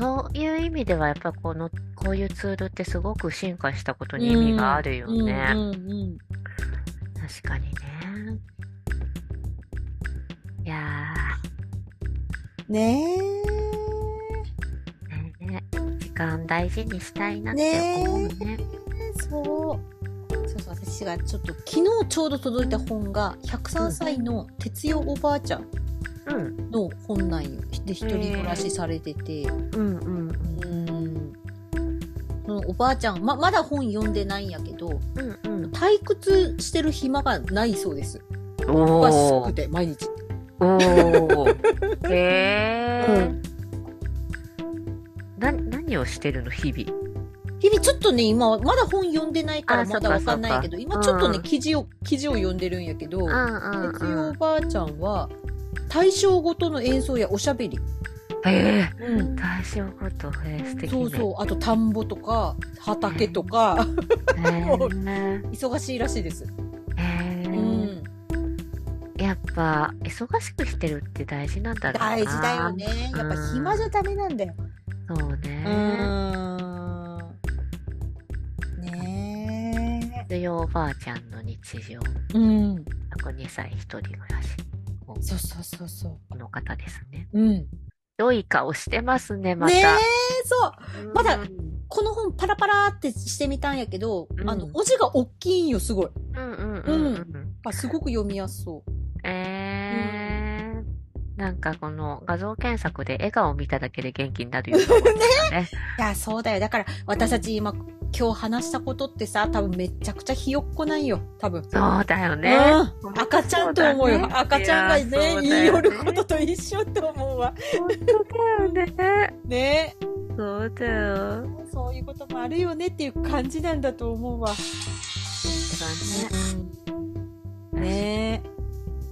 S2: そういう意味ではやっぱこのこういうツールってすごく進化したことに意味があるよね。
S1: うんうんうん
S2: 確かにね。いや
S1: ね
S2: ー、ね、時間大事にしたいなって思うね。
S1: えそうそうそう私がちょっと昨日ちょうど届いた本が103歳の哲代おばあちゃん
S2: うん、
S1: の本なんよで一人暮らしされてて、
S2: うん、うん、
S1: うんそのおばあちゃんままだ本読んでないんやけど
S2: うん、うん。
S1: 退屈してる暇がないそうです
S2: お
S1: 忙し
S2: ー
S1: く、て毎日
S2: お ー。へ
S1: う
S2: ー。な、何をしてるの、日々。
S1: 日々ちょっとね今はまだ本読んでないから
S2: あ
S1: まだわかんないけ
S2: そっかそっ
S1: ど
S2: か
S1: 今ちょっとね、
S2: うん
S1: 記事を記事を読んでるんやけど
S2: ん
S1: 哲代おばあちゃんは対象ごとの演奏やおしゃべり、
S2: へー。大正こと、えー、素敵ね。
S1: そうそうあと田んぼとか畑とか
S2: へー
S1: 忙しいらしいです、
S2: へ
S1: う
S2: ー
S1: ん、
S2: やっぱ忙しくしてるって大事なんだろうな。
S1: 大事だよ。ねやっぱ暇じゃダメなんだよ
S2: そう
S1: う
S2: ね。
S1: ーんね
S2: 強おばあちゃんの日常。
S1: えうん
S2: 102歳一人暮らし。
S1: そうそうそうそう
S2: この方ですね。
S1: うんね
S2: 良い顔してますね、また。
S1: えそう
S2: うん
S1: まだ
S2: うん
S1: この本パラパラってしてみたんやけど、
S2: うん
S1: あの文字が大きいんよすごい
S2: うんうんう。
S1: うんあすごく読みやすそう
S2: えー。なんかこの画像検索で笑顔見ただけで元気になるようなね。
S1: いやそうだよだから私たち今今日話したことってさ多分めちゃくちゃひよっこなんよ多分
S2: そうだよね。
S1: うん赤ちゃんと思うよ
S2: そうだね
S1: 赤ちゃんが
S2: いや
S1: ね
S2: そうだよね
S1: 言い寄ることと一緒と思うわ
S2: 本当だよね。
S1: ね
S2: そうだよ。
S1: そういうこともあるよねっていう感じなんだと思うわね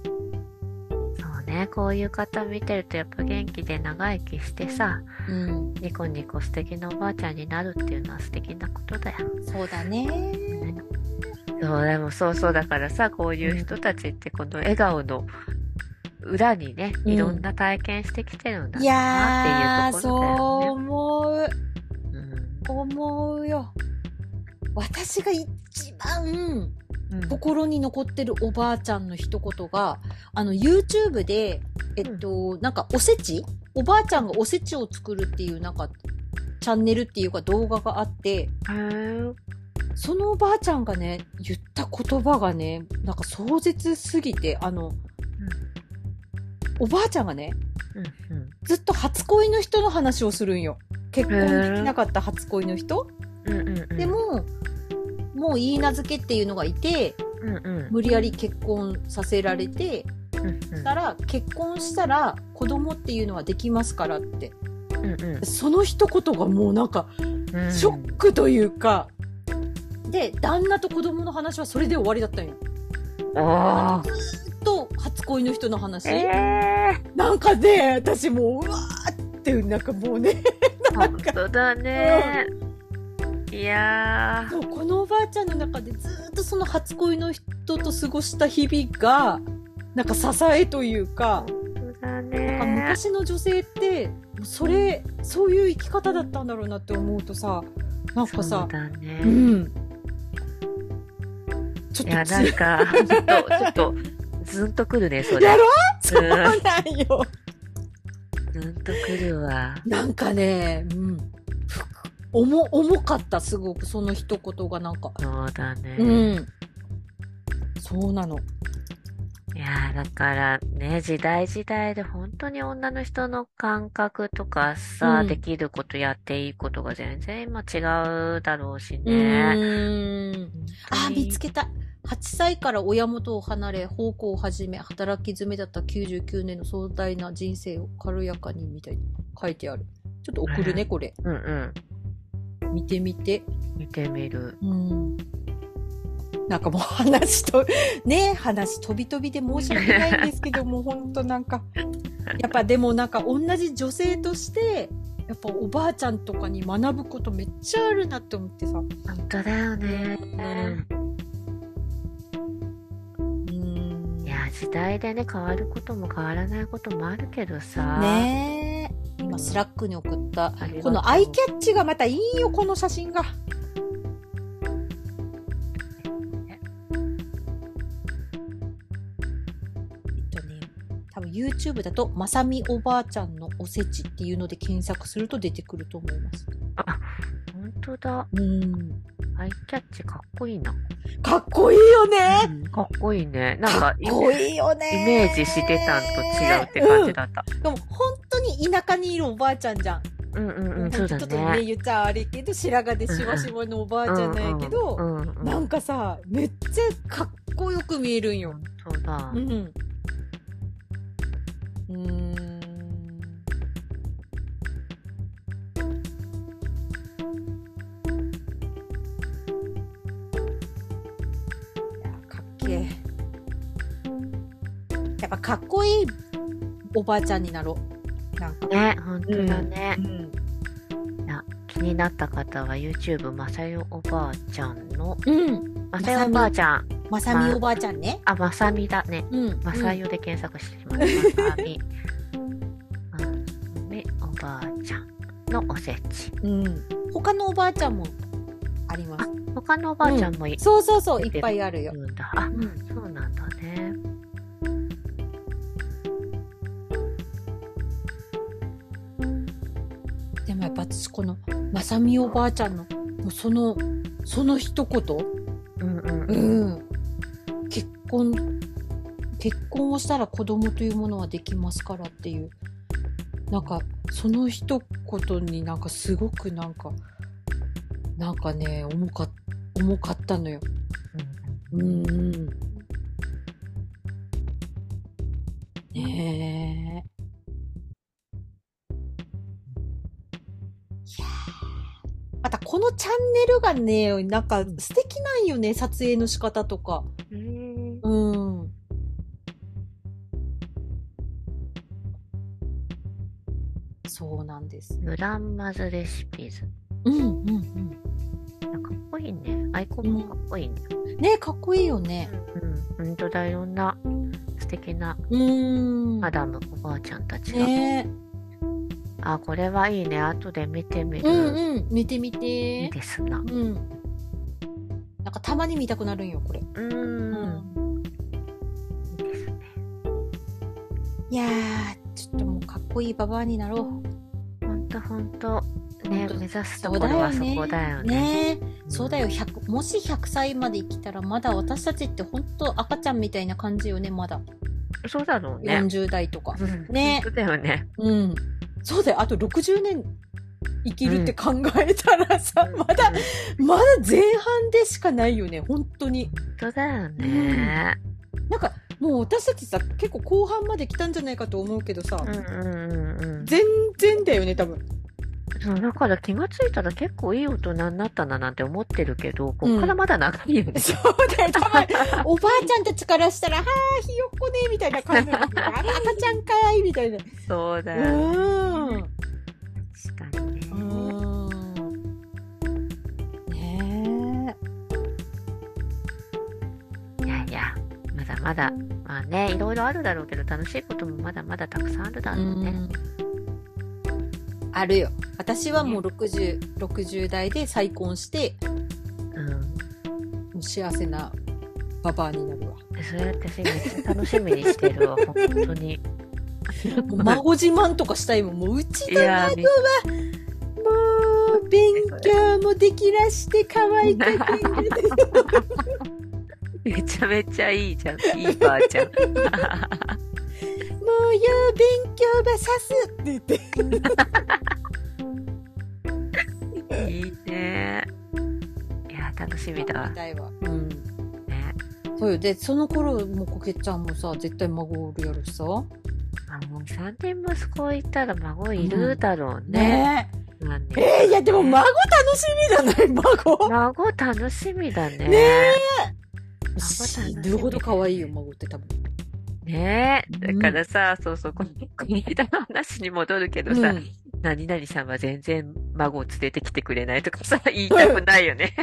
S2: そうね、こういう方見てるとやっぱ元気で長生きしてさ、
S1: うん
S2: ニコニコ素敵なおばあちゃんになるっていうのは素敵なことだよ。
S1: そうだね
S2: そう、でもそうそうだからさ、こういう人たちってこの笑顔の裏にね、
S1: うん
S2: いろんな体験してきてるんだ
S1: い
S2: な
S1: や
S2: っ
S1: ー
S2: ていうと
S1: そう
S2: ころだよね。
S1: 思う
S2: うん
S1: 思うよ私が一番心に残ってるおばあちゃんの一言があの YouTube でえっと、なんかおせちおばあちゃんがおせちを作るっていうなんかチャンネルっていうか動画があって
S2: うん。
S1: そのおばあちゃんがね言った言葉がねなんか壮絶すぎてあの、おばあちゃんがねずっと初恋の人の話をするんよ結婚できなかった初恋の人、
S2: うんうん。うんうんうん。
S1: で、も、もういい名付けっていうのがいて、
S2: うんうん。
S1: 無理やり結婚させられて、
S2: うんうん
S1: たら、結婚したら子供っていうのはできますからって。
S2: うんうん
S1: その一言がもうなんか、
S2: うん
S1: ショックというか、で、旦那と子供の話はそれで終わりだったんよ。
S2: あー
S1: と、初恋の人の話。
S2: え
S1: なんかね、私もう、うわーって、なんかもうね、
S2: ー、本当だね。いや
S1: そうこのおばあちゃんの中でずーっとその初恋の人と過ごした日々がなんか支えというか
S2: ー、本当だ
S1: なんか
S2: ね。
S1: 昔の女性ってそれそういう生き方だったんだろうなって思うとさなんか
S2: そ
S1: さ
S2: うだ
S1: う,、
S2: ね。
S1: んちょっ
S2: い
S1: と
S2: や、
S1: つ
S2: なんか、ちょっと、ちょっと、ずんとくるね、そ れ
S1: や。ろそううなんよ
S2: ずんとくるわ。
S1: なんかね、うん、ふく重重かったすごくその一言がなんか
S2: そうだね。
S1: うんそうなの
S2: いやー、だからね、時代時代で本当に女の人の感覚とかさ、
S1: うん
S2: できることやっていいことが全然今違うだろうし
S1: う
S2: ね。
S1: ーんあー、見つけた。8歳から親元を離れ、奉公を始め、働き詰めだった99年の壮大な人生を軽やかにみたいに書いてある。ちょっと送るね、これ。
S2: うんう
S1: 見てみて。
S2: ん。見てみる。
S1: うん。なんかもう 話と、ねえ話飛び飛びで申し訳ないんですけど、もうほんとなんか、やっぱでもなんか同じ女性として、やっぱおばあちゃんとかに学ぶことめっちゃあるなって思ってさ。
S2: 本当だよね。
S1: うん
S2: い。や、時代でね、変わることも変わらないこともあるけどさ。
S1: ねえ。今スラックに送った
S2: ありがとう
S1: このアイキャッチがまたいいよこの写真がえっとね多分 YouTube だと「まさみおばあちゃんのおせち」っていうので検索すると出てくると思います
S2: 本当だ。
S1: うん
S2: アイキャッチかっこいいな。
S1: かっこいいよね
S2: うんかっこいいね。なんか、
S1: かっこいいよね
S2: イメージしてたんと違うって感じだった。
S1: うんでも本当に田舎にいるおばあちゃんじゃん
S2: うんうんうん、
S1: ちょ
S2: そう
S1: っ
S2: だ
S1: とね
S2: ね。
S1: 言っちゃあれけど白髪でしわしわのおばあちゃんなんやけど、
S2: うんうんうん
S1: な
S2: うん
S1: んかさめっちゃかっこよく見えるんよ。
S2: そうだ
S1: う。ん。うーん。いやかっけえ。やっぱかっこいいおばあちゃんになろう。なんか。
S2: ね、本当だね
S1: う。ん。
S2: いや気になった方は YouTube まさよおばあちゃんの、
S1: うん。
S2: まさよおばあちゃん、
S1: まさみおばあちゃんね。
S2: あ、まさみだね。
S1: うん。
S2: マサイオで検索してしまいました。み、うん、みおばあちゃんのおせち。
S1: うん。他のおばあちゃんもあります。
S2: 他のおばあちゃんもい
S1: そうそうそう、い
S2: 出てる
S1: っぱいあるよ。
S2: るんだ。あ、
S1: うん。
S2: そうなんだね。
S1: でもやっぱ私このまさみおばあちゃんのもうそのその一言、
S2: うんうん。
S1: うん、結婚結婚をしたら子供というものはできますからっていうなんかその一言になんかすごくなんかなんかね重か重かったのよ。うんうん、ねえ。いやーまたこのチャンネルがね、なんか素敵なんよね、撮影の仕方とか。
S2: うん
S1: うん。そうなんです。
S2: グランマズレシピズ。
S1: うんうんう
S2: なんかかっこいいね。アイコンもかっこいいね。
S1: ん。ねかっこいいよね。
S2: うん。本当だ、いろんな素敵な
S1: うーん。
S2: マダム、おばあちゃんたちが。
S1: ね
S2: あ、これはいいね。後で見てみ
S1: え。うん
S2: る。
S1: うん。見てみて
S2: いいですな。
S1: うん。なんかたまに見たくなるんよ、これ。
S2: うん。いいですね。
S1: いやー、ちょっともうかっこいいババアになろ
S2: ほんとほんと。ね、
S1: ほんと
S2: 目指す
S1: う。
S2: ところはそこだよね。
S1: ねえそうだよ、100、もし100歳まで生きたら、まだ私たちって本当赤ちゃんみたいな感じよね、まだ。
S2: うん。そうだろうね。
S1: 40代とか。
S2: ね
S1: ね
S2: そうだよね。
S1: うん。そうだよ、あと60年生きるって考えたらさ、まだ、
S2: うん、
S1: まだ前半でしかないよね、本当に。
S2: そうだよね。
S1: なんか、もう私たちさ、結構後半まで来たんじゃないかと思うけどさ、
S2: うんうんうんうん。
S1: 全然だよね、多分。
S2: そうだから気がついたら結構いい大人になったななんて思ってるけど、こっからまだ長いよ ね。
S1: そうだよ、たまに、おばあちゃんたちからしたら、はあ、ひよっこね、みたいな感じなの。あら赤ちゃんかい、みたいな。
S2: そうだ
S1: う
S2: よね。
S1: ーん。
S2: 確かにね。
S1: うーん。ね
S2: いやいや、まだまだ、まあね、いろいろあるだろうけど、楽しいこともまだまだたくさんあるだ
S1: え。
S2: ろうね。
S1: あるよ。私はもう60、60代で再婚して、
S2: うん。
S1: もう幸せなババアになるわ。
S2: それ私めっちゃ楽しみにして るわ、本当に。
S1: もう孫自慢とかしたいもん。もううち
S2: い
S1: の
S2: やー、
S1: もう勉強もできらして可愛くて
S2: めちゃめちゃいいじゃん。いいばあちゃん。
S1: もうよ勉強ばさすって言って
S2: いいね。いや、楽しみだ。
S1: たいわうん
S2: ね。
S1: そうよでその頃もうこけちゃんもさ絶対孫おるやろしさ
S2: まあ、もう3人息子いたら孫いるだろうね。
S1: ね
S2: まあね
S1: ええーいやでも孫楽しみじゃない孫
S2: 孫楽しみだね。
S1: ね
S2: 孫楽しみ
S1: 死ぬほど可愛いよ孫って多分
S2: ねえ、
S1: う
S2: だ
S1: ん
S2: からさ、そうそう、この、この間の話に戻るけどさ、何々さんは全然孫を連れてきてくれないとかさ、言いたくない よね。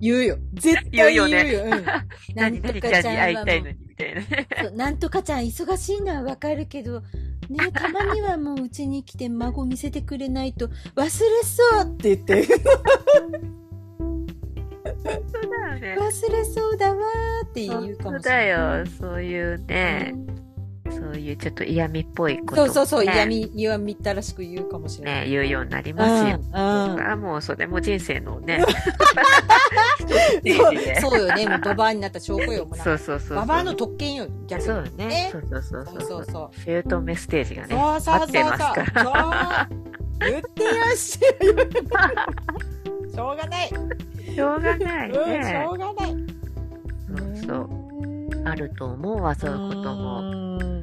S1: 言うよ。絶対
S2: 言
S1: 言
S2: う
S1: う
S2: よ
S1: よ。
S2: ね
S1: うん
S2: 何々ちゃんに会いたいの
S1: はも
S2: に、みたいな。
S1: うそうなんとかちゃん忙しいのはわかるけど、ね、 たまにはもううちに来て孫見せてくれないと忘れそうって言って、
S2: そうだよね。
S1: 忘れそうだわーって言うか
S2: そう
S1: もし
S2: だ
S1: れない。
S2: よ、そういうね、そういうちょっと嫌味っぽいこと
S1: そ
S2: を
S1: う
S2: ね
S1: そうそう、嫌み、嫌みったらしく言うかもしれない。
S2: ね、言うようになり
S1: うん
S2: ます
S1: う
S2: よ。
S1: ん
S2: あもうそれも人生の ね、一
S1: そう
S2: つね
S1: そうよね、もうババアになった証拠よ。もうなん
S2: そ
S1: か
S2: うそうそう。
S1: ババアの特権よ、逆に。
S2: そうね
S1: ね。
S2: そうそうそ
S1: そ
S2: うそうう
S1: そうそう。
S2: フェルトメステージがね、
S1: そうそうそうそう。
S2: 待ってますから。
S1: そう言ってらっしゃる。しょうがない。うん、
S2: しょうがない
S1: し
S2: ね
S1: ょ。うがない。
S2: そうそう。あ。ると思うわ、そういうことも。
S1: も。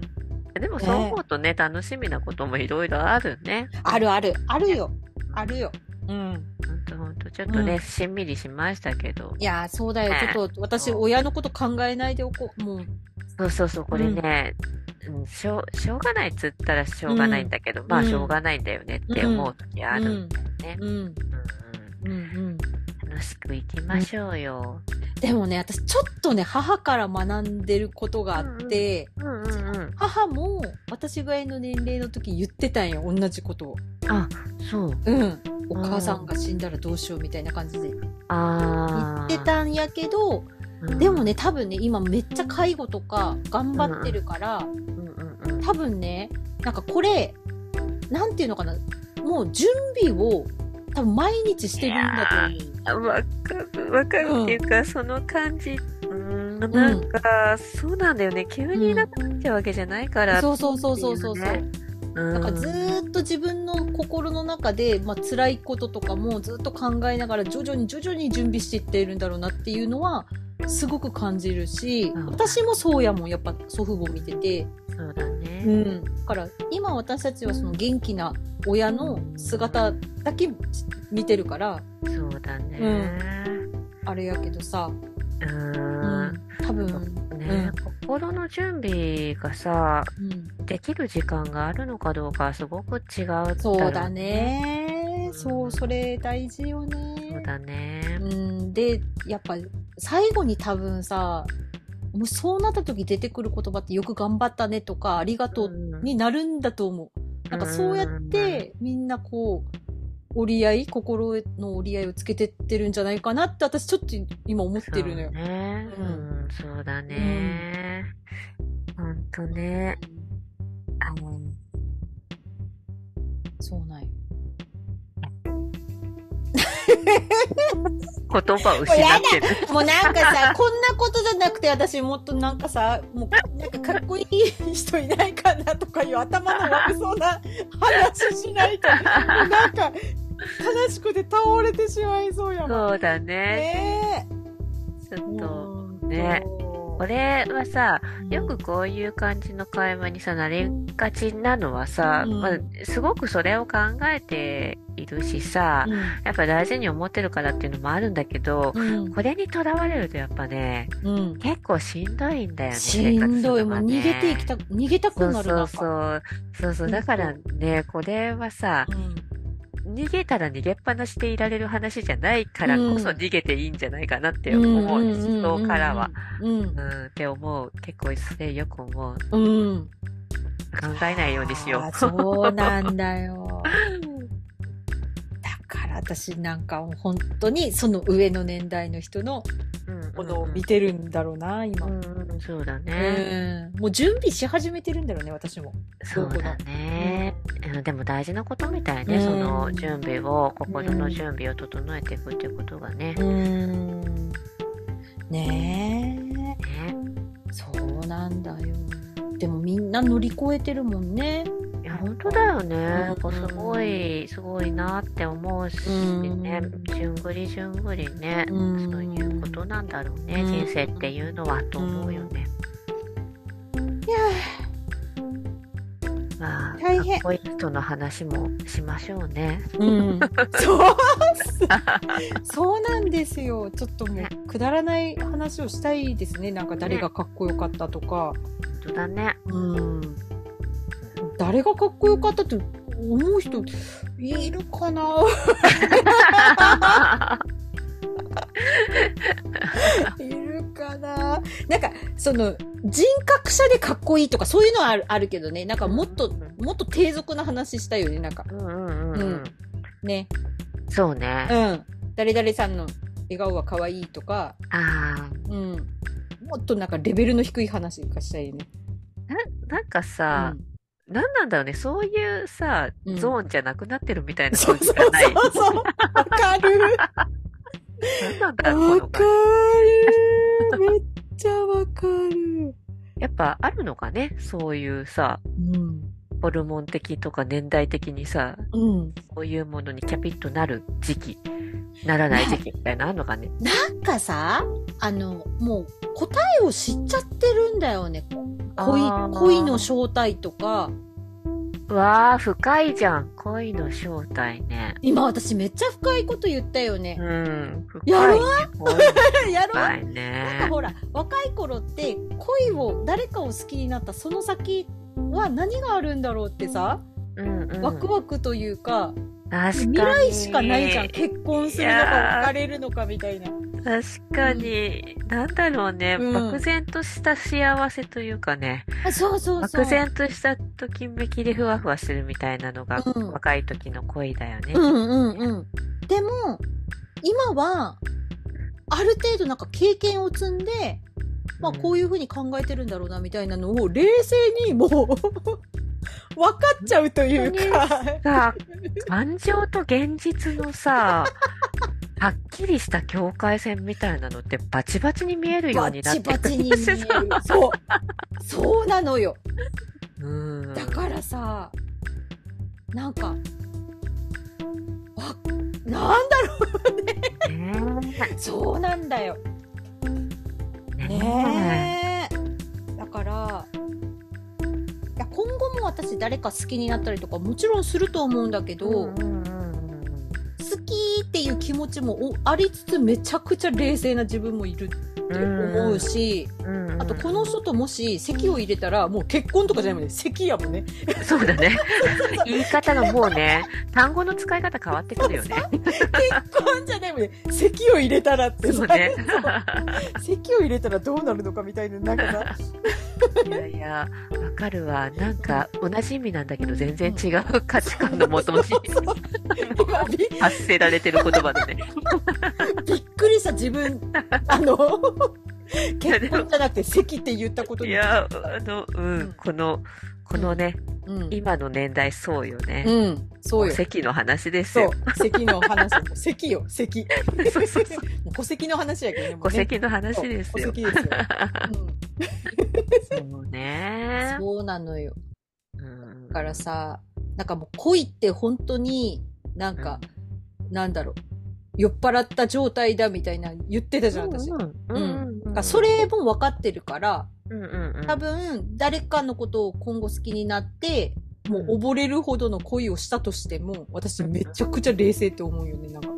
S2: でもそう思うとね、楽しみなこともいろいろあるね。
S1: あるある。あるよ。あるよ。うん。
S2: ほんとほんと。ちょっと
S1: う
S2: ね、
S1: ん
S2: しんみりしましたけど。
S1: いやー、そうだよ。ちょっと、私、
S2: そう
S1: 親のこと考えないでおこう。もう。
S2: そうそうそう、これね、うんしょう、しょうがないっつったらしょうがないんだけど、まあ
S1: うん
S2: しょうがないんだよねって思う時ある。うん
S1: うん。うん。うん。うん。
S2: うん楽しく行きましょうよ。
S1: でもね、私、ちょっとね、母から学んでることがあって、
S2: うんうんうん。
S1: 母も、私ぐらいの年齢の時言ってたんよ。同じことを。
S2: あ、そう。
S1: うん、お母さんが死んだらどうしようみたいな感じで言
S2: ああ。
S1: ってたんやけど
S2: うん
S1: でも、ね多分ね今めっちゃ介護とか頑張ってるから
S2: うんうんうん。
S1: 多分ねなんかこれなんていうのかなもう準備を多分毎日してるんだ
S2: あわかる、わかるっていうか、その感じ、うん、なんか、そうなんだよね。急にいなくなっちゃうわけじゃないから。
S1: と思う。そうそうそうそうそうそう。
S2: うん。
S1: なんかずーっと自分の心の中で、まあ辛いこととかもずっと考えながら徐々に徐々に準備していっているんだろうなっていうのはすごく感じるし、
S2: うん
S1: 私もそうやもんやっぱ祖父母見てて、
S2: そうだね。
S1: うん、だから今私たちはその元気な親の姿だけ見てるから
S2: そうだね。
S1: あれやけどさ、
S2: う。
S1: うんん、多分、
S2: ね、心の準備がさ、
S1: うん、
S2: できる時間があるのかどうかはすごく違うだろう
S1: そうだ。ね
S2: うん
S1: そうそれ大事よ
S2: そう
S1: ね。
S2: だね
S1: う。ん、でやっぱ最後に多分さもうそうなった時出てくる言葉ってよく頑張ったねとかありがとう
S2: うん
S1: になるんだと思う。なんかそうやってみんなこう折り合い心の折り合いをつけてってるんじゃないかなって私ちょっと今思ってるのよ
S2: そう。ね。
S1: う
S2: うんん、そうだね。ほんとね。あの、
S1: そうなんよ。
S2: 言葉を失ってる。
S1: もうなんかさこんなことじゃなくて私もっとなんかさもうなんかかっこいい人いないかなとかいう頭の悪そうな話しないともうなんか悲しくて倒れてしまいそうやもん。
S2: そうだね。
S1: ねえ
S2: ちょっと。
S1: ほんと
S2: ねこれはさ、よくこういう感じの会話にさ、なりがちなのはさ、
S1: うん
S2: まあ、すごくそれを考えているしさ、やっぱ大事に思ってるからっていうのもあるんだけど、
S1: うん
S2: これにとらわれるとやっぱね、
S1: うん
S2: 結構しんどいんだよね。
S1: しんどい。もう逃げていき
S2: た
S1: た、逃げたく
S2: そう
S1: なる
S2: そ
S1: な
S2: うんそ
S1: か。
S2: う。そうそう。だからね、これはさ、逃げたら逃げっぱなしでいられる話じゃないからこそ
S1: うん
S2: 逃げていいんじゃないかなって
S1: うん
S2: 思う。人からは。。
S1: うん
S2: う。ん、って思う。結構それよく思う。
S1: うん。
S2: 考えないようにしよ
S1: あー
S2: う。
S1: そうなんだよ。だから私なんかもう本当にその上の年代の人の
S2: うん
S1: ものを見てるんだろうな、今。
S2: う
S1: うん
S2: うん、そうだね。
S1: ん。もう準備し始めてるんだろうね、私も。
S2: そうだね。うんでも大事なことみたいね、
S1: うん
S2: その準備を、心の準備を整えていくっていうことがね。
S1: うん。ね
S2: ね
S1: え。そうなんだよ。でもみんな乗り越えてるもんね。
S2: いや、本当だよね。なん
S1: う
S2: か
S1: ん
S2: すごい、すごいなって思うしね
S1: うん、
S2: じゅんぐりじゅんぐりね、
S1: うん
S2: そういうことなんだろうね、
S1: うん
S2: 人生っていうのはと思うよね。
S1: いや
S2: まあ、
S1: 大大変。
S2: こういう人の話もしましょうね。
S1: うん、そうそうなんですよちょっともうくだらない話をしたいですねなんか誰がかっこよかったとか、
S2: 本当だね。
S1: うん、誰がかっこよかったって思う人いるかないるかななんかその人格者でかっこいいとかそういうのはあるあるけどねなんかもっともっと低俗な話したいよねなんか
S2: うんうんうんう
S1: うんん。ね
S2: そうね。
S1: うん。誰々さんの笑顔は可愛いとか、
S2: ああ。
S1: うん。もっとなんかレベルの低い話がしたいね。
S2: ななんか
S1: う
S2: さ、
S1: ん、
S2: なんなんだろうね、そういうさ、
S1: うん
S2: ゾーンじゃなくなってるみたいな
S1: そ
S2: 感
S1: う
S2: じ
S1: そ
S2: じ
S1: う
S2: ゃない。
S1: そうそう。わかる。
S2: なんなんだろう、
S1: わ
S2: この
S1: か
S2: 感
S1: る。めっちゃわかる。
S2: じやっぱあるのかね、そういうさ、
S1: うん。
S2: ホルモン的とか年代的にさ、
S1: うん。
S2: こういうものにキャピッとなる時期、ならない時期みたいなのあるのかね。
S1: なんかさ、あの、もう答えを知っちゃってるんだよね。恋
S2: あ、ー
S1: 恋の正体とか。
S2: わあ、深いじゃん。恋の正体ね。
S1: 今私めっちゃ深いこと言ったよね
S2: う。ん。
S1: や
S2: 深
S1: ろ
S2: い、ね。恋の
S1: やろう
S2: 深
S1: な
S2: い
S1: んか
S2: ね。
S1: ほら若い頃って恋を誰かを好きになったその先は何があるんだろうってさ、
S2: うんうん。
S1: ワクワクというか
S2: 確かに。
S1: 未来しかないじゃん結婚するの
S2: いや
S1: か
S2: ー
S1: 別れるのかみたいな
S2: 確かに、なんだろうね、
S1: うん
S2: 漠然とした幸せというかね、
S1: あそうそうそう
S2: 漠然としたときめきでふわふわしてるみたいなのが、
S1: うん
S2: 若い時の恋だよね。
S1: うんうんうんでも今はある程度なんか経験を積んでまあこういうふうに考えてるんだろうなみたいなのを冷静にもう 分かっちゃうというか
S2: さ感情と現実の さ、はっきりした境界線みたいなのってバチバチに見えるようになってくる
S1: バチバチ に見えるそうそうなのよ
S2: うん。
S1: だからさなんかわなんだろ
S2: ね
S1: うそうなんだよ
S2: え。ね
S1: ねえだからいや今後も私誰か好きになったりとかもちろんすると思うんだけ
S2: え。
S1: ど、
S2: うん
S1: 好
S2: うんうん
S1: きっていう気持ちもおありつつめちゃくちゃ冷静な自分もいるって思うし、
S2: うんうん
S1: あとこの人ともし籍を入れたらもう結婚とかじゃないもんね籍やもんね
S2: そう だね。言い方がもうね、単語の使い方変わってくるよね。
S1: 結婚じゃないもんね籍を入れたらって
S2: そ
S1: さ
S2: うね。
S1: 席を入れたらどうなるのかみたいななんかさ
S2: いやいや、わかるわ。なんか、同じ意味なんだけど、全然違う価値観のもとに
S1: そうそう 今び
S2: 発せられてる言葉でね。
S1: びっくりした自 分あの結婚じゃなくて席って言ったこと
S2: い
S1: に
S2: や、あの、うん、この、このね、
S1: うん、
S2: 今の年代そうよね。
S1: うん、そうよ
S2: 席の話です
S1: そ
S2: よ
S1: う。席の話 席よ席
S2: そうそうそう
S1: もう戸籍の話やけど ねも
S2: 戸
S1: うね
S2: 籍の話です
S1: そう
S2: よ
S1: 戸。籍ですよ、うん
S2: そうね。
S1: そうなのよ
S2: うん
S1: だからさなんかもう恋って本当になんか、なんだろう酔っ払った状態だみたいな言ってたじゃん私、
S2: うんうんうんうん
S1: だからそれも分かってるから
S2: うんうんうん
S1: 多分誰かのことを今後好きになってもう溺れるほどの恋をしたとしても私めちゃくちゃ冷静って思うよねなんか、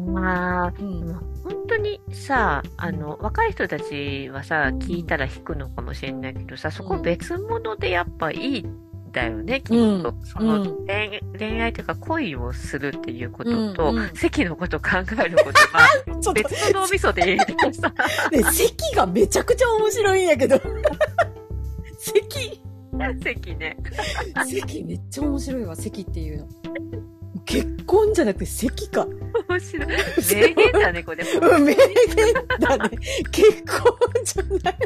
S2: まあ、
S1: う
S2: でも
S1: ん、
S2: 本当にさ、あの、若い人たちはさ、聞いたら引くのかもしれないけどさ、そこ別物でやっぱいいんだよね、きっと。その、
S1: うん
S2: 恋恋愛というか恋をするっていうことと、
S1: うんうん
S2: 席のことを考える こと
S1: ちょっ
S2: が、別の脳みそでいいからさ、
S1: とね席がめちゃくちゃ面白いんやけど 席
S2: 席ね。
S1: 席めっちゃ面白いわ席っていうの結婚じゃなくて席か
S2: 面白い。名言だね、こ れ。
S1: うん名言だね。結婚じゃない。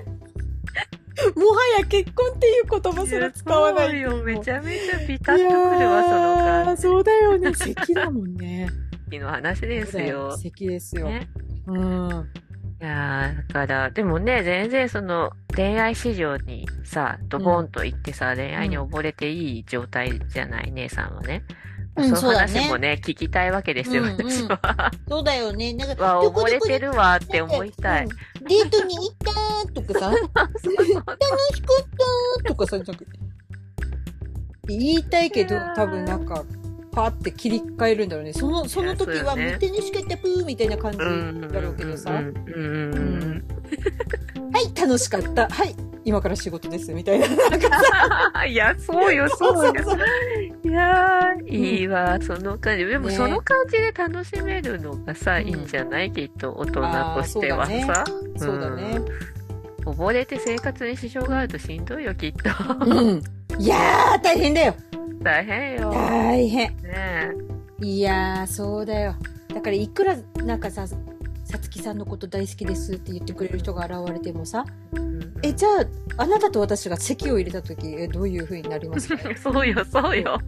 S1: もはや結婚っていう言葉すら使わない。
S2: そう
S1: い
S2: よ、めちゃめちゃピタ
S1: や
S2: ッとくるわ、その感
S1: ーそうだよね。咳だもん ね。
S2: じの話ですよ。
S1: 咳ですよ。
S2: ね
S1: うん。
S2: いやーだから、でもね、全然その恋愛市場にさ、ドボンと行ってさ、恋愛に溺れていい状態じゃない、姉さんはね。
S1: うん
S2: そ
S1: そうう
S2: いう
S1: だ
S2: 話
S1: ね
S2: もね、聞きたいわけですよ、
S1: うん うん
S2: 私は。
S1: そうだよね。なんか、
S2: わ、
S1: どこ
S2: 溺れ
S1: どこ
S2: て
S1: で
S2: るわって思いた
S1: う
S2: い。
S1: んデートに行 ったーとかさ、楽しかったーとかさ、なんかって言いたいけど
S2: いやー
S1: 多分なんかパーって切り替えるんだろうねそのその時
S2: いやそ
S1: は
S2: うだね
S1: 「手にしけてプー」みたいな感じだろうけどさ「
S2: うんうんうんうん
S1: はい楽しかったはい今から仕事です」みたいな
S2: いや、そうよ、そうよ。
S1: そう
S2: いやー、いいわ、その感じ。でも、
S1: ね
S2: その感じで楽しめるのがさ、
S1: うん
S2: いいんじゃないきっと、大人としては
S1: あー
S2: さ。
S1: そうだね
S2: うん溺れて生活に支障があるとしんどいよ、きっと。
S1: うんいやー大変だよ
S2: 大変よ。ね
S1: 大変
S2: え。
S1: いやーそうだよだからいくらなんかささつきさんのこと大好きですって言ってくれる人が現れてもさ
S2: うん
S1: えじゃああなたと私が席を入れた時えどういう風になります か
S2: そうよ、そうよ。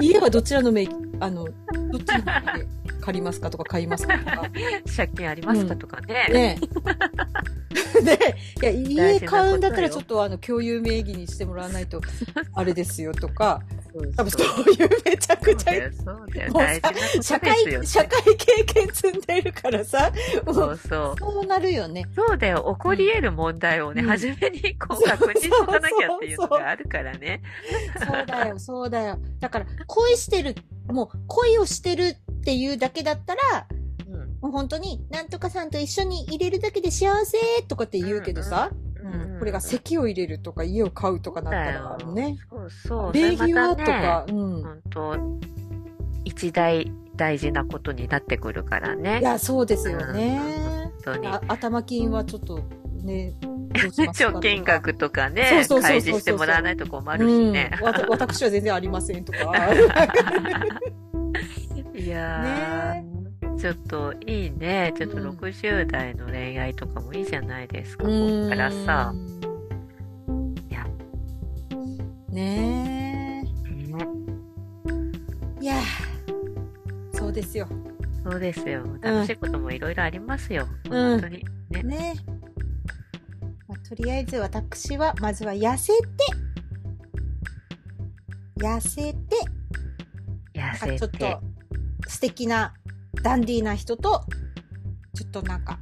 S1: 家はどちらの名あのどっちの名で借りますかとか買いますかとか
S2: 借金ありますかとかね。
S1: ね えねえいや家
S2: 大事なことよ
S1: 買うんだったらちょっとあの共有名義にしてもらわないとあれですよとか
S2: そう
S1: 多分
S2: そう
S1: そういうめちゃくちゃ
S2: そうだよ、
S1: もう
S2: 大
S1: さ
S2: 事なことです
S1: 社
S2: よ、ね。
S1: 会社会経験積んでいるからさも
S2: そううそう。
S1: そうなるよね
S2: そうだよ、起こり得る問題をね、
S1: うん
S2: 初めにこう確認しとかなきゃっていうのがあるからね。
S1: そうだ よ、そうだよ。だから、恋してる、もう恋をしてるっていうだけだったら、
S2: うん
S1: もう本当に、なんとかさんと一緒に入れるだけで幸せとかって言うけどさ、
S2: うん
S1: うんこれが席を入れるとか家を買うとかなったらね、。
S2: そうそう。
S1: 礼儀はと
S2: それまたね
S1: か、うん。
S2: 本当一大大事なことになってくるからね
S1: い。や、そうですよね。
S2: 本当に。
S1: あ頭金はちょっとね、どうし ますか
S2: 貯金額とか
S1: そう
S2: ね
S1: そうそうそう、
S2: 開示してもらわないと困るしね。
S1: うんわた私は全然ありません とか。
S2: いやー、ちょっといいね。ちょっと
S1: うん
S2: 60代の恋愛とかもいいじゃないですか。こっからさ。いや
S1: ねえ。
S2: ね
S1: いやーそうですよ。
S2: そうですよ。楽しいこともいろいろありますよ。
S1: うん
S2: 本当に。ね。
S1: ねえ。まあとりあえず私は、まずは痩せて、痩せて、
S2: 痩
S1: なんかちょ
S2: せ
S1: ってと。素敵な、ダンディーな人と、ちょっとなんか、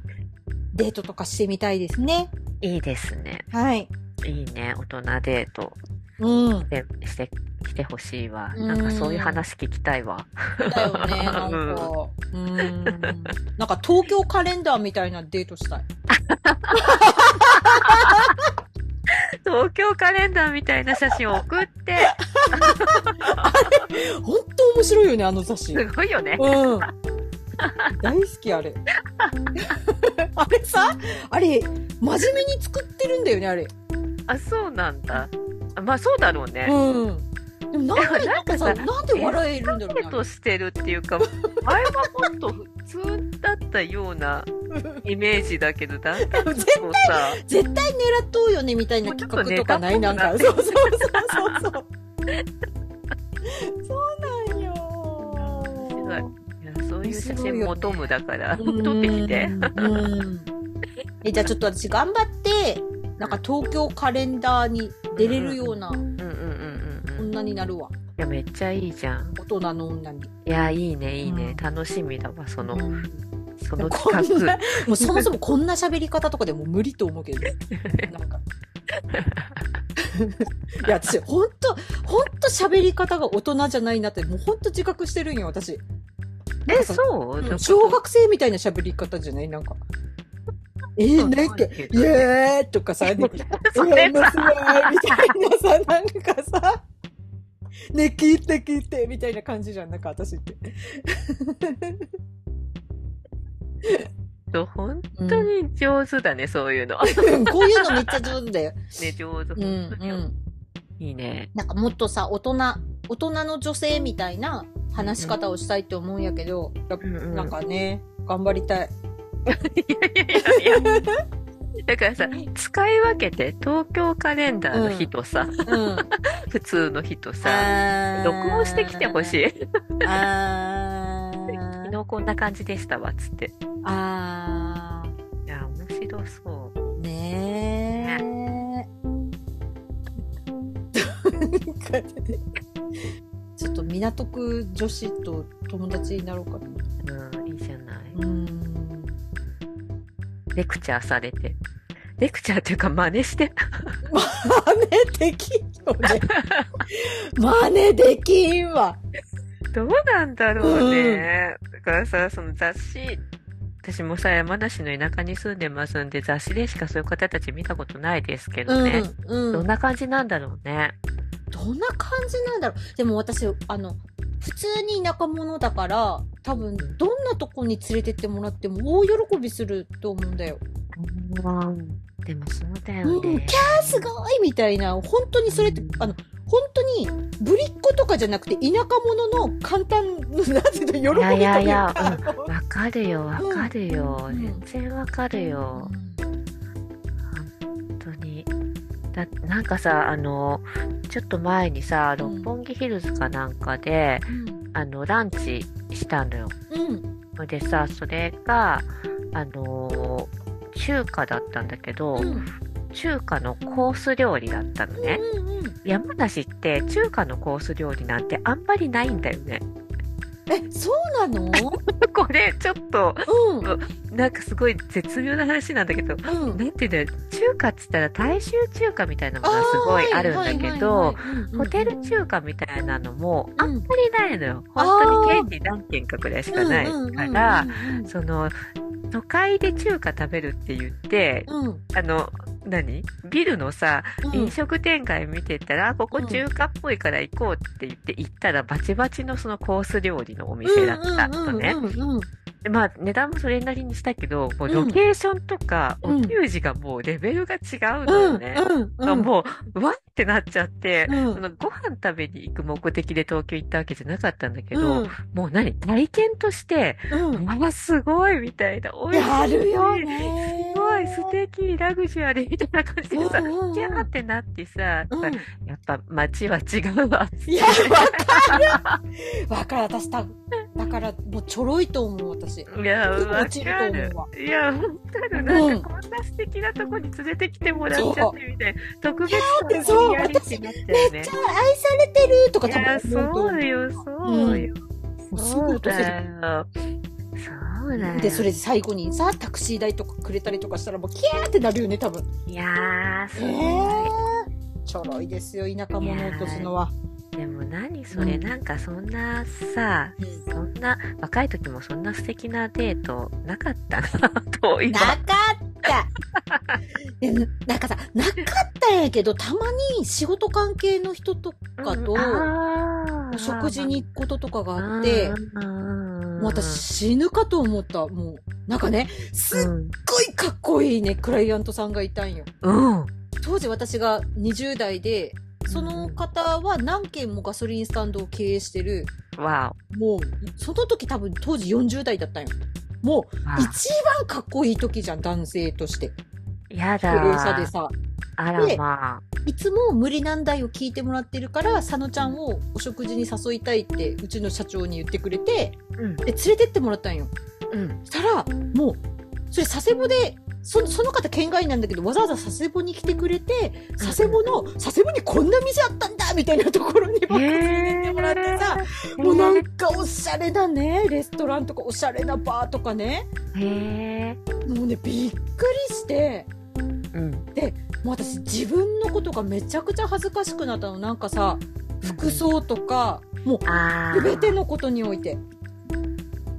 S1: デートとかしてみたいですね。
S2: いいですね。
S1: はい。
S2: いいね。大人デート
S1: うん。
S2: でしてきてほしいわ。
S1: うん
S2: なんかそういう話聞きたいわ。
S1: だよね、なんか。うん。なんか東京カレンダーみたいなデートしたい。
S2: 東京カレンダーみたいな写真を送って、
S1: ほんと面白いよね、あの雑誌。
S2: すごいよね。
S1: うん。大好き、あれ。 あれさ、あれ、真面目に作ってるんだよね、あれ。
S2: あ、そうなんだ。あまあそうだろうね。
S1: うん。でもなんで、
S2: で
S1: な
S2: もなん
S1: んかさ、
S2: かさ
S1: なんで笑えるんだろう
S2: デ
S1: ね
S2: ー
S1: あれ
S2: トしてるっていうか、前はもっと普通だったようなイメージだけど、だんだんちょっとさ、
S1: 絶対狙っとうよね、みたいな企画とかない
S2: も
S1: な
S2: うちょ
S1: ん
S2: っ
S1: か。
S2: と
S1: そう
S2: ね
S1: そうそうそうそう。そうなんよ。
S2: いやそういう写
S1: 面白い
S2: 真
S1: よね
S2: 求むだから、撮ってきて。
S1: うん。うんえ、じゃあちょっと私頑張って、なんか東京カレンダーに出れるような
S2: うんうんうんうんうん。い
S1: 女になるわ。
S2: や、めっちゃいいじゃん。
S1: 大人の女に。
S2: いや、いいね、いいね。
S1: うん
S2: 楽しみだわ、その、
S1: うん
S2: その
S1: こんな
S2: 企画。
S1: もうそもそもこんな喋り方とかでもう無理と思うけど、なん か。いや、私、ほんと、ほんと喋り方が大人じゃないなって、もうほんと自覚してるんよ、私。
S2: え、そう
S1: うん
S2: どこ
S1: 小学生みたいな喋り方じゃないなんか。えー、なんか、イエーイとか さ、ね、え
S2: そ
S1: ー、
S2: れ
S1: 面白いみたいなさ、なんかさ、ね、聞いて聞いてみたいな感じじゃん、なんか私って。
S2: と本 当に上手だね、そういうの。ね、
S1: うんこういうのめっちゃ上手だよ。
S2: 上手。
S1: うん、うん。
S2: いいね。
S1: なんかもっとさ、大人、大人の女性みたいな話し方をしたいと思うんやけど、やっぱ
S2: うんうん
S1: なんかね、頑張りたい。
S2: いやいやいやいや。だからさ、使い分けて、東京カレンダーの日とさ、
S1: うん。
S2: 普通の日とさ、
S1: あー
S2: 録音してきてほし。い。
S1: あ
S2: 昨
S1: ー
S2: 日こんな感じでしたわ、つって。
S1: あ
S2: いや、面白そ
S1: ー。
S2: う。
S1: ねえ。ちょっと港区女子と友達になろうかな。
S2: うん、いいじゃない。
S1: うん。
S2: レクチャーされて。レクチャーっていうか真似して。
S1: まあね、敵。よね。真似できんわ。
S2: どうなんだろうね。だからさ、その雑誌、私もさ、山梨の田舎に住んでますんで、雑誌でしかそういう方たち見たことないですけ
S1: う
S2: ど
S1: ん
S2: ね。、
S1: うん。
S2: どんな感じなんだろうね。
S1: どんな感じなんだろう。でも私、あの、普通に田舎者だから、多分、どんなとこに連れてってもらっても大喜びすると思うんだよ。
S2: でもそうだ
S1: う
S2: よ
S1: ん、キャ
S2: ね。
S1: ーすごいみたいな、本当にそれって、あの、本当に、ぶりっ子とかじゃなくて、田舎者の簡単な、なんていうの、喜びというか。
S2: いやいやいや
S1: あの
S2: わかるよ、わかるよ。
S1: うん
S2: 全然わかるよ。本当に。だなんかさ、あの、ちょっと前にさ、
S1: うん
S2: 六本木ヒルズかなんかで、あの、ランチしたのよ。
S1: うん。うん。
S2: でさ、それが、あの、中華だったんだけど、
S1: うん。
S2: 中華のコース料理だったのね。
S1: うんうんうん。
S2: 山梨って中華のコース料理なんてあんまりないんだよね。
S1: え、そうなの
S2: これちょっと
S1: うん。
S2: なんかすごい絶妙な話なんだけど、
S1: うん。
S2: なんていうんだよ、中華っつったら大衆中華みたいなものがすごいあるんだけど、ホテル中華みたいなのもあんまりないのよ。
S1: あー
S2: 本当に現地何軒かぐらいしかないから、、その都会で中華食べるって言って、
S1: うんうんうんうんうんうん
S2: あの、何ビルのさ、飲食店街見てたら、ここ中華っぽいから行こうって言って行ったら、バチバチのそのコース料理のお店だったのね
S1: う。んうんうんうん
S2: でまあ値段もそれなりにしたけど、もううんロケーションとか、
S1: うん
S2: お給仕がもうレベルが違うの
S1: うん
S2: よね。
S1: うんうん
S2: もう、うわってなっちゃって、
S1: うん
S2: そのご飯食べに行く目的で東京行ったわけじゃなかったんだけ
S1: う
S2: ど、
S1: ん
S2: もう何体験として、
S1: うん
S2: まあすごいみたいな、美味しい。
S1: やるよね
S2: すごい素敵、ラグジュアリーみたいな感じでさ、
S1: うんうんうん
S2: キャーってなってさ、
S1: うん
S2: やっぱ街は違うわ。
S1: いやわかるわかる私だだからもうちょろいと思う私
S2: いや、わ
S1: 落ち
S2: か
S1: る
S2: る
S1: と思。
S2: いや、わかる。なんかこんな素敵なとこに連れてきてもらっちゃってみたいな。特別感が無理やりってなっちゃうね。
S1: じゃあ愛されてるとか
S2: い
S1: 多
S2: や、
S1: 分思うと思
S2: そううよ、そうよ。
S1: もうすぐ
S2: そう
S1: 落とせ
S2: だ
S1: る
S2: よ。そうだよ。
S1: でそれで最後にさタクシー代とかくれたりとかしたらもうキャーってなるよね多分
S2: いやー、す
S1: え
S2: ご。
S1: ーちょろいですよ田舎者落とすのはい
S2: でも何それ、
S1: うん
S2: なんかそんなさ、
S1: うん
S2: そんな、若い時もそんな素敵なデートなかったな、と、今
S1: な。かった。でななんかさ、なかったんやけど、たまに仕事関係の人とかと、お
S2: お
S1: 食事に行くこととかがあ
S2: 行
S1: って、
S2: も
S1: もう私、死ぬかと思った。もう、なんかね、すっ
S2: うん
S1: ごいかっこいいね、クライアントさんがいたんよ。
S2: うん。
S1: 当時私が20代で、その方は何軒もガソリンスタンドを経営してる、
S2: わ
S1: もう、その時多分当時40代だったんよ。もう、
S2: お。わ
S1: 一番かっこいい時じゃん、男性として。
S2: おや
S1: 経営者
S2: だ
S1: で。さ。
S2: あ
S1: で
S2: らまあ。
S1: いつも無理難題を聞いてもらってるから、佐野ちゃんをお食事に誘いたいって、うちの社長に言ってくれて、
S2: うん。
S1: で、連れてってもらったんよ。
S2: うん。
S1: したら、もう、それ佐世保で、そその方県外なんだけど、わざわざ佐世保に来てくれて、佐世保の、佐世保にこんな店あったんだみたいなところに僕連れてってもらってさ、もうなんかおしゃれだね。レストランとかおしゃれなバーとかね。
S2: へえ。
S1: もうね、びっくりして、
S2: うん。
S1: もう私自分のことがめちゃくちゃ恥ずかしくなったの。なんかさ、服装とか、もう、
S2: ああ。
S1: 全てのことにおいて。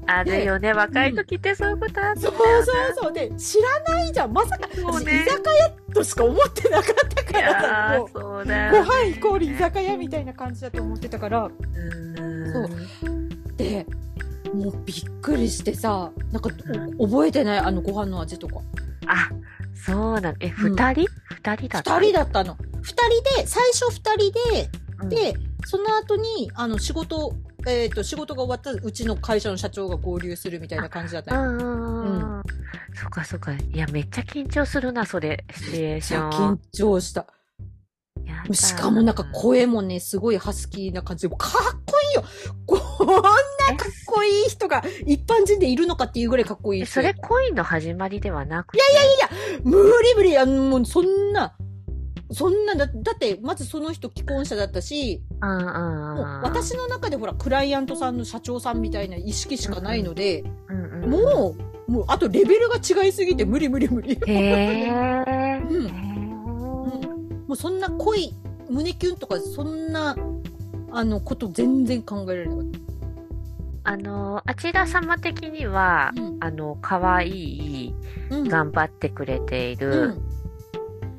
S2: あるよね。若い時ってそういうことあるん
S1: そ
S2: だ
S1: う
S2: よ
S1: そうそう。で、知らないじゃん。まさか、
S2: そう
S1: 私、
S2: ね
S1: 居酒屋としか思ってなかったか
S2: い
S1: ら
S2: や
S1: さ、
S2: ー
S1: もう
S2: そうだよ
S1: ご
S2: ね。
S1: 飯イコール居酒屋みたいな感じだと思ってたから、
S2: うん
S1: そうで、もうびっくりしてさ、なんかお覚えてないあのご飯の味とか。
S2: あ、そうなの。え、二人二人だった。
S1: 二人だったの。二人で、最初二人で、
S2: うん。
S1: で、その後に、あの、仕事、えっ、と、仕事が終わったらうちの会社の社長が合流するみたいな感じだった
S2: う
S1: よ。
S2: んうんうんうん。そっかそっか。いや、めっちゃ緊張するな、それ。シチュエー
S1: めっち
S2: シ
S1: ゃ
S2: ョ
S1: 緊
S2: ン。
S1: 張した。
S2: やだ
S1: しかもなんか声もね、すごいハスキーな感じで、かっこいいよこんなかっこいい人が一般人でいるのかっていうぐらいかっこいい
S2: え
S1: 人。
S2: そ
S1: いや
S2: れ
S1: い
S2: 恋の始まりではなくて。
S1: や、無理無理あの、もうそんな、そんなだ、だって、まずその人既婚者だったし、
S2: うんうん
S1: もう
S2: うん。
S1: 私の中でほら、クライアントさんの社長さんみたいな意識しかないので、
S2: うんうんうん、
S1: もう、もう、あとレベルが違いすぎて無理無理無理。
S2: へえ。
S1: うん
S2: へー
S1: もうそんな恋胸キュンとかそんなあのこと全然考えられなかっ
S2: あの、あちら様的には、
S1: うん
S2: あの、可愛い、
S1: た。うん
S2: 頑張ってくれている、
S1: うん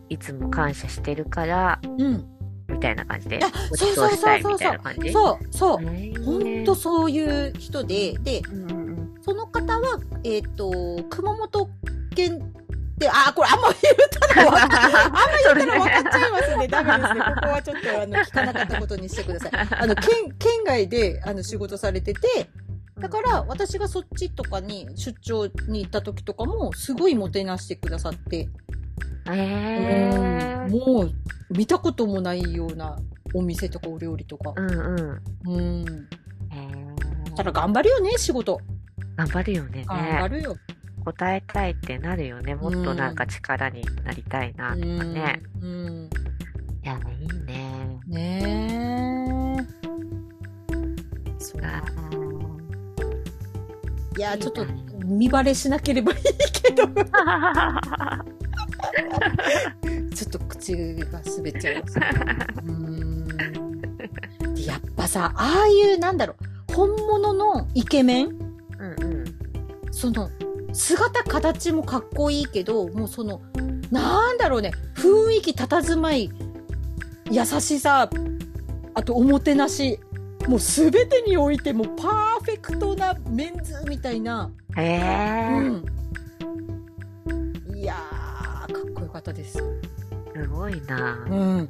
S2: いつも感謝してるから、
S1: うん、
S2: みたいな感じで
S1: あ、
S2: ごち
S1: そうそう
S2: そ
S1: う
S2: した
S1: そう
S2: い
S1: そう
S2: みた
S1: そ
S2: いな感じ。
S1: うそうそう
S2: ねえ
S1: 本当そういう人でで
S2: うんうんうん
S1: その方は、えっと熊本県であーこれあんま言ったら分かんないあんま言ったら分かっちゃいます ねダメですねここはちょっとあの聞かなかったことにしてくださいあの県県外であの仕事されててだから私がそっちとかに出張に行った時とかもすごいもてなしてくださって、
S2: えー
S1: うんもう見たこともないようなお店とかお料理とか
S2: う、んうん。
S1: うん、
S2: え
S1: た
S2: ー
S1: だ頑張るよね仕事
S2: 頑張るよね。
S1: 頑張るよ、
S2: 答えたいってなるよね。もっとなんか力になりたいなとかね。
S1: うんうん
S2: いや、いいね。
S1: ねえ。そう
S2: あ
S1: いや
S2: いいな
S1: ちょっと見バレしなければいいけ どち
S2: ー
S1: ょっと口が滑っちゃいますね。うーんでやっぱさああいうなんだろう本物のイケメン
S2: うんうん。
S1: その姿形もかっこいいけどもうそのなんだろうね雰囲気佇まい優しさあとおもてなしもう全てにおいてもうパーフェクトなメンズみたいな、
S2: へえー。
S1: うん、いやーかっこよかったです、
S2: すごいな
S1: う。ん、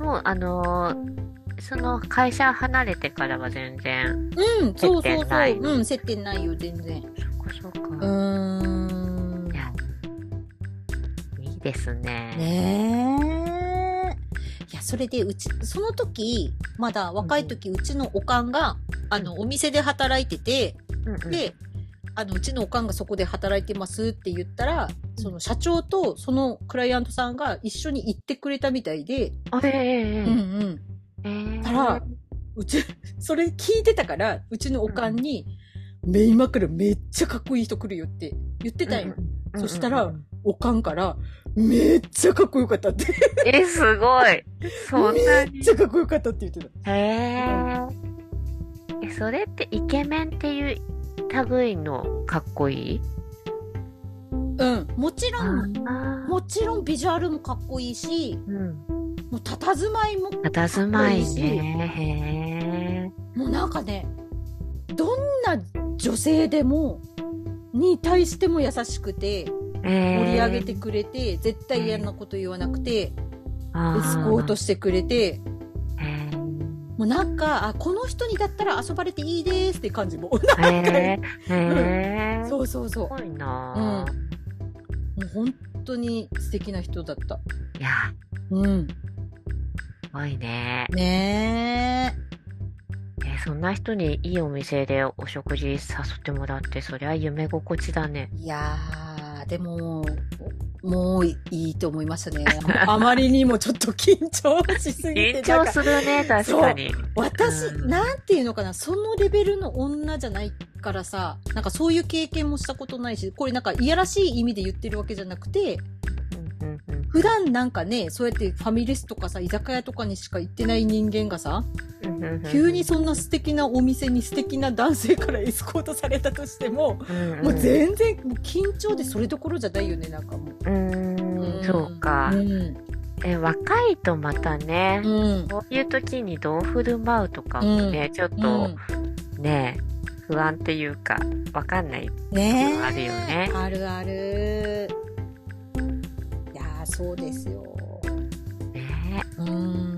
S2: もうあのーその会社離れてからは全然。
S1: うんそうそう
S2: 接
S1: そ
S2: 点な
S1: う
S2: い
S1: うん接点ないよ全然
S2: そっかそっか。
S1: うーん
S2: いや、いいですね。
S1: ねえ。いや、それで、うち、その時、まだ若い時、うちのおかんが、あの、お店で働いてて、
S2: うんうん、
S1: で、あの、うちのおかんがそこで働いてますって言ったら、その社長とそのクライアントさんが一緒に行ってくれたみたいで、
S2: あ、ええええ
S1: うんうん。
S2: ええ
S1: たら、うち、それ聞いてたから、うちのおかんに、め、今からめっちゃかっこいい人来るよって言ってたよ。
S2: うんうん
S1: そしたら、おかんから、めっちゃかっこよかったって。
S2: え、すごい。そんな
S1: め
S2: に
S1: っち。ゃかっこよかったって言ってた。
S2: へえ。え、それってイケメンっていう類のかっこいい
S1: うん、もちろん、
S2: ああ。
S1: もちろんビジュアルもかっこいいし、
S2: うん。
S1: もう佇まいも、
S2: たたずまいね。
S1: もうなんかね、どんな女性でも、に対しても優しくて、
S2: へえ。え
S1: 盛り上げ
S2: え
S1: てくれて、絶対嫌なこと言わなくて、エ
S2: あ
S1: スコートしてくれて、
S2: へえ
S1: もうなんか、あ、この人にだったら遊ばれていいですって感じ も。
S2: へえへえす
S1: そうそうそう。も
S2: ごいなぁ。
S1: う本当に素敵な人だった。
S2: いや、
S1: うん。
S2: すごいね。
S1: ね
S2: えそんな人にいいお店でお食事誘ってもらって、そりゃ夢心地だね。
S1: いやー、でも、もういいと思いましたね。あまりにもちょっと緊張しすぎて。
S2: 緊
S1: な
S2: 張
S1: んか
S2: するね、確かに。
S1: 私、
S2: うん
S1: なんていうのかな、そのレベルの女じゃないからさ、なんかそういう経験もしたことないし、これなんかいやらしい意味で言ってるわけじゃなくて、
S2: うんうんうん
S1: 普段なんかね、そうやってファミレスとかさ、居酒屋とかにしか行ってない人間がさ、
S2: うんうんうん
S1: 急にそんな素敵なお店に素敵な男性からエスコートされたとしても、
S2: うんうん
S1: もう全然、もう緊張でそれどころじゃないよね、なんかもう。
S2: うーん、そうか
S1: う。ん。
S2: え、若いとまたね
S1: う、ん。
S2: こういう時にどう振る舞うとかもね、ちょっとね、不安っていうか、わかんない。
S1: ねえ
S2: あるよね
S1: あるある。いやー、そうですよ。
S2: ね。
S1: うん。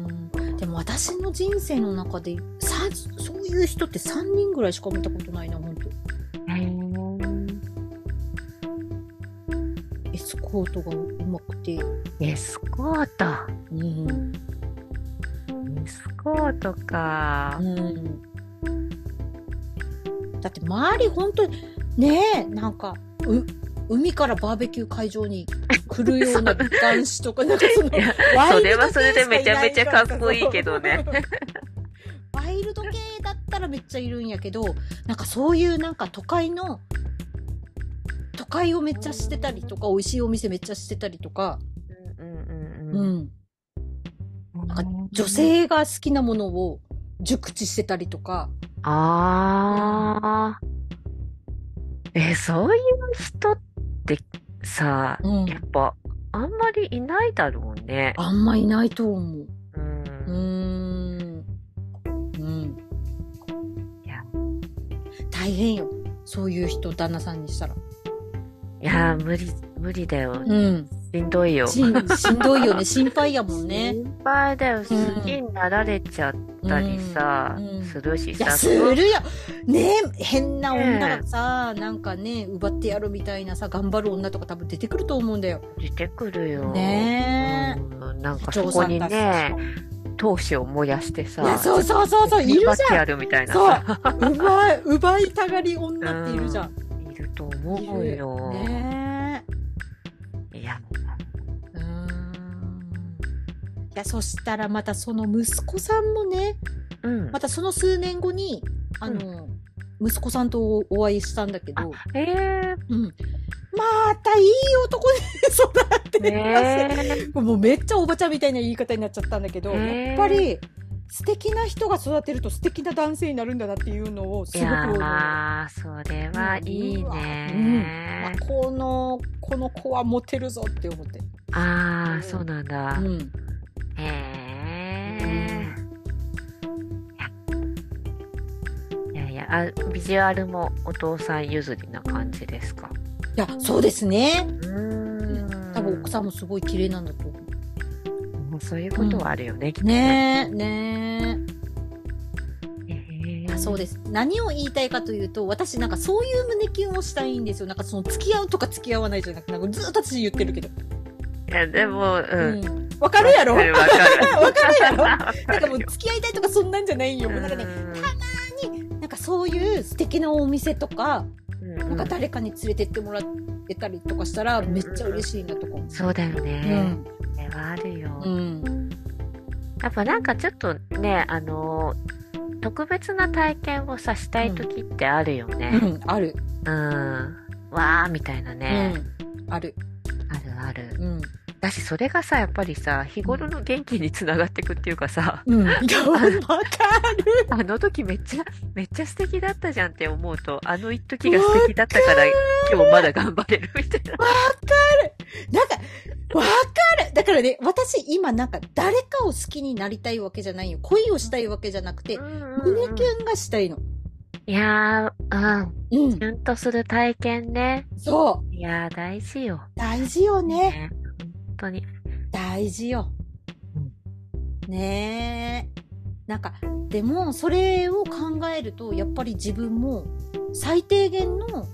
S1: でも私の人生の中で、さ、そういう人って3人ぐらいしか見たことないな、本当
S2: へー
S1: エスコートがうまくて。
S2: エスコート。
S1: うん。
S2: エスコートか。
S1: うん。だって周り本当に、ねえ、なんか、う、海からバーベキュー会場に来るような男子とか、なんかその、
S2: いや
S1: ワイルド
S2: それはそれでめちゃめちゃかっこいいけどね。
S1: ワイルド系だったらめっちゃいるんやけど、なんかそういうなんか都会の、都会をめっちゃしてたりとか、美味しいお店めっちゃしてたりとか、
S2: うんうん
S1: う
S2: うん
S1: ん。なんか女性が好きなものを熟知してたりとか、
S2: ああ。え、そういう人ってさ、
S1: うん
S2: やっぱ、あんまりいないだろうね。
S1: あんまいないと思う。
S2: う
S1: うーん。
S2: ん。
S1: うん。
S2: いや
S1: 大変よ。そういう人、旦那さんにしたら。
S2: いやー、無理、無理だよ。
S1: うん。
S2: しんどいよ。
S1: しんしんどいよね。心配やもんね。
S2: 心配だよ。好きになられちゃったりさ、
S1: うんうん
S2: するし
S1: いや、
S2: さ。
S1: するやねえ、変な女がさ、なんかね、奪ってやるみたいなさ、頑張る女とか多分出てくると思うんだよ。
S2: 出てくるよ。
S1: ね
S2: うんなんかそ
S1: 長
S2: こ
S1: さん
S2: に
S1: だし
S2: ね、闘志を燃やして
S1: いや、
S2: さ、
S1: そうそうそうそう、いるじ
S2: 奪ってやるみたいなさ。
S1: ゃん。そう。奪い、奪いたがり女っているじゃん。
S2: いると思う
S1: いる
S2: よ。
S1: ねえ。
S2: いや、
S1: うーん。いや、そしたらまたその息子さんもね、
S2: うん。
S1: またその数年後に、あの、息子さんとおお会いしたんだけど、
S2: え
S1: うん。またいい男で育って
S2: ー、
S1: ます。
S2: ね
S1: もうめっちゃおばちゃんみたいな言い方になっちゃったんだけど、
S2: へー
S1: やっぱり素敵な人が育てると素敵な男性になるんだなっていうのをす
S2: え。い
S1: ごく思う。ま
S2: やー、それはいい
S1: あ
S2: ね。
S1: この、この子はモテるぞって思って。
S2: あ
S1: う
S2: あ、
S1: ん
S2: そうなん
S1: う
S2: だ。
S1: ん。
S2: へえー。いやいやあ、ビジュアルもお父さん譲りな感じですか。
S1: いや、そうですね。
S2: うん
S1: 多分奥さんもすごい綺麗なんだと思
S2: もうそういうことはあるよね、きっ
S1: う。
S2: とね。
S1: ねえ、ねえ。あそう
S2: で
S1: です。何を言いたいかというと、私なんかそういう胸キュンをしたいんですよ。なんかその付き合うとか付き合わないじゃなくて、なんかずっと私言ってるけど。
S2: す。いや、で
S1: う
S2: も、うん。わ
S1: ん。わかるやろ
S2: かるわ
S1: わかるや ろ
S2: か
S1: なんか
S2: る
S1: も
S2: よ
S1: う付き合いたいとかそんなんじゃないよ。もうなんかね、なんかそういう素敵なお店とか、
S2: うん
S1: なんか誰かに連れてってもらってたりとかしたら、
S2: うん
S1: めっちゃ嬉しいなとか思う。
S2: そうだよ
S1: う
S2: ね。
S1: ん。
S2: それはあるよ。
S1: うん。
S2: やっぱなんかちょっとね、あのー特別な体験をさしたい時ってあるよ
S1: う
S2: ね。
S1: ん。ある。
S2: うん。わーみたいな
S1: う
S2: ね。
S1: ん。ある。
S2: あるある。
S1: うん。
S2: だし、それがさ、やっぱりさ、日頃の元気につながってくっていうかさ、
S1: うん。わかる。
S2: あの時めっちゃ、めっちゃ素敵だったじゃんって思うと、あの一時が素敵だったから、今日まだ頑張れるみたいな。
S1: なんか、わかる。だからね、私今なんか誰かを好きになりたいわけじゃないよ。恋をしたいわけじゃなくて、胸キュンがしたいの。
S2: いやー、うん。
S1: うん
S2: キ。ュンとする体験ね。
S1: そう。
S2: いやー、大事よ。
S1: 大事よね。
S2: ね。本当に。
S1: 大事よ
S2: うん。
S1: ねえ。なんか、でも、それを考えると、やっぱり自分も、最低限の、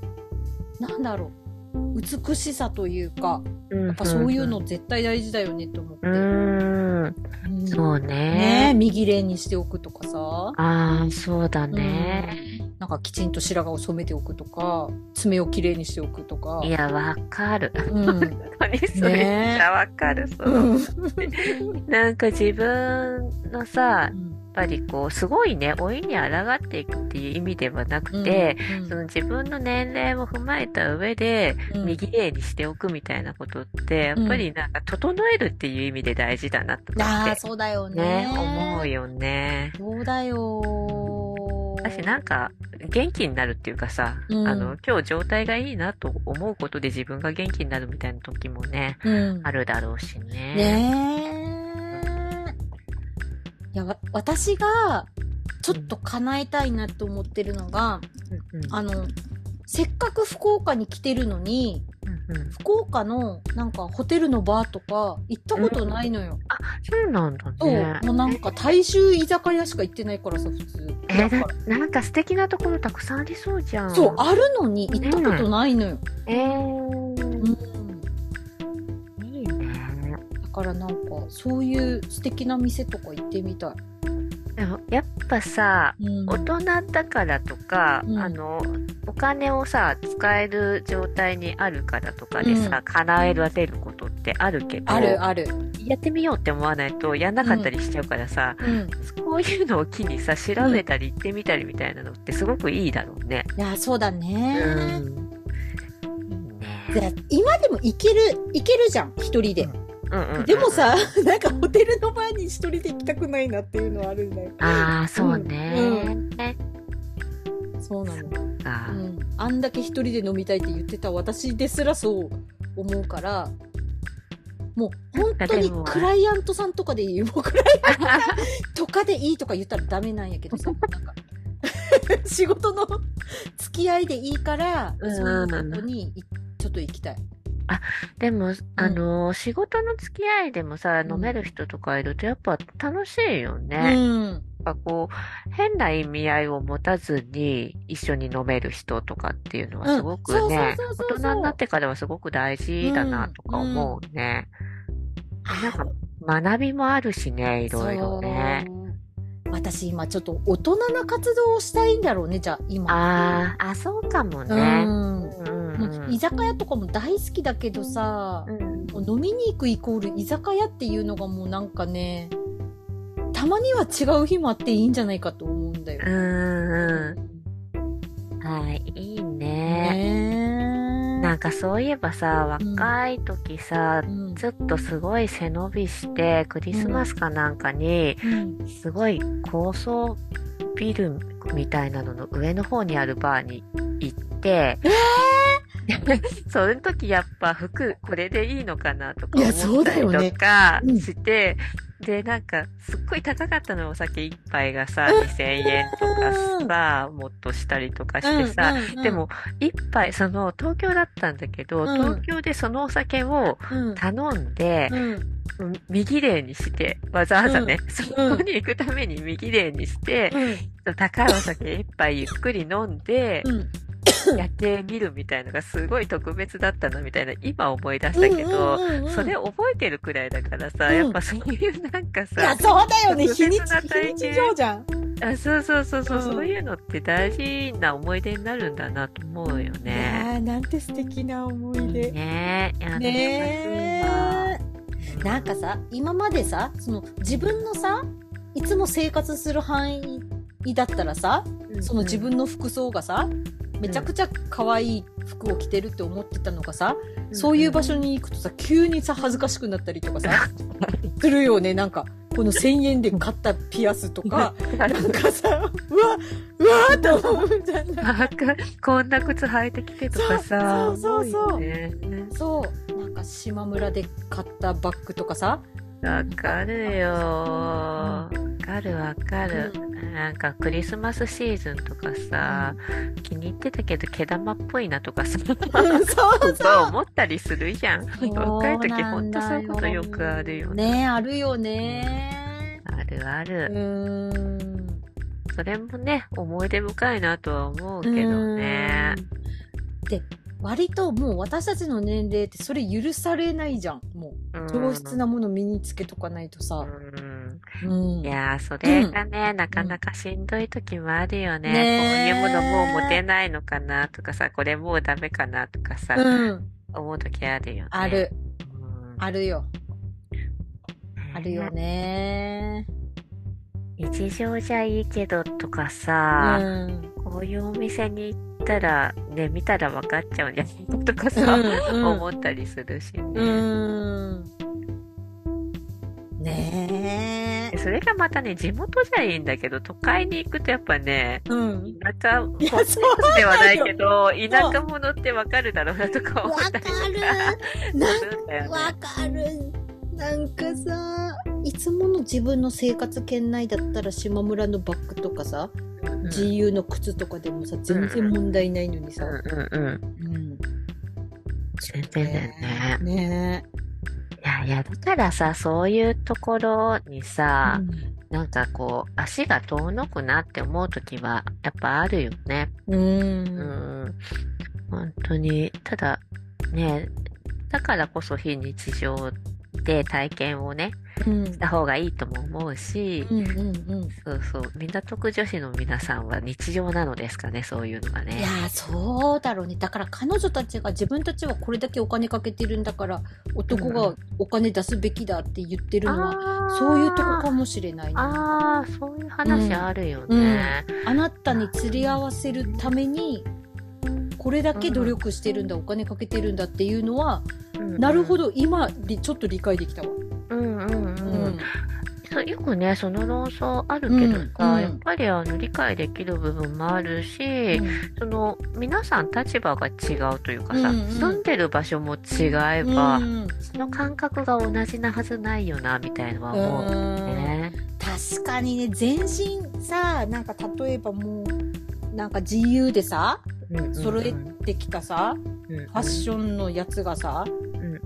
S1: なんだろう、美しさというか、
S2: や
S1: やっぱそういうの絶対大事だよねって思って。
S2: うーん、
S1: うん
S2: そう
S1: ねえ、
S2: ね。
S1: 右霊にしておくとかさ、
S2: ああ、そうだね。
S1: なんかきちんと白髪を染めておくとか、爪をきれいにしておくとか。
S2: いや、わかる。
S1: うん。
S2: 本当にそれめっちゃわかる。そううんなんか自分のさ、やっぱりこう、すごいね、老いに抗っていくっていう意味ではなくて、、その自分の年齢を踏まえた上で、
S1: うん
S2: 右霊にしておくみたいなことって、やっぱりなんか整えるっていう意味で大事だなと思
S1: あ
S2: っ
S1: あ、そうだよ
S2: て、
S1: ね。
S2: ね、思うよね。
S1: そうだよー。
S2: 私なんか元気になるっていうかさ、
S1: うん
S2: あの今日状態がいいなと思うことで自分が元気になるみたいな時もね
S1: うん
S2: あ。るだろうしね
S1: ねえ。いや、わ私が、ちょっと叶えたいなと思ってるのが、
S2: うんうん
S1: あの、せっかく福岡に来てるのに、
S2: うんうん
S1: 福岡の、なんか、ホテルのバーとか、行ったことないのよ。
S2: そうなんだ
S1: そう、
S2: ね
S1: もうなんか、大衆居酒屋しか行ってないからさ、普通。
S2: え
S1: だ
S2: ー
S1: か
S2: な
S1: ら
S2: なんか素敵なところたくさんありそうじゃん
S1: そう、あるのに、行ったことないのよ。
S2: えー
S1: うん。
S2: いいね
S1: だからなんか、そういう素敵な店とか行ってみたい。
S2: でもやっぱさ
S1: うん
S2: 大人だからとか、
S1: うん
S2: あのお金をさ使える状態にあるからとかでさ、
S1: うん
S2: 叶えられることってあるけど
S1: あるある。
S2: やってみようって思わないとやんなかったりしちゃうからさ、
S1: うん。
S2: こういうのを機にさ調べたり行ってみたりみたいなのってすごくいいだろうね。
S1: いや、そうだね。
S2: んいいね
S1: だ今でも行ける、行けるじゃん、一人で。
S2: うんうん
S1: でも、さ、なんかホテルの前に一人で行きたくないなっていうのはあるんだよ。
S2: ああ、そうね。
S1: う
S2: ね
S1: そうなの。
S2: あ
S1: う
S2: ー
S1: ん。あんだけ一人で飲みたいって言ってた私ですらそう思うから、もう本当にクライアントさんとかでいい。もうクライアント さんとかでいいとか言ったらダメなんやけどさ、なんか。 仕事の付き合いでいいから、
S2: うん
S1: そういうとこにいちょっと行きたい。
S2: でも、あのー仕事の付き合いでもさ、飲める人とかいるとやっぱ楽しいよね。
S1: うん。
S2: なんかこう、変な意味合いを持たずに一緒に飲める人とかっていうのはすごくね、
S1: うんそうそうそうそうそ
S2: 大
S1: う
S2: 人になってからはすごく大事だなとか思うね。なんか学びもあるしね、いろいろね。
S1: そう。私今ちょっと大人な活動をしたいんだろうね、じゃあ今。
S2: あーあ、そうかも
S1: う
S2: ね。
S1: ん。
S2: うんう
S1: も
S2: ん
S1: う居酒屋とかも大好きだけどさ、
S2: うん
S1: もう飲みに行くイコール居酒屋っていうのがもうなんかね、たまには違う日もあっていいんじゃないかと思うんだよ
S2: う。んうん。はい、いいね。
S1: ねえ。
S2: なんかそういえばさ、
S1: うん
S2: 若い時さ、
S1: うん
S2: ちょっとすごい背伸びして、クリスマスかなんかに、
S1: うん
S2: すごい高層ビルみたいなのの上の方にあるバーに行って、 その時やっぱ服これでいいのかなとか
S1: いや
S2: 思ったり
S1: そうだよね
S2: とか
S1: うん
S2: して、で、なんかすっごい高かったのよお酒一杯がさ、2000円とかさ、もっとしたりとかしてさ、
S1: うん
S2: で、も一杯、その東京だったんだけど、
S1: ん
S2: 東京でそのお酒を
S1: うん
S2: 頼んで、
S1: うん
S2: 右霊にして、わざわざね、そこに行くために右霊にして、高いお酒一杯ゆっくり飲んで、
S1: うん
S2: 夜景見るみたいのがすごい特別だったなみたいな、今思い出したけど、
S1: うんうんうんうん
S2: それ覚えてるくらいだからさ、
S1: うん
S2: やっぱそういうなんか
S1: いや、
S2: さ、
S1: そうだよね、日にち、
S2: 特別
S1: 日
S2: な体験
S1: にち上じゃん。
S2: あそうそうそうそう、
S1: うん
S2: そういうのって大事な思い出になるんだなと思うよ
S1: い
S2: ね。
S1: やーなんて素敵な思
S2: い
S1: い
S2: い
S1: 出。
S2: ねえ、いや
S1: ねえなんかさ今までさその自分のさいつも生活する範囲だったらさその自、分の服装がさめちゃくちゃ可愛い服を着てるって思ってたのがさ、そういう場所に行くとさ急にさ恥ずかしくなったりとか さするよねなんかこの1,000円で買ったピアスとか なんかさうわうわーって思うみたいな。
S2: わかるこんな靴履いてきてとかさ。
S1: そうそうそうそう
S2: 多いよね
S1: そうなんか島村で買ったバッグとか さ、
S2: わかるよ。わかるわかる。
S1: う
S2: なんかクリスマスシーズンとかさ、気に入ってたけど毛玉っぽいなとかさ、
S1: うんそう
S2: そう思ったりするじゃん。
S1: そう
S2: 若い時
S1: な
S2: ほ
S1: ん
S2: んと
S1: だよ
S2: そういうことよくあるよね。
S1: ねあるよね
S2: あるあ
S1: う
S2: る。
S1: ーん
S2: それもね、思い出深いなとは思うけどね。
S1: うーんで割ともう私たちの年齢ってそれ許されないじゃんもう上質なもの身につけとかないと
S2: う
S1: さ、
S2: ん
S1: うん
S2: いやー、それがね、なかなかしんどい時もあるよね。
S1: ねー
S2: こういうものもう持てないのかなとかさ、これもうダメかなとかさ、
S1: うん
S2: 思う時あるよね。
S1: ある
S2: うん。
S1: あるよあるよね
S2: 日常じゃいいけどとか
S1: う
S2: さ、
S1: ん
S2: こういうお店に行ったら、ね、見たら分かっちゃうんじゃないとか
S1: う
S2: さ、
S1: ん
S2: 思ったりするしね。
S1: うんうんね
S2: でそれがまたね、地元じゃいいんだけど、都会に行くとやっぱね、
S1: えうん
S2: 田舎、
S1: いやそう
S2: ではないけど、田舎者ってわかるだろうなとか思
S1: わ
S2: っ
S1: か
S2: たりとか。
S1: るなん
S2: するんだよね
S1: わかるなんかさいつもの自分の生活圏内だったら島村のバッグとかさ、GU の靴とかでもさ全然問題ないのにさ、
S2: うんうんうん。
S1: うん
S2: 全然だよね。
S1: ね
S2: いやいや、だからさ、そういうところに
S1: え
S2: さ
S1: う、ん
S2: なんかこう、足が遠のくなって思うときは、やっぱあるよね。
S1: うん
S2: うん。本当に。ただ、ね、だからこそ非日常で体験をね、
S1: うん
S2: した方がいいとも思うし、
S1: うんうんうん
S2: そうそう、港区女子の皆さんは日常なのですかね、そういうのが
S1: いや
S2: ね。
S1: ーそうだろうねだから彼女たちが自分たちはこれだけお金かけてるんだから男
S2: う
S1: がお金出すべきだって言ってるのは、
S2: あー
S1: そういうとこかもしれないね
S2: ああ、そういう話あるよね。
S1: うんうんあなたに釣り合わせるためにこれだけ努力してるんだ、お金かけてるんだっていうのは
S2: うん
S1: なるほ
S2: ど。
S1: ど今りちょっと理解できたわ、
S2: うんうん
S1: う
S2: うん。そうよくね、その論争あるけどさ、
S1: うんうん
S2: やっぱりあの理解できる部分もあるし、その皆さん立場が違うというかさ、
S1: うんうん
S2: 住んでる場所も違え
S1: うん
S2: ば、
S1: うん
S2: その感覚が同じなはずないよなみたいのは
S1: う
S2: 思う
S1: ん
S2: ね。
S1: 確かにね全身さなんか例えばもうなんか自由でさ
S2: うん
S1: 揃えてきたさ
S2: うん
S1: ファッションのやつがさ
S2: うん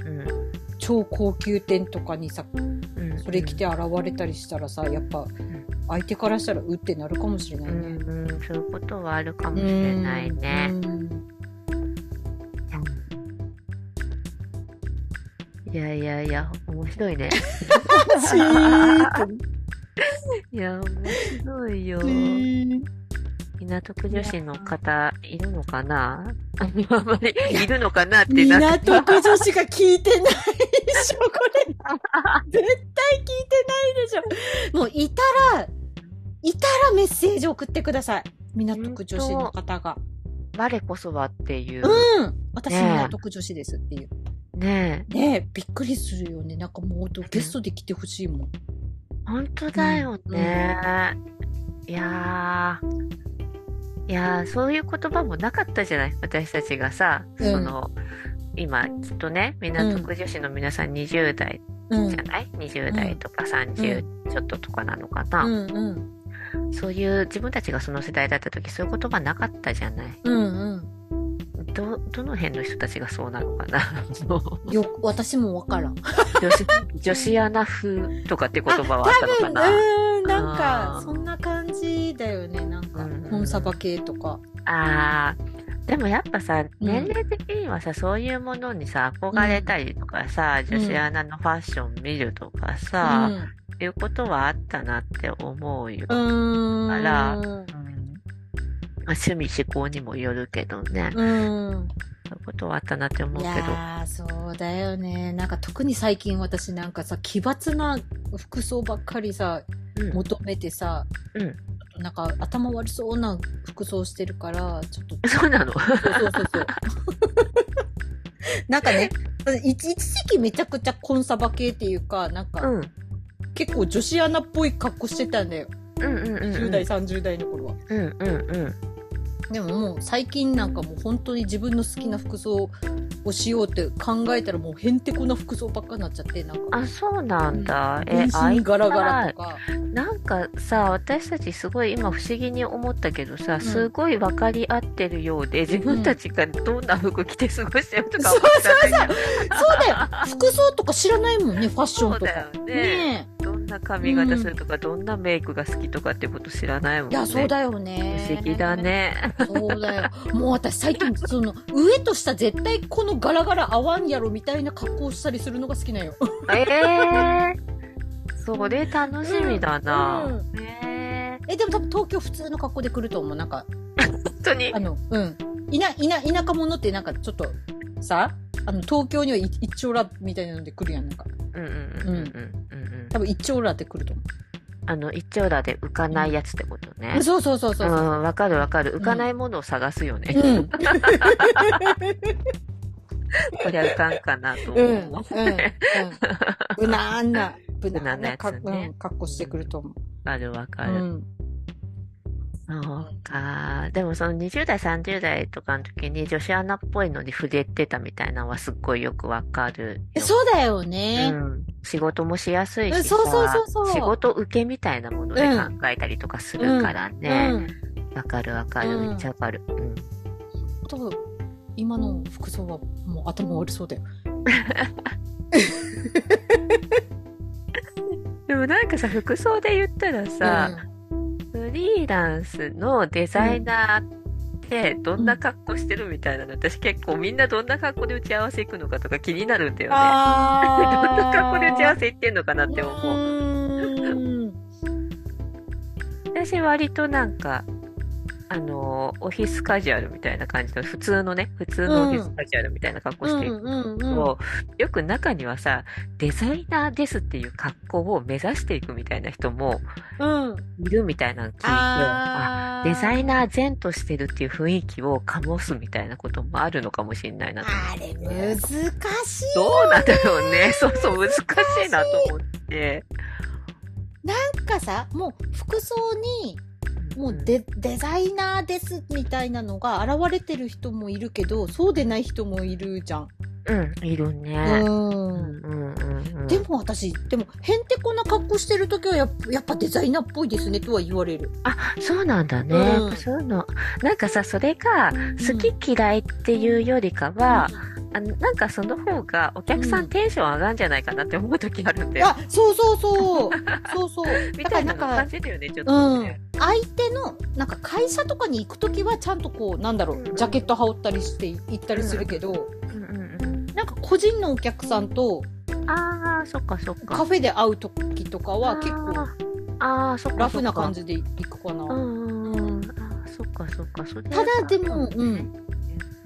S1: 超高級店とかにさ
S2: うんうん
S1: それ着て現れたりしたらさやっぱ
S2: ん
S1: 相手からしたらうってなるかもしれな
S2: う
S1: いね
S2: ん。うん、そういうことはあるかもしれない ね。
S1: うん
S2: いやいやいや、面白 いね。
S1: チーって
S2: いや、面白いよ。
S1: ね
S2: 港区女子の方、いるのかな あんまり、いるのかなってなって
S1: 港区女子が聞いてないでしょこれ絶対聞いてないでしょもういたらいたらメッセージ送ってください港区女子の方が
S2: 我こそはっていう。
S1: うん私
S2: ねえ
S1: 港区女子ですっていう
S2: ね
S1: ねえびっくりするよねなんかもうゲストで来てほしいもん
S2: え。本当だよね。いやー。いやー、そういう言葉もなかったじゃない私たちがさ、
S1: うん
S2: その、今、きっとね、港区女子の皆さん20代
S1: うん
S2: じゃない、?20 代とか30ちょっととかなのかな、
S1: うんうん
S2: そういう、自分たちがその世代だった時、そういう言葉なかったじゃない
S1: うんうん
S2: どどの辺の人たちがそうな の かな
S1: よく私もわからん
S2: 女子女子アナ風とかって言葉はあったのか
S1: あ
S2: な
S1: 多分うーんなん
S2: あ
S1: か
S2: ー
S1: そんな感じだよねなんか
S2: うん
S1: コンサバ系とか
S2: あーでもやっぱさ年齢的にはさ、そういうものにさ憧れたりとかさ、
S1: ん
S2: 女子アナのファッション見るとか
S1: う
S2: さ、
S1: ん
S2: いうことはあったなって思うよ、
S1: うーん
S2: あらうんまあ、趣味思考にもよるけどね、
S1: うん
S2: そういうことはあったなって思う
S1: い
S2: け
S1: や
S2: ど
S1: ーそうだよねなんか特に最近私なんかさ奇抜な服装ばっかりさ
S2: うん
S1: 求めてさ、
S2: うん
S1: なんか頭悪そうな服装してるからちょ っと
S2: そうなの
S1: そうそうそうそう なんかね一一時期めちゃくちゃコンサバ系っていうかなんか、
S2: うん
S1: 結構女子アナっぽい格好してたんだよ
S2: うんうんうんう
S1: 10
S2: ん
S1: 代30代の頃は、
S2: うんうんうん
S1: でももう最近なんかもう本当に自分の好きな服装をしようって考えたらもうへんてこな服装ばっかになっちゃってなんか
S2: あ、そうなんだ。え
S1: 全、
S2: あ
S1: 身
S2: い
S1: ガラガラとか
S2: なんかさ、私たちすごい今不思議に思ったけどさ、
S1: ん
S2: すごい分かり合ってるようで、自分たちがどんな服着て過ごしてるとか
S1: そう
S2: そうそう
S1: そうだよ服装とか知らない もんねファッションとか
S2: そうだよね
S1: え
S2: どんな髪型するとか、どんなメイクが好きとかってこと知らないもん
S1: い
S2: ね。
S1: やそうだよ
S2: 不
S1: ね
S2: 思議だね。
S1: そうだよもう私最近その上と下絶対このガラガラ合わんやろみたいな格好をしたりするのが好きなんよ
S2: ええそれ楽しみだな。
S1: うん
S2: え
S1: えでも多分東京普通の格好で来ると思うなんか
S2: ー本当に
S1: あの、うん。いな、いな、田舎者ってなんかちょっと、さ、あの、東京にはい一丁羅みたいなので来るやん。なんか、
S2: うんうんうんうんうんうん。
S1: 多分一丁羅って来ると思
S2: あの、一丁羅で浮かないやつってことね。
S1: う。そうそうそうそううそ
S2: ん、わかるわかる。浮かないものを探すよね。
S1: う。うん。
S2: こりゃ浮かんかなと
S1: うん。 うん。
S2: 思う。
S1: 無難な、無
S2: 無
S1: 難
S2: 難な
S1: な
S2: やつ
S1: 格好、
S2: ね
S1: うん格好してくると思う。
S2: あるわか
S1: う
S2: る。
S1: ん。
S2: そうか。でもその20代、30代とかの時に女子アナっぽいのに触れてたみたいなのはすっごいよくわかる
S1: え
S2: よ。
S1: そうだよ
S2: う
S1: ね。
S2: ん。仕事もしやすいしさ、
S1: うんそうそうそうそう
S2: 仕事受けみたいなもので考えたりとかするから
S1: う
S2: ね。
S1: ん。
S2: わ、かるわかる。
S1: うん
S2: めっちゃわかる。うん。
S1: 多分今の服装はもう頭悪そうだよ。
S2: でもなんかさ、服装で言ったらさ、フリーランスのデザイナーってどんな格好してるみたいなの、私結構みんなどんな格好で打ち合わせ行くのかとか気になるんだよね。 どん
S1: あ
S2: な格好で打ち合わ
S1: せ
S2: せ行ってんのかなって思う。
S1: 思うーん。
S2: 私割となんか、あのオフィスカジュアルみたいな感じの普通のね普通のオフィスカジュアルみたいな格好してる
S1: うん
S2: け
S1: うんうん
S2: ど、よく中にはさデザイナーですっていう格好を目指していくみたいな人も
S1: うん
S2: いるみたいなの聞いてあ
S1: あー
S2: デザイナー善としてるっていう雰囲気を醸すみたいなこともあるのかもしれないなと
S1: あれ難しい
S2: どうなんだろうね。そうそう、難しいなと思って。
S1: なんかさもう服装にもうデ,、デザイナーですみたいなのが現れてる人もいるけどそうでない人もいるじゃん。
S2: うん、いる
S1: う
S2: ね。うん
S1: ん
S2: うんうんうん。
S1: でも私でもへんてこな格好してる時はやっぱやっぱデザイナーっぽいですねとは言われる。
S2: あ、そうなんだね。
S1: うん
S2: やっぱそういうの。なんかさ、それが好き嫌いっていうよりかは、あのなんかその方がお客さ
S1: うん
S2: んテンション上がるんじゃないかなって思う時あるんだよ。
S1: あそうそうそう そうそう
S2: み
S1: だか
S2: た
S1: ら
S2: い
S1: な
S2: なん感
S1: か
S2: じだよね、ちょっ
S1: う
S2: と
S1: ん
S2: ね。
S1: 相手のなんか会社とかに行く時はちゃんとこうなんだろうジャケット羽織ったりして行ったりするけど
S2: うんうん
S1: なんか個人のお客さんと
S2: うん。ああ、そっかそっか。
S1: カフェで会う時とかは結構
S2: あー。あーそっかそっか。
S1: ラフな感じで行くか
S2: う
S1: な。
S2: んうんうん。あーそっかそっか。それ
S1: ただでもうん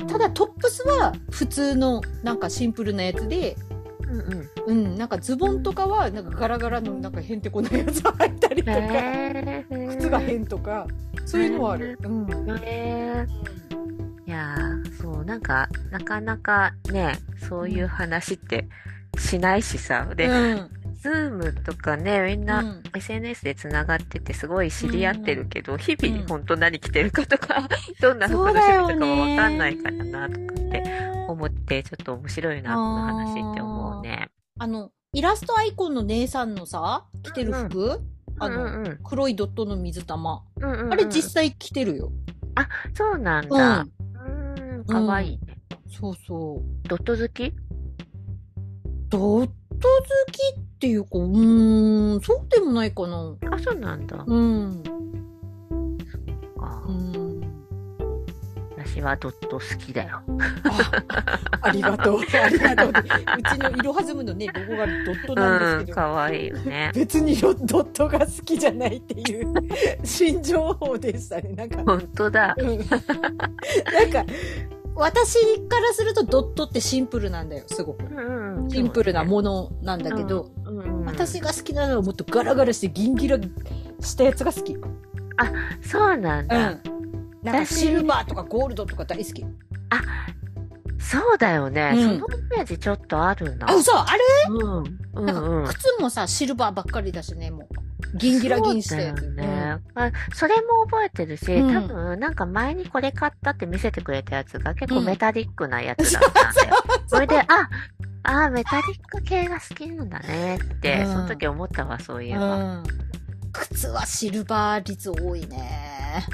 S1: ただトップスは普通のなんかシンプルなやつで
S2: うんうん。
S1: うん、なんかズボンとかはなんかガラガラのなんかへんてこなやつ入ったりとか、
S2: へー
S1: 靴が変とかそういうのはある、うん
S2: へーいやーそうなんかなかなかねそういう話ってしないしさで、
S1: うん
S2: ズームとかねみんな、SNS でつながっててすごい知り合ってるけど、日
S1: うん
S2: 々本当何着てるかとか、 どんな服の趣味とかもわかんないからなとかって思ってちょっと面白いなこの話って思うね。
S1: あのイラストアイコンの姉さんのさ着てる服、あの、
S2: うんうん
S1: 黒いドットの水玉、
S2: うんうんうん
S1: あれ実際着てるよ、
S2: そうなん
S1: うん
S2: だ。うん、かわいいね。
S1: そうそう
S2: ドット好き
S1: ドット好きっていうかうーんそうでもないかな
S2: あ、そうなんだ。
S1: うん
S2: あー
S1: うん
S2: 私はドット好きだよ。
S1: あありがとう、ありがとう。うちのいろはずむのね、ロゴがドットなん
S2: う
S1: です
S2: ん、
S1: けど、。
S2: かわいいよね
S1: 別にロドットが好きじゃないっていう 新情報でしたね。なんか、
S2: 本当だ。
S1: うんなんか、私からするとドットってシンプルなんだよ、すごく。
S2: うん
S1: シンプルなものなんだけど、
S2: うんうん
S1: 私が好きなのはもっとガラガラしてギンギラしたやつが好き。うん。
S2: そうなんだ、
S1: なんかシルバーとかゴールドとか大好き。
S2: そうだよね、
S1: うん
S2: そのイメージちょっとあるな
S1: あ、嘘あれ
S2: うんうん
S1: なん
S2: うん
S1: か靴もさ、シルバーばっかりだしね、もう。ギンギラギンしたやつ。
S2: そうだよね、まあ、それも覚えてるし、
S1: うん
S2: 多分なんか前にこれ買ったって見せてくれたやつが結
S1: う
S2: 構
S1: ん
S2: メタリックなやつだったんだよ、それでああーメタリック系が好きなんだねって、
S1: うん
S2: その時思ったわそういえ
S1: う
S2: ば、
S1: ん。靴はシルバー率多いね。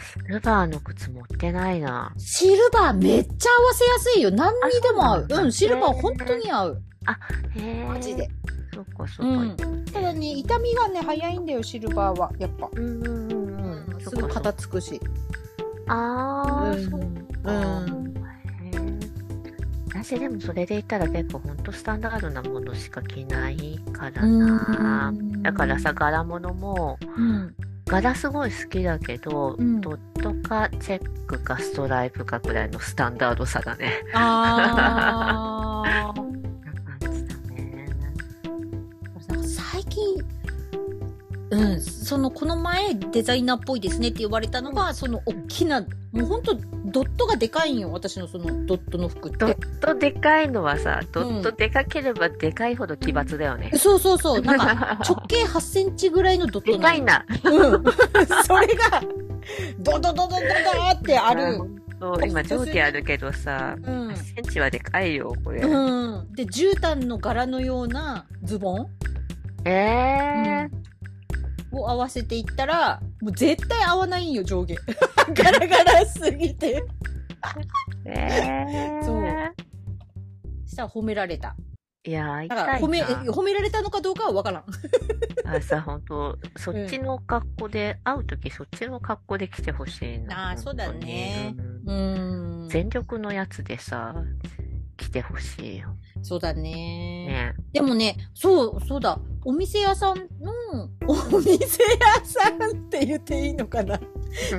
S2: シルバーの靴持ってないな
S1: シルバーめっちゃ合わせやすいよ。何にでも合う。
S2: あそうなんだ
S1: うん、シルバー本当に合う。
S2: へえ
S1: マジで。
S2: そっかそっか、
S1: うん。ただね、痛みがね、早いんだよ、シルバーは。やっぱ。
S2: うんうんうんうん。
S1: すぐ片つくし。
S2: ああ、
S1: うん
S2: そうか。へー私でもそれで言ったら結構ほんとスタンダードなものしか着ないからな。だからさ、柄物も、
S1: うん。
S2: 柄すごい好きだけど、
S1: うん
S2: ドットかチェックかストライプかくらいのスタンダードさだね。
S1: あー。
S2: な感じだね。
S1: なんか最近、うん、そのこの前デザイナーっぽいですねって言われたのが、その大きなもうほんとドットがでかいんよ私のそのドットの服っ
S2: ド
S1: て
S2: ットでかいのはさ、ドットでかければでかいほど奇抜だよね。
S1: そうそうそうなん か直径8センチぐらいのドット
S2: でかいな。
S1: のうん、 それがドドドドドドーってある、
S2: そう今上下あるけどさ、
S1: うん
S2: 8センチはでかいよ、これ。
S1: うん、で絨毯の柄のようなズボン
S2: え
S1: を合わせていったらもう絶対合わないんよ上下 ガラガラすぎて
S2: ー、えー、
S1: そうしたら褒められた
S2: いやー、
S1: だから
S2: 痛
S1: 褒め、え
S2: いな。
S1: 褒められたのかどうかはわからん。
S2: あさ、本当そっちの格好で、会うときそっちの格好で来てほしいな。
S1: あーそうだね
S2: 本当に。うん
S1: うん。
S2: 全力のやつでさ、来てほしいよ。
S1: そうだね
S2: ね。
S1: でもね、そう、そうだ。お店屋さんの、お店屋さんって言っていいのかな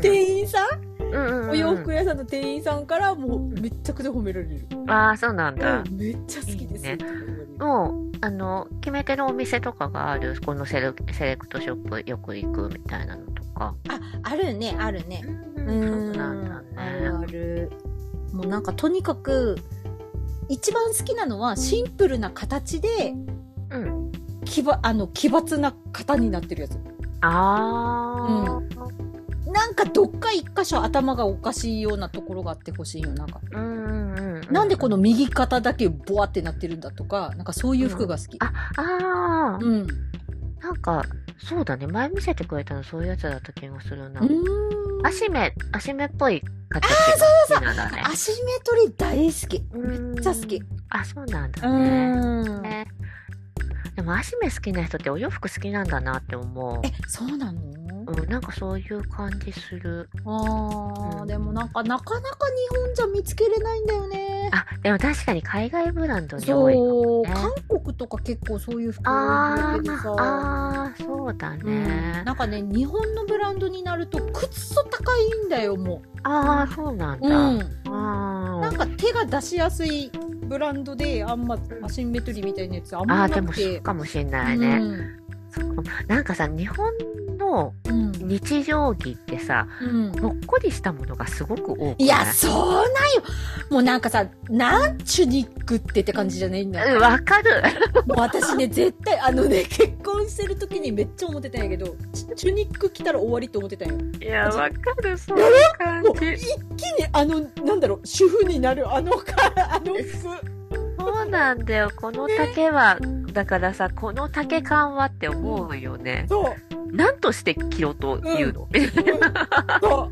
S1: 店員さ
S2: うんうんう
S1: ん
S2: んうん
S1: お洋服屋さんの店員さんからもう
S2: うん
S1: めっちゃくちゃ褒められる。
S2: ああ、そうなんだ。
S1: めっちゃ好きです。
S2: いいね
S1: って言われる
S2: もう、あの、決めてるお店とかがある、このセレセレクトショップよく行くみたいなのとか。
S1: あ、あるね、あるね。
S2: そうなん
S1: ある
S2: だ
S1: あ
S2: ね。
S1: る。もうなんかとにかく、一番好きなのはシンプルな形で、
S2: うん。
S1: 奇抜、あの、奇抜な型になってるやつ。
S2: あ
S1: なんかどっか一箇所頭がおかしいようなところがあってほしいよ。なんか、
S2: あ。うんうんうん。
S1: なんでこの右肩だけボワってなってるんだとか、なんかそういう服が好き。
S2: あ、ああ、
S1: うん。
S2: なんか、そうだね。前見せてくれたのそういうやつだった気がするな
S1: う。ーん。
S2: 足目、足目っぽい形が好きなんだね。
S1: アシメトリ大好き。
S2: め
S1: っちゃ好き。
S2: あ、そうなんだ
S1: う
S2: ね。
S1: ーん。え、
S2: ねでも、足目好きな人ってお洋服好きなんだなって思う。
S1: そうなの
S2: うん、なんかそういう感じする。
S1: あ
S2: う
S1: ー、
S2: ん
S1: でもなんかなかなか日本じゃ見つけれないんだよね。
S2: あ、でも確かに海外ブランドに多いかも。
S1: そう、
S2: ね
S1: 韓国とか結構そういう服多いん
S2: あ
S1: だけど
S2: ー
S1: さ。
S2: あー、そうだ
S1: う
S2: ね
S1: ん、。なんかね日本のブランドになるとくっそ高いんだよも
S2: ああ、そうなん
S1: う、
S2: だ。
S1: うん、
S2: あ
S1: なん
S2: ー
S1: か手が出しやすいブランドであんまアシンメトリーみたいなやつあんま
S2: あー、で
S1: な
S2: も
S1: く
S2: そう
S1: て
S2: かもしれな
S1: う
S2: い
S1: ん
S2: ね。そうなんかさ、日本の
S1: うん
S2: 日常着ってさ、
S1: うん
S2: もっこりしたものがすごく多くない
S1: いやそうなんよもうなんかさなんチュニックってって感じじゃないんだ
S2: うんわ かる。
S1: もう私ね、絶対、あのね、 結婚してる時にめっちゃ思ってたんやけど、チチュニック着たら終わりと思ってたんよ。
S2: いや、わかる、そう
S1: う
S2: いう感
S1: もう、一
S2: じ。
S1: 気に、あの、なんだろう、主婦になる、あのか、あの服。
S2: そうなんだよ。この丈は、だからさ、この丈感はって思うよね。
S1: そう、
S2: 何として着ろというの、
S1: そう。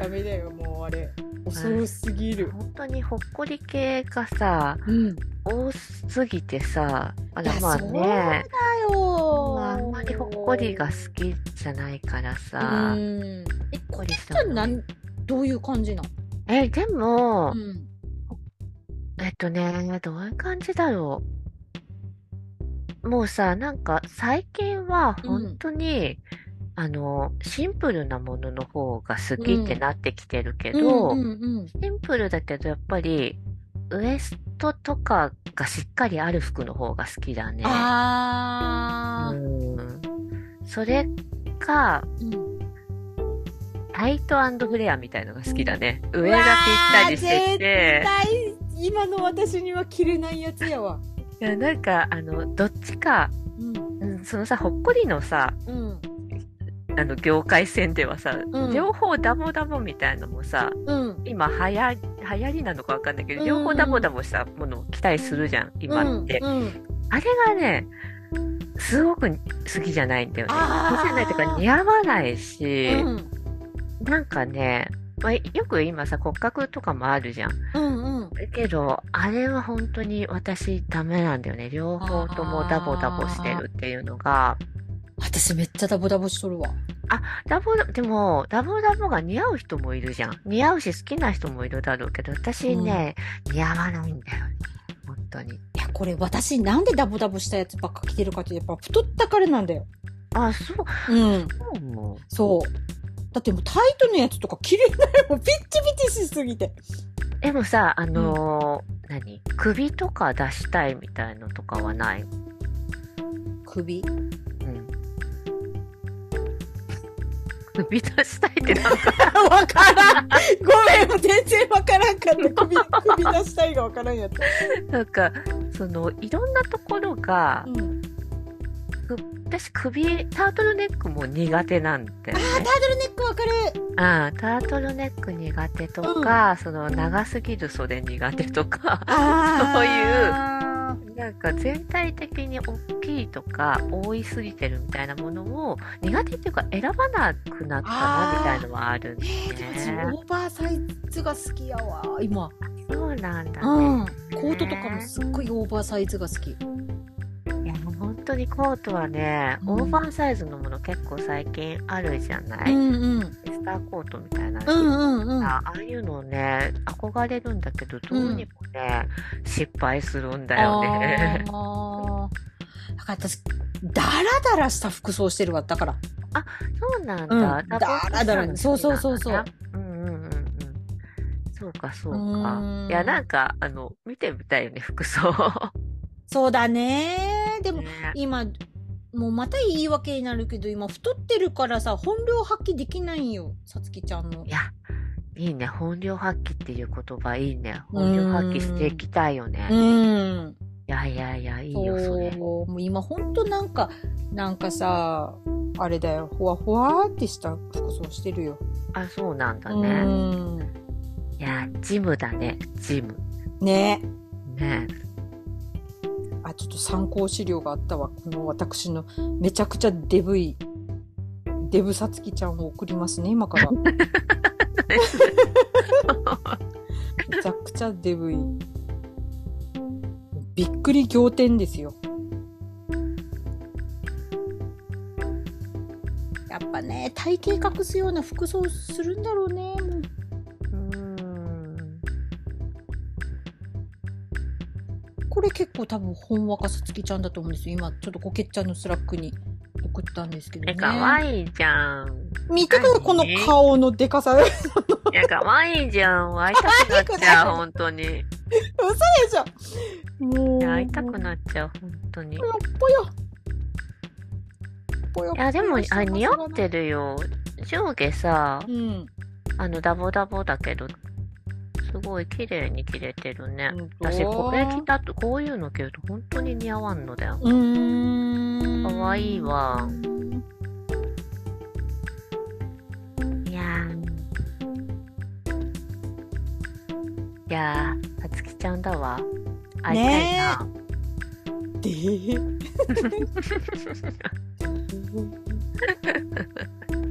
S1: ダメだよ、もうあれ。恐ろしすぎる。
S2: 本当にほっこり系がさ
S1: うん。
S2: 多すぎてさあ
S1: い
S2: れ
S1: や、
S2: まあ
S1: そうだ
S2: ね
S1: よ。
S2: まああんまりほっこりが好きじゃないからさ、
S1: う
S2: ほ
S1: ん。
S2: っ
S1: え、
S2: こりした
S1: 普段なん、どういう感じな
S2: えで
S1: の
S2: も、
S1: ん。
S2: えっとねどういう感じだろうもうさなんか最近は本当に、あのシンプルなものの方が好きってなってきてるけど、
S1: うんうん
S2: シンプルだけど、やっぱり、ウエストとかがしっかりある服の方が好きだ
S1: う
S2: ね
S1: ん。。あ
S2: うん。それか、
S1: ー。うん
S2: タイトフレアみたいのが好きだね。上がぴったりしてて
S1: 絶、対今の私には着れないやつやわ。
S2: いや、なんか、あの、どっちか、
S1: うん。
S2: うんそのさ、ほっこりのさ、
S1: うん。
S2: あの、業界線ではさ、
S1: うん
S2: 両方ダボダボみたいのもさ、
S1: うん。
S2: 今、流行、流行りなのかわかんないけど、
S1: うん
S2: 両方ダボダボしたものを期待するじゃん、今って。
S1: うん。
S2: あれがね、すごく好きじゃないんだよね。
S1: あー
S2: 好きじゃないというか似合わないし、
S1: うん。
S2: なんかね、まあ、よく今さ骨格とかもあるじゃん。
S1: うん。うん。
S2: けど、あれは本当に私ダメなんだよね。両方ともダボダボしてるっていうのが。
S1: 私めっちゃダボダボしとるわ。
S2: ダボダ、でも、ダボダボが似合う人もいるじゃん。似合うし好きな人もいるだろうけど、私ね、似合わないんだよね。本当に。
S1: いや、これ私なんでダボダボしたやつばっか着てるかってやっぱ太ったからなんだよ。
S2: あ、そう、
S1: うん。
S2: そうもう。
S1: そう。だってもうタイトのやつとか着れないもん。ピッチピチしすぎて。
S2: でもさ、あのー何首とか出したいみたいのとかはない。
S1: 首
S2: うん。首出したいっ てなんか、
S1: わからん。ごめん、もう全然わからんかった。首、首出したいがわからんやつ。
S2: なんか、その、いろんなところが、
S1: うん。
S2: 私首、タートルネックも苦手なんだよ
S1: あー、ター
S2: ね。
S1: トルネックわかる。
S2: あタートルネック苦手とか、その、長すぎる袖苦手とか、 そういう
S1: あー
S2: なんか全体的に大きいとか覆いすぎてるみたいなものを苦手っていうか選ばなくなった
S1: あー
S2: なみたいのはあるんで
S1: えー、でも私
S2: ね。
S1: オーバーサイズが好きやわ今、
S2: そうなんだ
S1: う
S2: ね。
S1: ん、コートとかもすっごいオーバーサイズが好き
S2: いやもう本当にコートはね、
S1: うん
S2: オーバーサイズのもの結構最近あるじゃない、
S1: うんうん
S2: スターコートみたいな。
S1: うんうんうん
S2: あああいうのね、憧れるんだけど、どうにもね、失敗するんだよね。
S1: あーだから私ダラダラした服装してるわだから
S2: そうなん
S1: うん
S2: だ。多分
S1: だらだらねそうそうそうそう。
S2: うんうんうんうん。そうか、そう
S1: うー
S2: か
S1: ん。
S2: いや、なんか、あの、見てみたいよね、服装。
S1: そうだね。でも、
S2: ね
S1: 今、もうまた言い訳になるけど、今太ってるからさ、本領発揮できないんよ、さつきちゃんの
S2: い。や、いいね。本領発揮っていう言葉いいね。本領発揮していきたいよね。
S1: う
S2: い
S1: ん。
S2: やいやいや、いいよ、それ。
S1: そう。もう今ほんとなんか、なんかさ、あれだよ、ほわほわってした服装してるよ。
S2: あ、そうなんだ
S1: う
S2: ね。
S1: ん。
S2: いや、ジムだね、ジム。
S1: ね。
S2: ね。
S1: あ、ちょっと参考資料があったわ。この私のめちゃくちゃデブい、デブさつきちゃんを送りますね、今 から。めちゃくちゃデブい。びっくり仰天ですよ。やっぱね、体型隠すような服装するんだろうね。もう
S2: うーん。
S1: これ結構多分本若さつきちゃんだと思うんですよ。今ちょっとコケちゃんのスラックに送ったんですけどね。
S2: え、かわいいじゃん。
S1: 見てください、この顔のでかさ。 嘘で
S2: いや、かわいいじゃん。会いたくなっちゃう、本当に。
S1: しょ。もう。
S2: いや会いたくなっちゃう、本当に。い
S1: もうぽよ。ぽよ。
S2: や、でも、あ、似合って
S1: る。
S2: るよ。上下さ、
S1: うん。
S2: あの、ダボダボだけど、すごい綺麗に着れてるね。私、
S1: 本当
S2: これ着たと、こういうの着ると本当に似合わんのだよ。
S1: うーん。
S2: かわいいわ。いやー。いやー、さつきちゃんだわ。会いたいな。
S1: で。いやー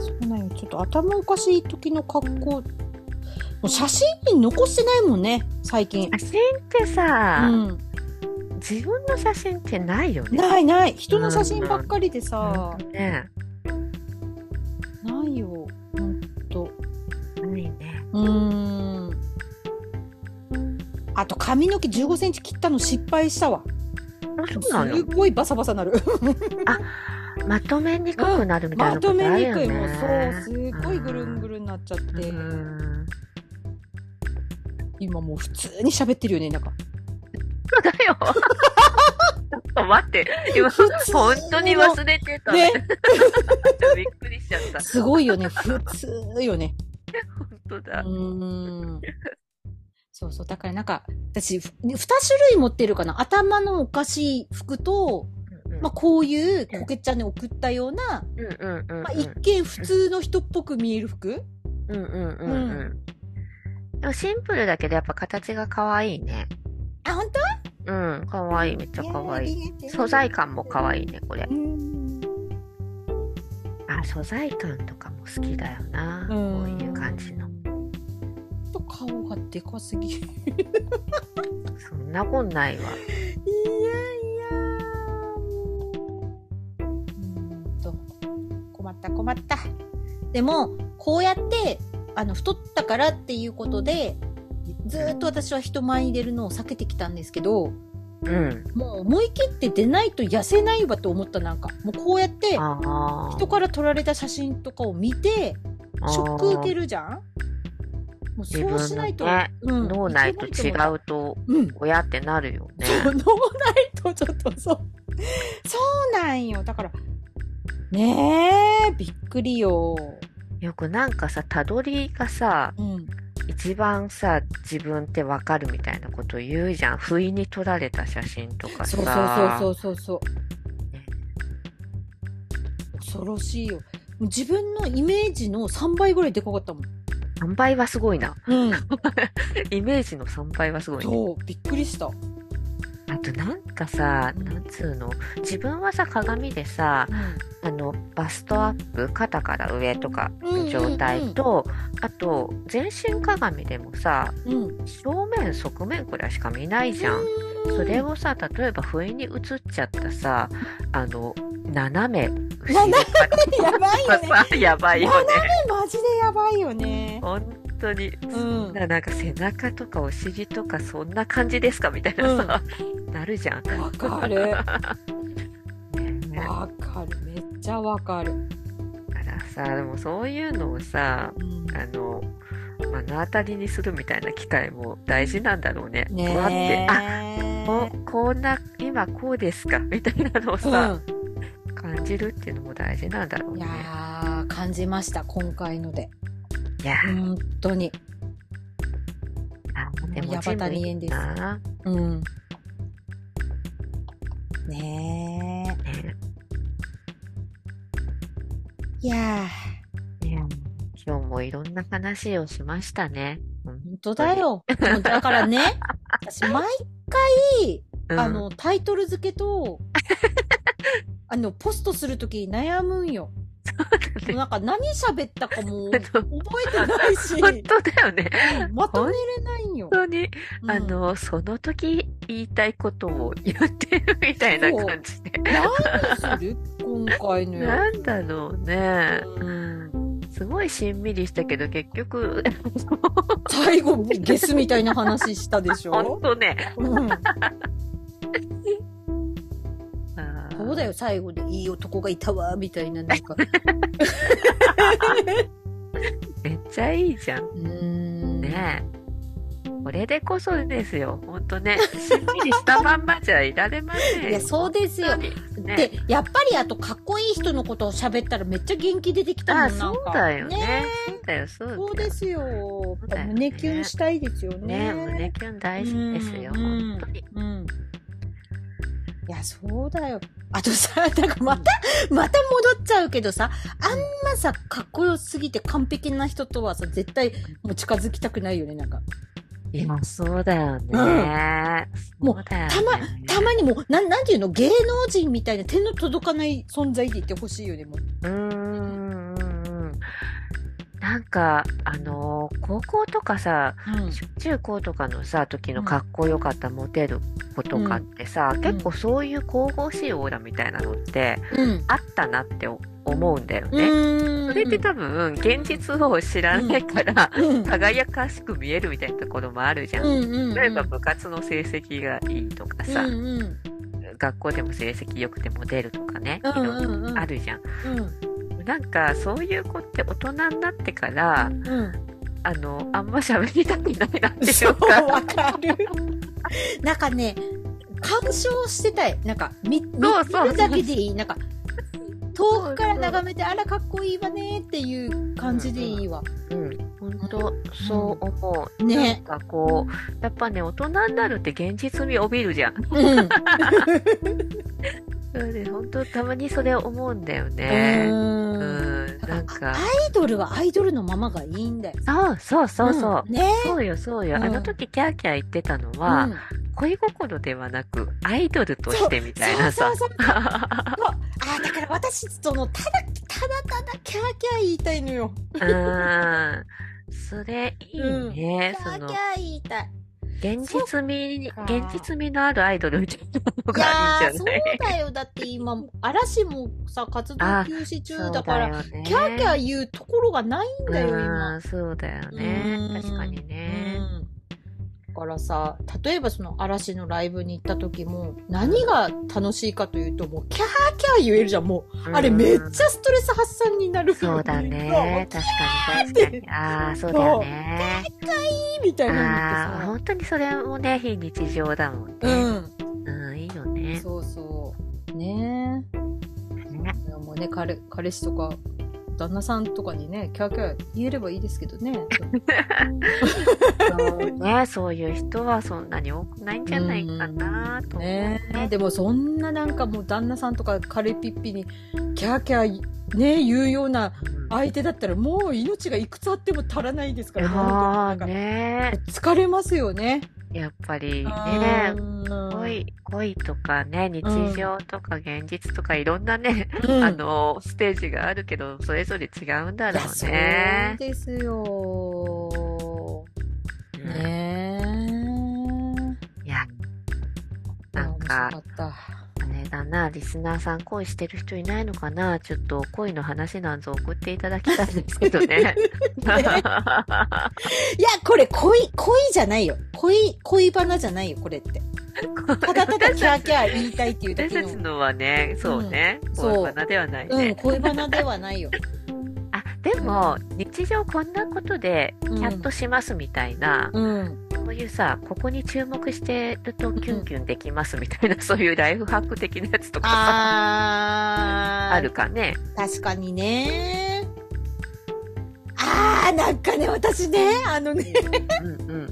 S1: そうなんよちょっと頭おかしい時の格好もう写真に残してないもんね最近、
S2: 写真って
S1: う
S2: さ、
S1: ん、
S2: 自分の写真ってないよね。
S1: ないない人の写真ばっかりでさ、
S2: ね
S1: ないよほんと
S2: ないね。
S1: うーんあと髪の毛1 5センチ切ったの失敗したわ
S2: あ、そうな
S1: す
S2: の
S1: ごいバサバサなる
S2: まとめにくくなるみた
S1: ま
S2: いなこと
S1: とめ
S2: ある
S1: に
S2: よ
S1: く
S2: ね。
S1: いもうそうすっごいぐるんぐるんなっちゃって、
S2: うん
S1: 今もう普通に喋ってるよねなんか
S2: そうだよ。ちょっと待って。今、
S1: 普通の
S2: 本当に忘れてた。
S1: ね
S2: びっくりしちゃった。
S1: すごいよね普通よね
S2: 本当
S1: うー
S2: だ。
S1: んそうそうだからなんか私ふ2種類持ってるかな頭のおかしい服と、まあ、こういうコケちゃんに送ったような、
S2: うんうんうんうん
S1: まあ、一見普通の人っぽく見える服
S2: うんうんうんうん。でもシンプルだけどやっぱ形が可愛いね。
S1: あ本
S2: うん、可愛い。めっちゃ
S1: 当
S2: 可愛い。
S1: い
S2: 素材感も可愛いね、これ
S1: う。ん
S2: あ、素材感とかも好きだよな。こういう感じの。
S1: ちょっと顔がでかすぎるい
S2: そんなこんないわ。
S1: やいやうーんと困った困ったでもこうやってあの太ったからっていうことでずーっと私は人前に出るのを避けてきたんですけど
S2: うん。
S1: もう思い切って出ないと痩せないわと思ったなんかもうこうやって
S2: ああ。
S1: 人から撮られた写真とかを見てショック受けるじゃんもう
S2: 自
S1: そうし
S2: 分の
S1: ないと、
S2: ね、
S1: うん、
S2: 脳内と
S1: い
S2: 違
S1: けないう
S2: と
S1: と思った。
S2: 親ってなるよね。
S1: うん、そう脳内とちょっとそう。 そうなんよ。だから、ねえ、びっくりよ。
S2: よくなんかさ、たどりがさ、
S1: うん。
S2: 一番さ、自分ってわかるみたいなこと言うじゃん。不意に撮られた写真とか
S1: そう
S2: さ。
S1: そううそうそうそう
S2: ね。
S1: 恐ろしいよ。もう自分のイメージの3倍ぐらいでかかったもん。
S2: 3倍はすごいな。
S1: うん。
S2: イメージの3倍はすごいね。
S1: そう、びっくりした。
S2: あとなんかさ、
S1: うん
S2: なんつうの、自分はさ、鏡でさ、あの、バストアップ、肩から上とかの状態と、あと、全身鏡でもさ、
S1: うん。うん。
S2: 正面側面くらいしか見ないじゃん。それをさ例えば不意に映っちゃったさあの斜め後ろか ら
S1: やばいよね。
S2: さやばいよね
S1: マジでやばいよね。
S2: 本当に、そんななんか背中とかお尻とかそんな感じですかみたいなさ、なるじゃん、
S1: わかる。
S2: ねね。
S1: わかるめっちゃわかる、
S2: だからさ、でもそういうのをさ、
S1: うん
S2: あの、目の当たりにするみたいな機会も大事なんだろうね。
S1: ね
S2: わって、あ
S1: え
S2: ここんな、今こうですかみたいなのをさ、感じるっていうのも大事なんだろ
S1: う、
S2: うん
S1: い
S2: ね。
S1: やー感じました今回ので
S2: いや
S1: 本当に
S2: あでも
S1: 矢
S2: ジム
S1: 端に
S2: い
S1: 縁
S2: い
S1: です
S2: な。
S1: うんね
S2: ね
S1: えいやー
S2: いや今日もいろんな話をしましたね。うん
S1: 本当だよ。もうだから ね、私毎回、
S2: うん
S1: あの、タイトル付けと、あの、ポストするとき悩むんよ。もうなんか何喋った かも覚えてない
S2: 本
S1: し、
S2: 当だよね。
S1: まとめれないんよ。
S2: 本当に、
S1: うん
S2: あの、その時言いたいことを言ってるみたいな感じで。
S1: 何する今回のや
S2: なんだろうね。
S1: つ。
S2: すごいしんみりしたけど、結局、
S1: 最後、ゲスみたいな話したでし
S2: 本
S1: ょ、
S2: 当ね。
S1: うん、
S2: あー
S1: そうだよ、最後でいい男がいたわ、みたいな、なん か。
S2: めっちゃいいじゃん。
S1: うーん。
S2: ねえこれでこそですよ。ほん とね。しんみりしたまんまじゃいられませんよ。
S1: いや、そうですよ。
S2: すね。
S1: で、やっぱりあとかっこいい人のことを喋ったらめっちゃ元気出てきたもん
S2: あ、
S1: な
S2: そ
S1: ん
S2: う
S1: か
S2: だよね。
S1: え
S2: そうだよ、そうだよ。
S1: そうですよ。
S2: うだよね
S1: 胸キュンしたいですよね。
S2: ね胸キュン大事ですよ。
S1: うん
S2: 本当に。
S1: うん。いや、そうだよ。あとさ、 なんかまた、また戻っちゃうけどさ、あんまさ、かっこよすぎて完璧な人とはさ、絶対もう近づきたくないよね、なんか。
S2: いや、そうだよね。
S1: うん
S2: そうだよね
S1: たま、たまにもう、なん、なんていうの、芸能人みたいな手の届かない存在でいてほしいよね、もう。
S2: うーんうんうん。なんか、あのー高校とかさ、中高とかのさ、時のかっこよかったモテる子とかってさ、
S1: ん
S2: 結構そういう神々しいオーラみたいなのって
S1: うん。
S2: あったなって思うんだよ
S1: う
S2: ね。
S1: ん。
S2: それって多分、現実を知らないから、
S1: うん。
S2: 輝かしく見えるみたいなところもあるじゃん。
S1: うんうんうん、
S2: 例えば部活の成績がいいとかさ、
S1: うんうん
S2: 学校でも成績良くてモテるとかね、
S1: う
S2: い
S1: ん
S2: ろいろ
S1: うんうん
S2: あるじゃん。
S1: うん
S2: なんかそういう子って大人になってから、
S1: うん、
S2: あのあんま喋りたくないなってい
S1: そうう
S2: か
S1: わかるなんかね鑑賞してたいなんか見見
S2: そうそう
S1: 見るだけでいい なんか遠くから眺めてあらかっこいいわねっていう感じでいいわ、
S2: うん本当そう思う、
S1: ね
S2: なんかこうやっぱね大人になるって現実味帯びるじゃん
S1: うんう
S2: そうで本当たまにそれ思うんだよねうん
S1: ーん
S2: なん
S1: ア
S2: か
S1: イドルはアイドルのままがいいんだよ
S2: そうそうそうそう、
S1: んね
S2: そうよそうよ、
S1: うん
S2: あの時キャーキャー言ってたのは、
S1: うん
S2: 恋心ではなくアイドルとしてみたいな
S1: そ
S2: さ
S1: うそうそうそうあーだから私そのただただただキャーキャー言いたいのよ
S2: うんそれいいね、
S1: キャ
S2: そ
S1: ー
S2: の
S1: キャー言いたい
S2: 現実味に
S1: そっか
S2: 現実味のあるアイドルみたいなの
S1: いや
S2: がいいん
S1: ー
S2: じ
S1: そう
S2: ゃない
S1: だよ。だって今、嵐もさ、活動休止中だから、
S2: そうだよね
S1: キャーキャー言うところがないんだよ、今。
S2: うんそうだよね
S1: うん
S2: 確かにね
S1: うんだからさ、例えばその嵐のライブに行った時も、何が楽しいかというと、もうキャーキャー言えるじゃん、もう。あれめっちゃストレス発散になる
S2: そうだね確かに確 かにああそうだよね
S1: いいみたい
S2: ああ
S1: なのっ
S2: 本当にそれもね非日常だもん
S1: てさ。
S2: ねうんいいよ
S1: うん。
S2: ね
S1: そうそう。ねえ。
S2: ね
S1: いやもうね彼彼氏とか旦那さんとかにねキャーキャー言えればいいですけどね
S2: そうねそういう人はそんなに多くないんじゃないかなと思う
S1: ねえでもそんななんかもう旦那さんとか彼ピッピにキャーキャーね言うような
S2: うん
S1: 相手だったらもう命がいくつあっても足らないですから
S2: あ
S1: なん
S2: あ
S1: か
S2: ね
S1: 疲れますよね。
S2: やっぱり
S1: う
S2: ね
S1: ん
S2: 恋恋とかね日常とか現実とかいろんなね、
S1: うん
S2: あのステージがあるけどそれぞれ違うんだ
S1: い
S2: ろ
S1: や
S2: う
S1: そう
S2: ね。
S1: ですよ。
S2: うん
S1: ねえ。
S2: いやなんか
S1: 面白かった。
S2: あれだなリスナーさん恋してる人いないのかなちょっと恋の話なんぞ送っていただきたいんですけど ね。
S1: いや、これ恋、恋じゃないよ。恋、恋バナじゃないよ、これって。ただただキャーキャー言いたいっていうだ
S2: 私
S1: け
S2: た
S1: の
S2: ち、のはね、そうね、
S1: ん
S2: そう花ではない
S1: うん、
S2: ね。
S1: 恋バナではないよ。
S2: あ、でも、日常こんなことでキ
S1: うん
S2: ャッとしますみたいな、
S1: うん。
S2: そういうさ、ここに注目してるとキュンキュンできますみたいな、そういうライフハック的なやつとかさ、
S1: あ
S2: ある。かね。
S1: 確かにね。あー、なんかね、私ね、あのね、
S2: うんうん。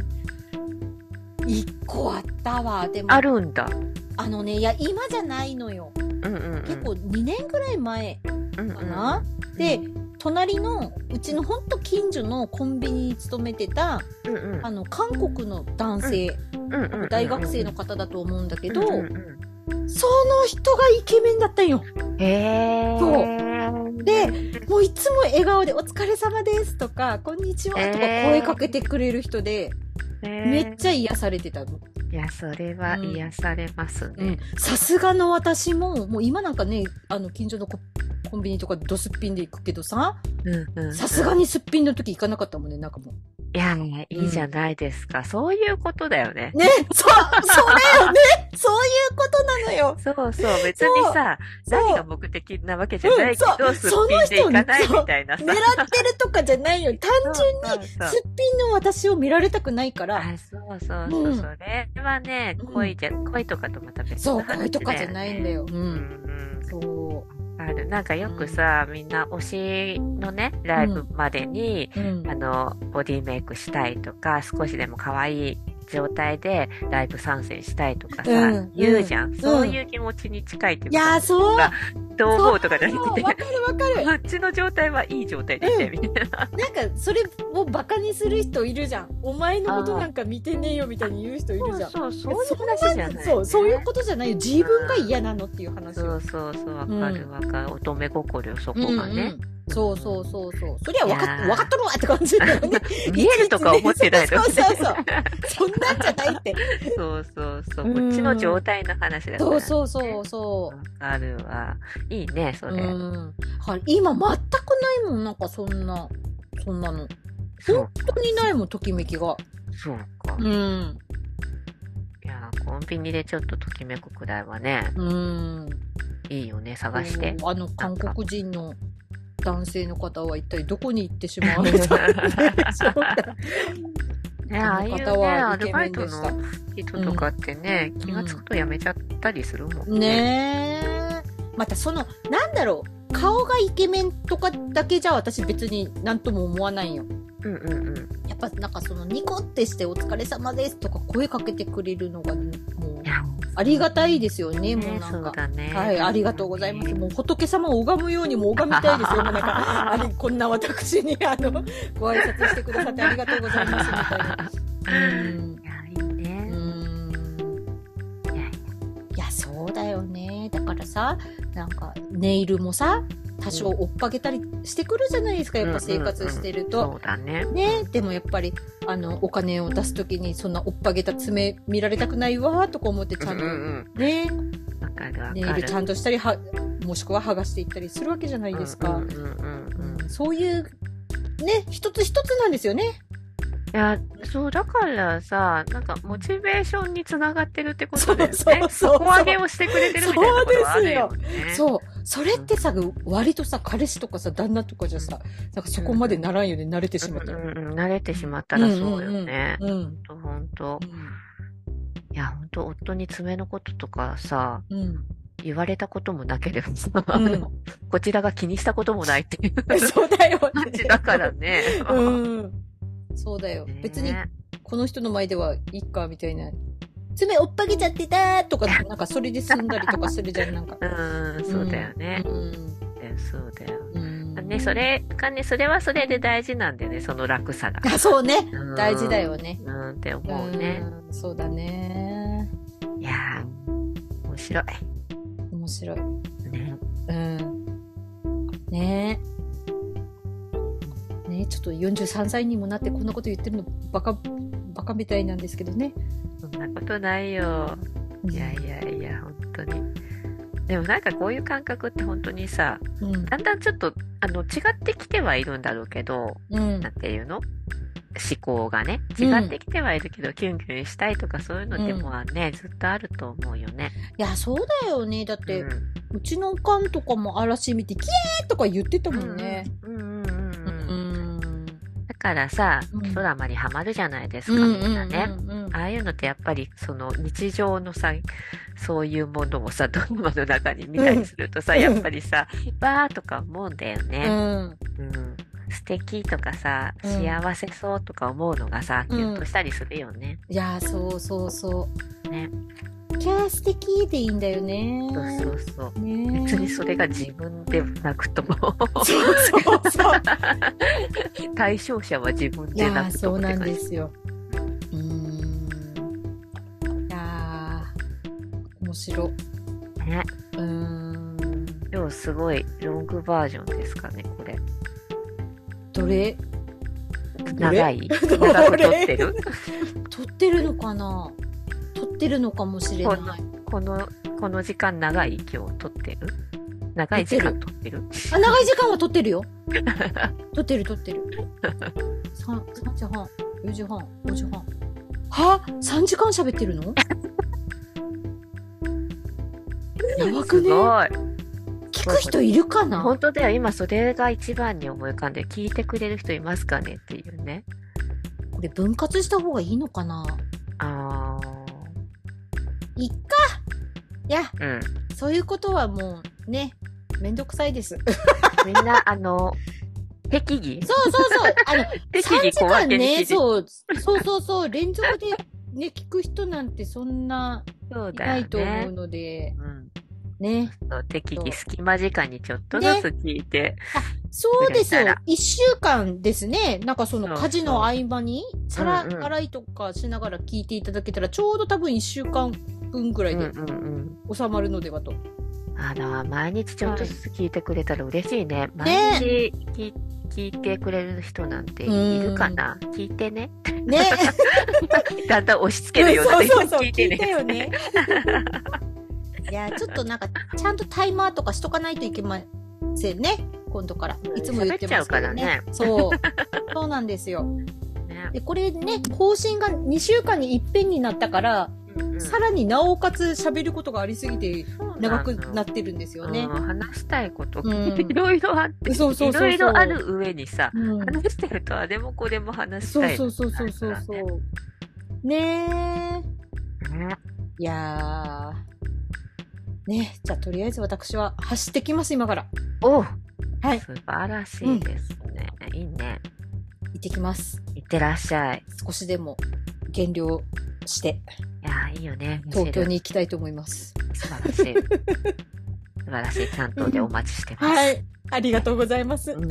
S1: 一個あったわ。でも、
S2: あるんだ。
S1: あのね、いや、今じゃないのよ。
S2: うんうんうん。
S1: 結構2年ぐらい前
S2: うんうん
S1: かな。で、隣の、うちのほんと近所のコンビニに勤めてた、
S2: うんうん
S1: あの、韓国の男性、
S2: うんうんうん
S1: 大学生の方だと思うんだけど、
S2: うんうんう
S1: その人がイケメンだったんよ。
S2: んへー
S1: そで、もういつも笑顔でお疲れ様ですとか、こんにちはとか声かけてくれる人で、めっちゃ癒されてたの。
S2: ゃいやそれは
S1: うん
S2: 癒されます
S1: う
S2: ね
S1: ん。さすがの私も、もう今なんかね、あの、近所のココンビニとかドスッピンで行くけどさ、
S2: うんうん
S1: さすがにすっぴんの時行かなかったもんね、なんかも
S2: いやいいじゃないですか、そういうことだよね
S1: う。ね、そう、そうだよねそういうことなのよ
S2: そうそう別にさ
S1: そう
S2: 何が目的なわけじゃないけ
S1: う
S2: ど
S1: ん
S2: す
S1: そ
S2: っ
S1: う
S2: ぴんでいかない
S1: その人
S2: みたいなさ
S1: 狙ってるとかじゃないよ。単純に、
S2: に
S1: すっぴんの私を見られたくないから、
S2: あそうそうそう、
S1: うん
S2: それはね
S1: うん
S2: 恋じゃ恋とかとまた別
S1: そ
S2: の
S1: う、
S2: 話、ね、
S1: 声とかじゃないんだよ。う
S2: うん
S1: ん。
S2: うん
S1: そ
S2: あるなんかよくさ、みんな推しのねライブまでに、
S1: う。うん。
S2: あのボディメイクしたいとか少しでも可愛い状態でライブ参戦したいとかさ、
S1: うん
S2: 言うじゃん、
S1: ん
S2: そういう気持ちに近いっていう
S1: いやー、そう
S2: どう思うとかじゃな
S1: わ
S2: く
S1: か
S2: て
S1: る わかる。
S2: こっちの状態はいい状態でしてみたいな、
S1: なんか、それをバカにする人いるじゃん。お前のことなんか見てねえよみたいに言う人いるじゃん。
S2: そうそうそういう話じゃない、
S1: そう、そういうことじゃないよ。自分が嫌なのっていう話
S2: そ
S1: よ。
S2: うそうそうわかるわかる、乙女心よそこがね、
S1: うんうんそうそうそうそう。そりゃ分かっ
S2: いやー
S1: 分かっとるわって感じだよね。
S2: 見えるとか思ってないの
S1: そうそうそう。そんなんじゃないって。
S2: そうそうそう、
S1: うん
S2: こっちの状態の話だから
S1: そうそうそうそ。
S2: わかるわいいねそう
S1: う
S2: れ、
S1: ん。はい今全くないもん、なんかそんな、そんなの。
S2: そう
S1: 本当にないもん、ときめきが。
S2: そうか、
S1: う
S2: い
S1: ん。
S2: やコンビニでちょっとときめくくらいはね
S1: うん。
S2: いいよね探して
S1: あの韓国人の男性の方は一体どこに行ってし まうの
S2: ねああいうね
S1: この方は
S2: ア
S1: イケ
S2: ル
S1: メ
S2: バ
S1: ン
S2: イ
S1: で
S2: ト
S1: した
S2: の人とかってね、
S1: ん
S2: 気がつくとやめちゃったりするもんね
S1: ねえまたそのなんだろう顔がイケメンとかだけじゃ私別になんとも思わないよ
S2: うんうんうん
S1: やっぱなんかそのニコってして「お疲れ様です」とか声かけてくれるのがねもう
S2: いや
S1: ありがたいですよねもう
S2: ね
S1: な
S2: そ
S1: ん
S2: う
S1: か。
S2: だね
S1: はい、ありがとうございます。もう仏様を拝むようにも拝みたいですよ。もうなんか、 あれ、こんな私に、あの、ご挨拶してくださってありがとうございます、みたいな。 うん
S2: いやいいね、
S1: うん
S2: いやい
S1: いやそうだよねだからさなんかネイルもさ多少追っかけたりしてくるじゃないですかやっぱ生活してると、
S2: そうだね
S1: ねでもやっぱりあのお金を出す時にそんな追っかけた爪見られたくないわーとか思ってちゃんと、
S2: うんうん
S1: ね
S2: うんわかるわかる
S1: ネイルちゃんとしたりはもしくは剥がしていったりするわけじゃないですか、
S2: うんうんうんうんうん
S1: うんそういうね一つ一つなんですよね
S2: いや、そう、だからさ、なんか、モチベーションにつながってるってことです
S1: そうそ
S2: ね
S1: う。そう
S2: 底上げをしてくれてるみたいなことはあるよね。う
S1: そう。それってさ、割とさ、彼氏とかさ、旦那とかじゃさ、なんかそこまでならんよね、慣れてしまった
S2: ん
S1: ら。
S2: うんうん、慣れてしまったらそうよね。
S1: うん。うん
S2: ほんと、ほんと。いや、ほんと、夫に爪のこととかさ、
S1: うん。
S2: 言われたこともなければさ、
S1: ん
S2: こちらが気にしたこともないっていう
S1: うん。 そうだよ。
S2: 感じだから。ね。
S1: うん。そうだよ
S2: ね。
S1: 別に、この人の前ではいっか、みたいな。爪追っかけちゃってたーとか、なんかそれで済んだりとかするじゃん、なんか。
S2: うん、 そうだよね。
S1: うん。
S2: そうだよ。
S1: うん。
S2: ね、そ。れがね、それはそれで大事なんだよね、その楽さが。
S1: あ、そうね。
S2: うん
S1: 大事だ。よね。
S2: うんって思うね。
S1: うん。そうだね。
S2: いやー、面白い。
S1: 面白い。
S2: ね、
S1: うん。ねえ。ねえ、ちょっと43歳にもなってこんなこと言ってるのバカ、バカみたいなんですけどね。
S2: そんなことないよ。いやいやいや、本当に。でもなんかこういう感覚って本当にさ、
S1: うん。
S2: だんだんちょっと、あの、違ってきてはいるんだろうけど、
S1: うん
S2: なん。ていうの思考がね
S1: うん
S2: 違ってきてはいるけど、キュンキュンしたいとかそういうので
S1: うん
S2: もはね、ずっとあると思うよね。
S1: いや、そうだよね。だって、う
S2: うん
S1: ちのおかんとかも嵐見て、キエーとか言ってたもんね。
S2: うんうんう
S1: う
S2: んうんうん
S1: ん。
S2: だからさ、
S1: うん
S2: ドラマにはまるじゃないです
S1: う
S2: か、
S1: んうん
S2: みんなね。
S1: うんうん
S2: ああいうのってやっぱりその日常のさそういうものをさ ドラマの中に見たりするとさ、
S1: うん
S2: やっぱりさバーとか思うんだよ
S1: う
S2: ね、
S1: ん。
S2: うん、素敵とかさ
S1: うん
S2: 幸せそうとか思うのがさ、
S1: うん
S2: キュンとしたりするよね。
S1: いや、そうそうそう。
S2: ね。
S1: キャー素敵でいいんだよね。
S2: そうそうそう
S1: ね
S2: 別にそれが自分でなくとも
S1: そうそうそう。
S2: 対象者は自分
S1: い
S2: で
S1: や
S2: な
S1: ー
S2: くと
S1: そ
S2: も
S1: う
S2: って
S1: なん
S2: 感
S1: で
S2: じ
S1: すよ。うーん。いやー面白。う
S2: ね。
S1: ーん。
S2: 今日すごいロングバージョンですかねこれ
S1: どれ
S2: 長い
S1: れ
S2: 長く撮ってる
S1: 撮ってるのかな撮ってるのかもしれ
S2: こん
S1: な。
S2: ないこの、この時間長い今日撮ってる長い時間撮ってる
S1: あ、長い時間は撮ってるよ。撮ってる撮ってる。三三時半、四時半、五時半。は三時間喋ってるのやばく
S2: す
S1: ね
S2: ごい。
S1: 聞く人いるかな
S2: 本当だよ。今それが一番に思い浮かんで、聞いてくれる人いますかねっていうね。
S1: これ分割した方がいいのかな
S2: あ
S1: いっかいや、
S2: ー。うん。
S1: そういうことはもうね、めんどくさいです。
S2: みんな、あの、適宜
S1: そうそうそう。あの、
S2: 適
S1: 3
S2: 宜
S1: 時
S2: 小
S1: 間
S2: 分けに
S1: ね、
S2: 切り
S1: そう、そうそうそう、連続でね、聞く人なんてそんな
S2: そう
S1: い
S2: だ
S1: な
S2: よ
S1: いと思う
S2: ね。
S1: ので、
S2: うん、
S1: ね。
S2: そう適
S1: そ
S2: 宜
S1: う
S2: 隙間時間にちょっとずつ聞いて、
S1: そうですよ
S2: 触れたら。
S1: 1週間ですね。なんかそ
S2: そう
S1: の
S2: そう
S1: 家事の合間に、皿
S2: うんうん
S1: 洗いとかしながら聞いていただけたら、ちょうど多分1週間分ぐら
S2: う
S1: い
S2: んう
S1: で
S2: んうん
S1: 収まるのではと。
S2: あら毎日ちょっとずつ聞いてくれたら嬉しいね。毎
S1: ね
S2: 日聞聞いてくれる人なんているかな、聞いてね。
S1: ね。
S2: だんだん押し付けるようにな
S1: そう
S2: って
S1: そうそう
S2: 聞いて
S1: 聞いた
S2: ね。
S1: よ ね。いやちょっとなんかちゃんとタイマーとかしとかないといけませんね今度からいつも言ってますけどね
S2: 喋
S1: そうそうなんですよ
S2: ね
S1: でこれね更新が2週間にいっぺんになったから、
S2: うんうん
S1: さらになおかつ喋ることがありすぎて長くなっ
S2: って
S1: るんですよね、
S2: 話したいこと、
S1: うん
S2: いろいろあって、
S1: そうそうそうそう
S2: いろいろある上にさ、
S1: うん、
S2: 話してるとあれもこれも話し
S1: そ
S2: た
S1: う
S2: い
S1: そ
S2: の
S1: うそうそうそうそうねえ
S2: ね
S1: いやーねじゃあとりあえず私は走ってきます今から
S2: おう
S1: はい
S2: 素晴らしいですね。いいね。
S1: 行ってきます
S2: いってらっしゃい。
S1: 少しでも減量して
S2: いやー、いいよね。
S1: 東京に行きたいと思います。
S2: 素晴らしい。素晴らしい担当でお待ちしてます。
S1: い、ありがとうございます。
S2: うん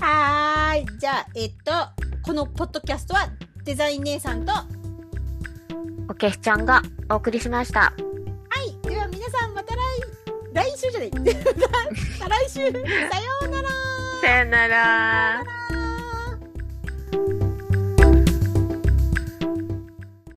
S1: はーい、じゃあえっとこのポッドキャストはデザイン姉さんとは
S2: おけしちゃんがお送りしました。
S1: い、では皆さんまた来来週じゃない、 また来週さようなら。
S2: さよな
S1: さ
S2: ら。
S1: ようなら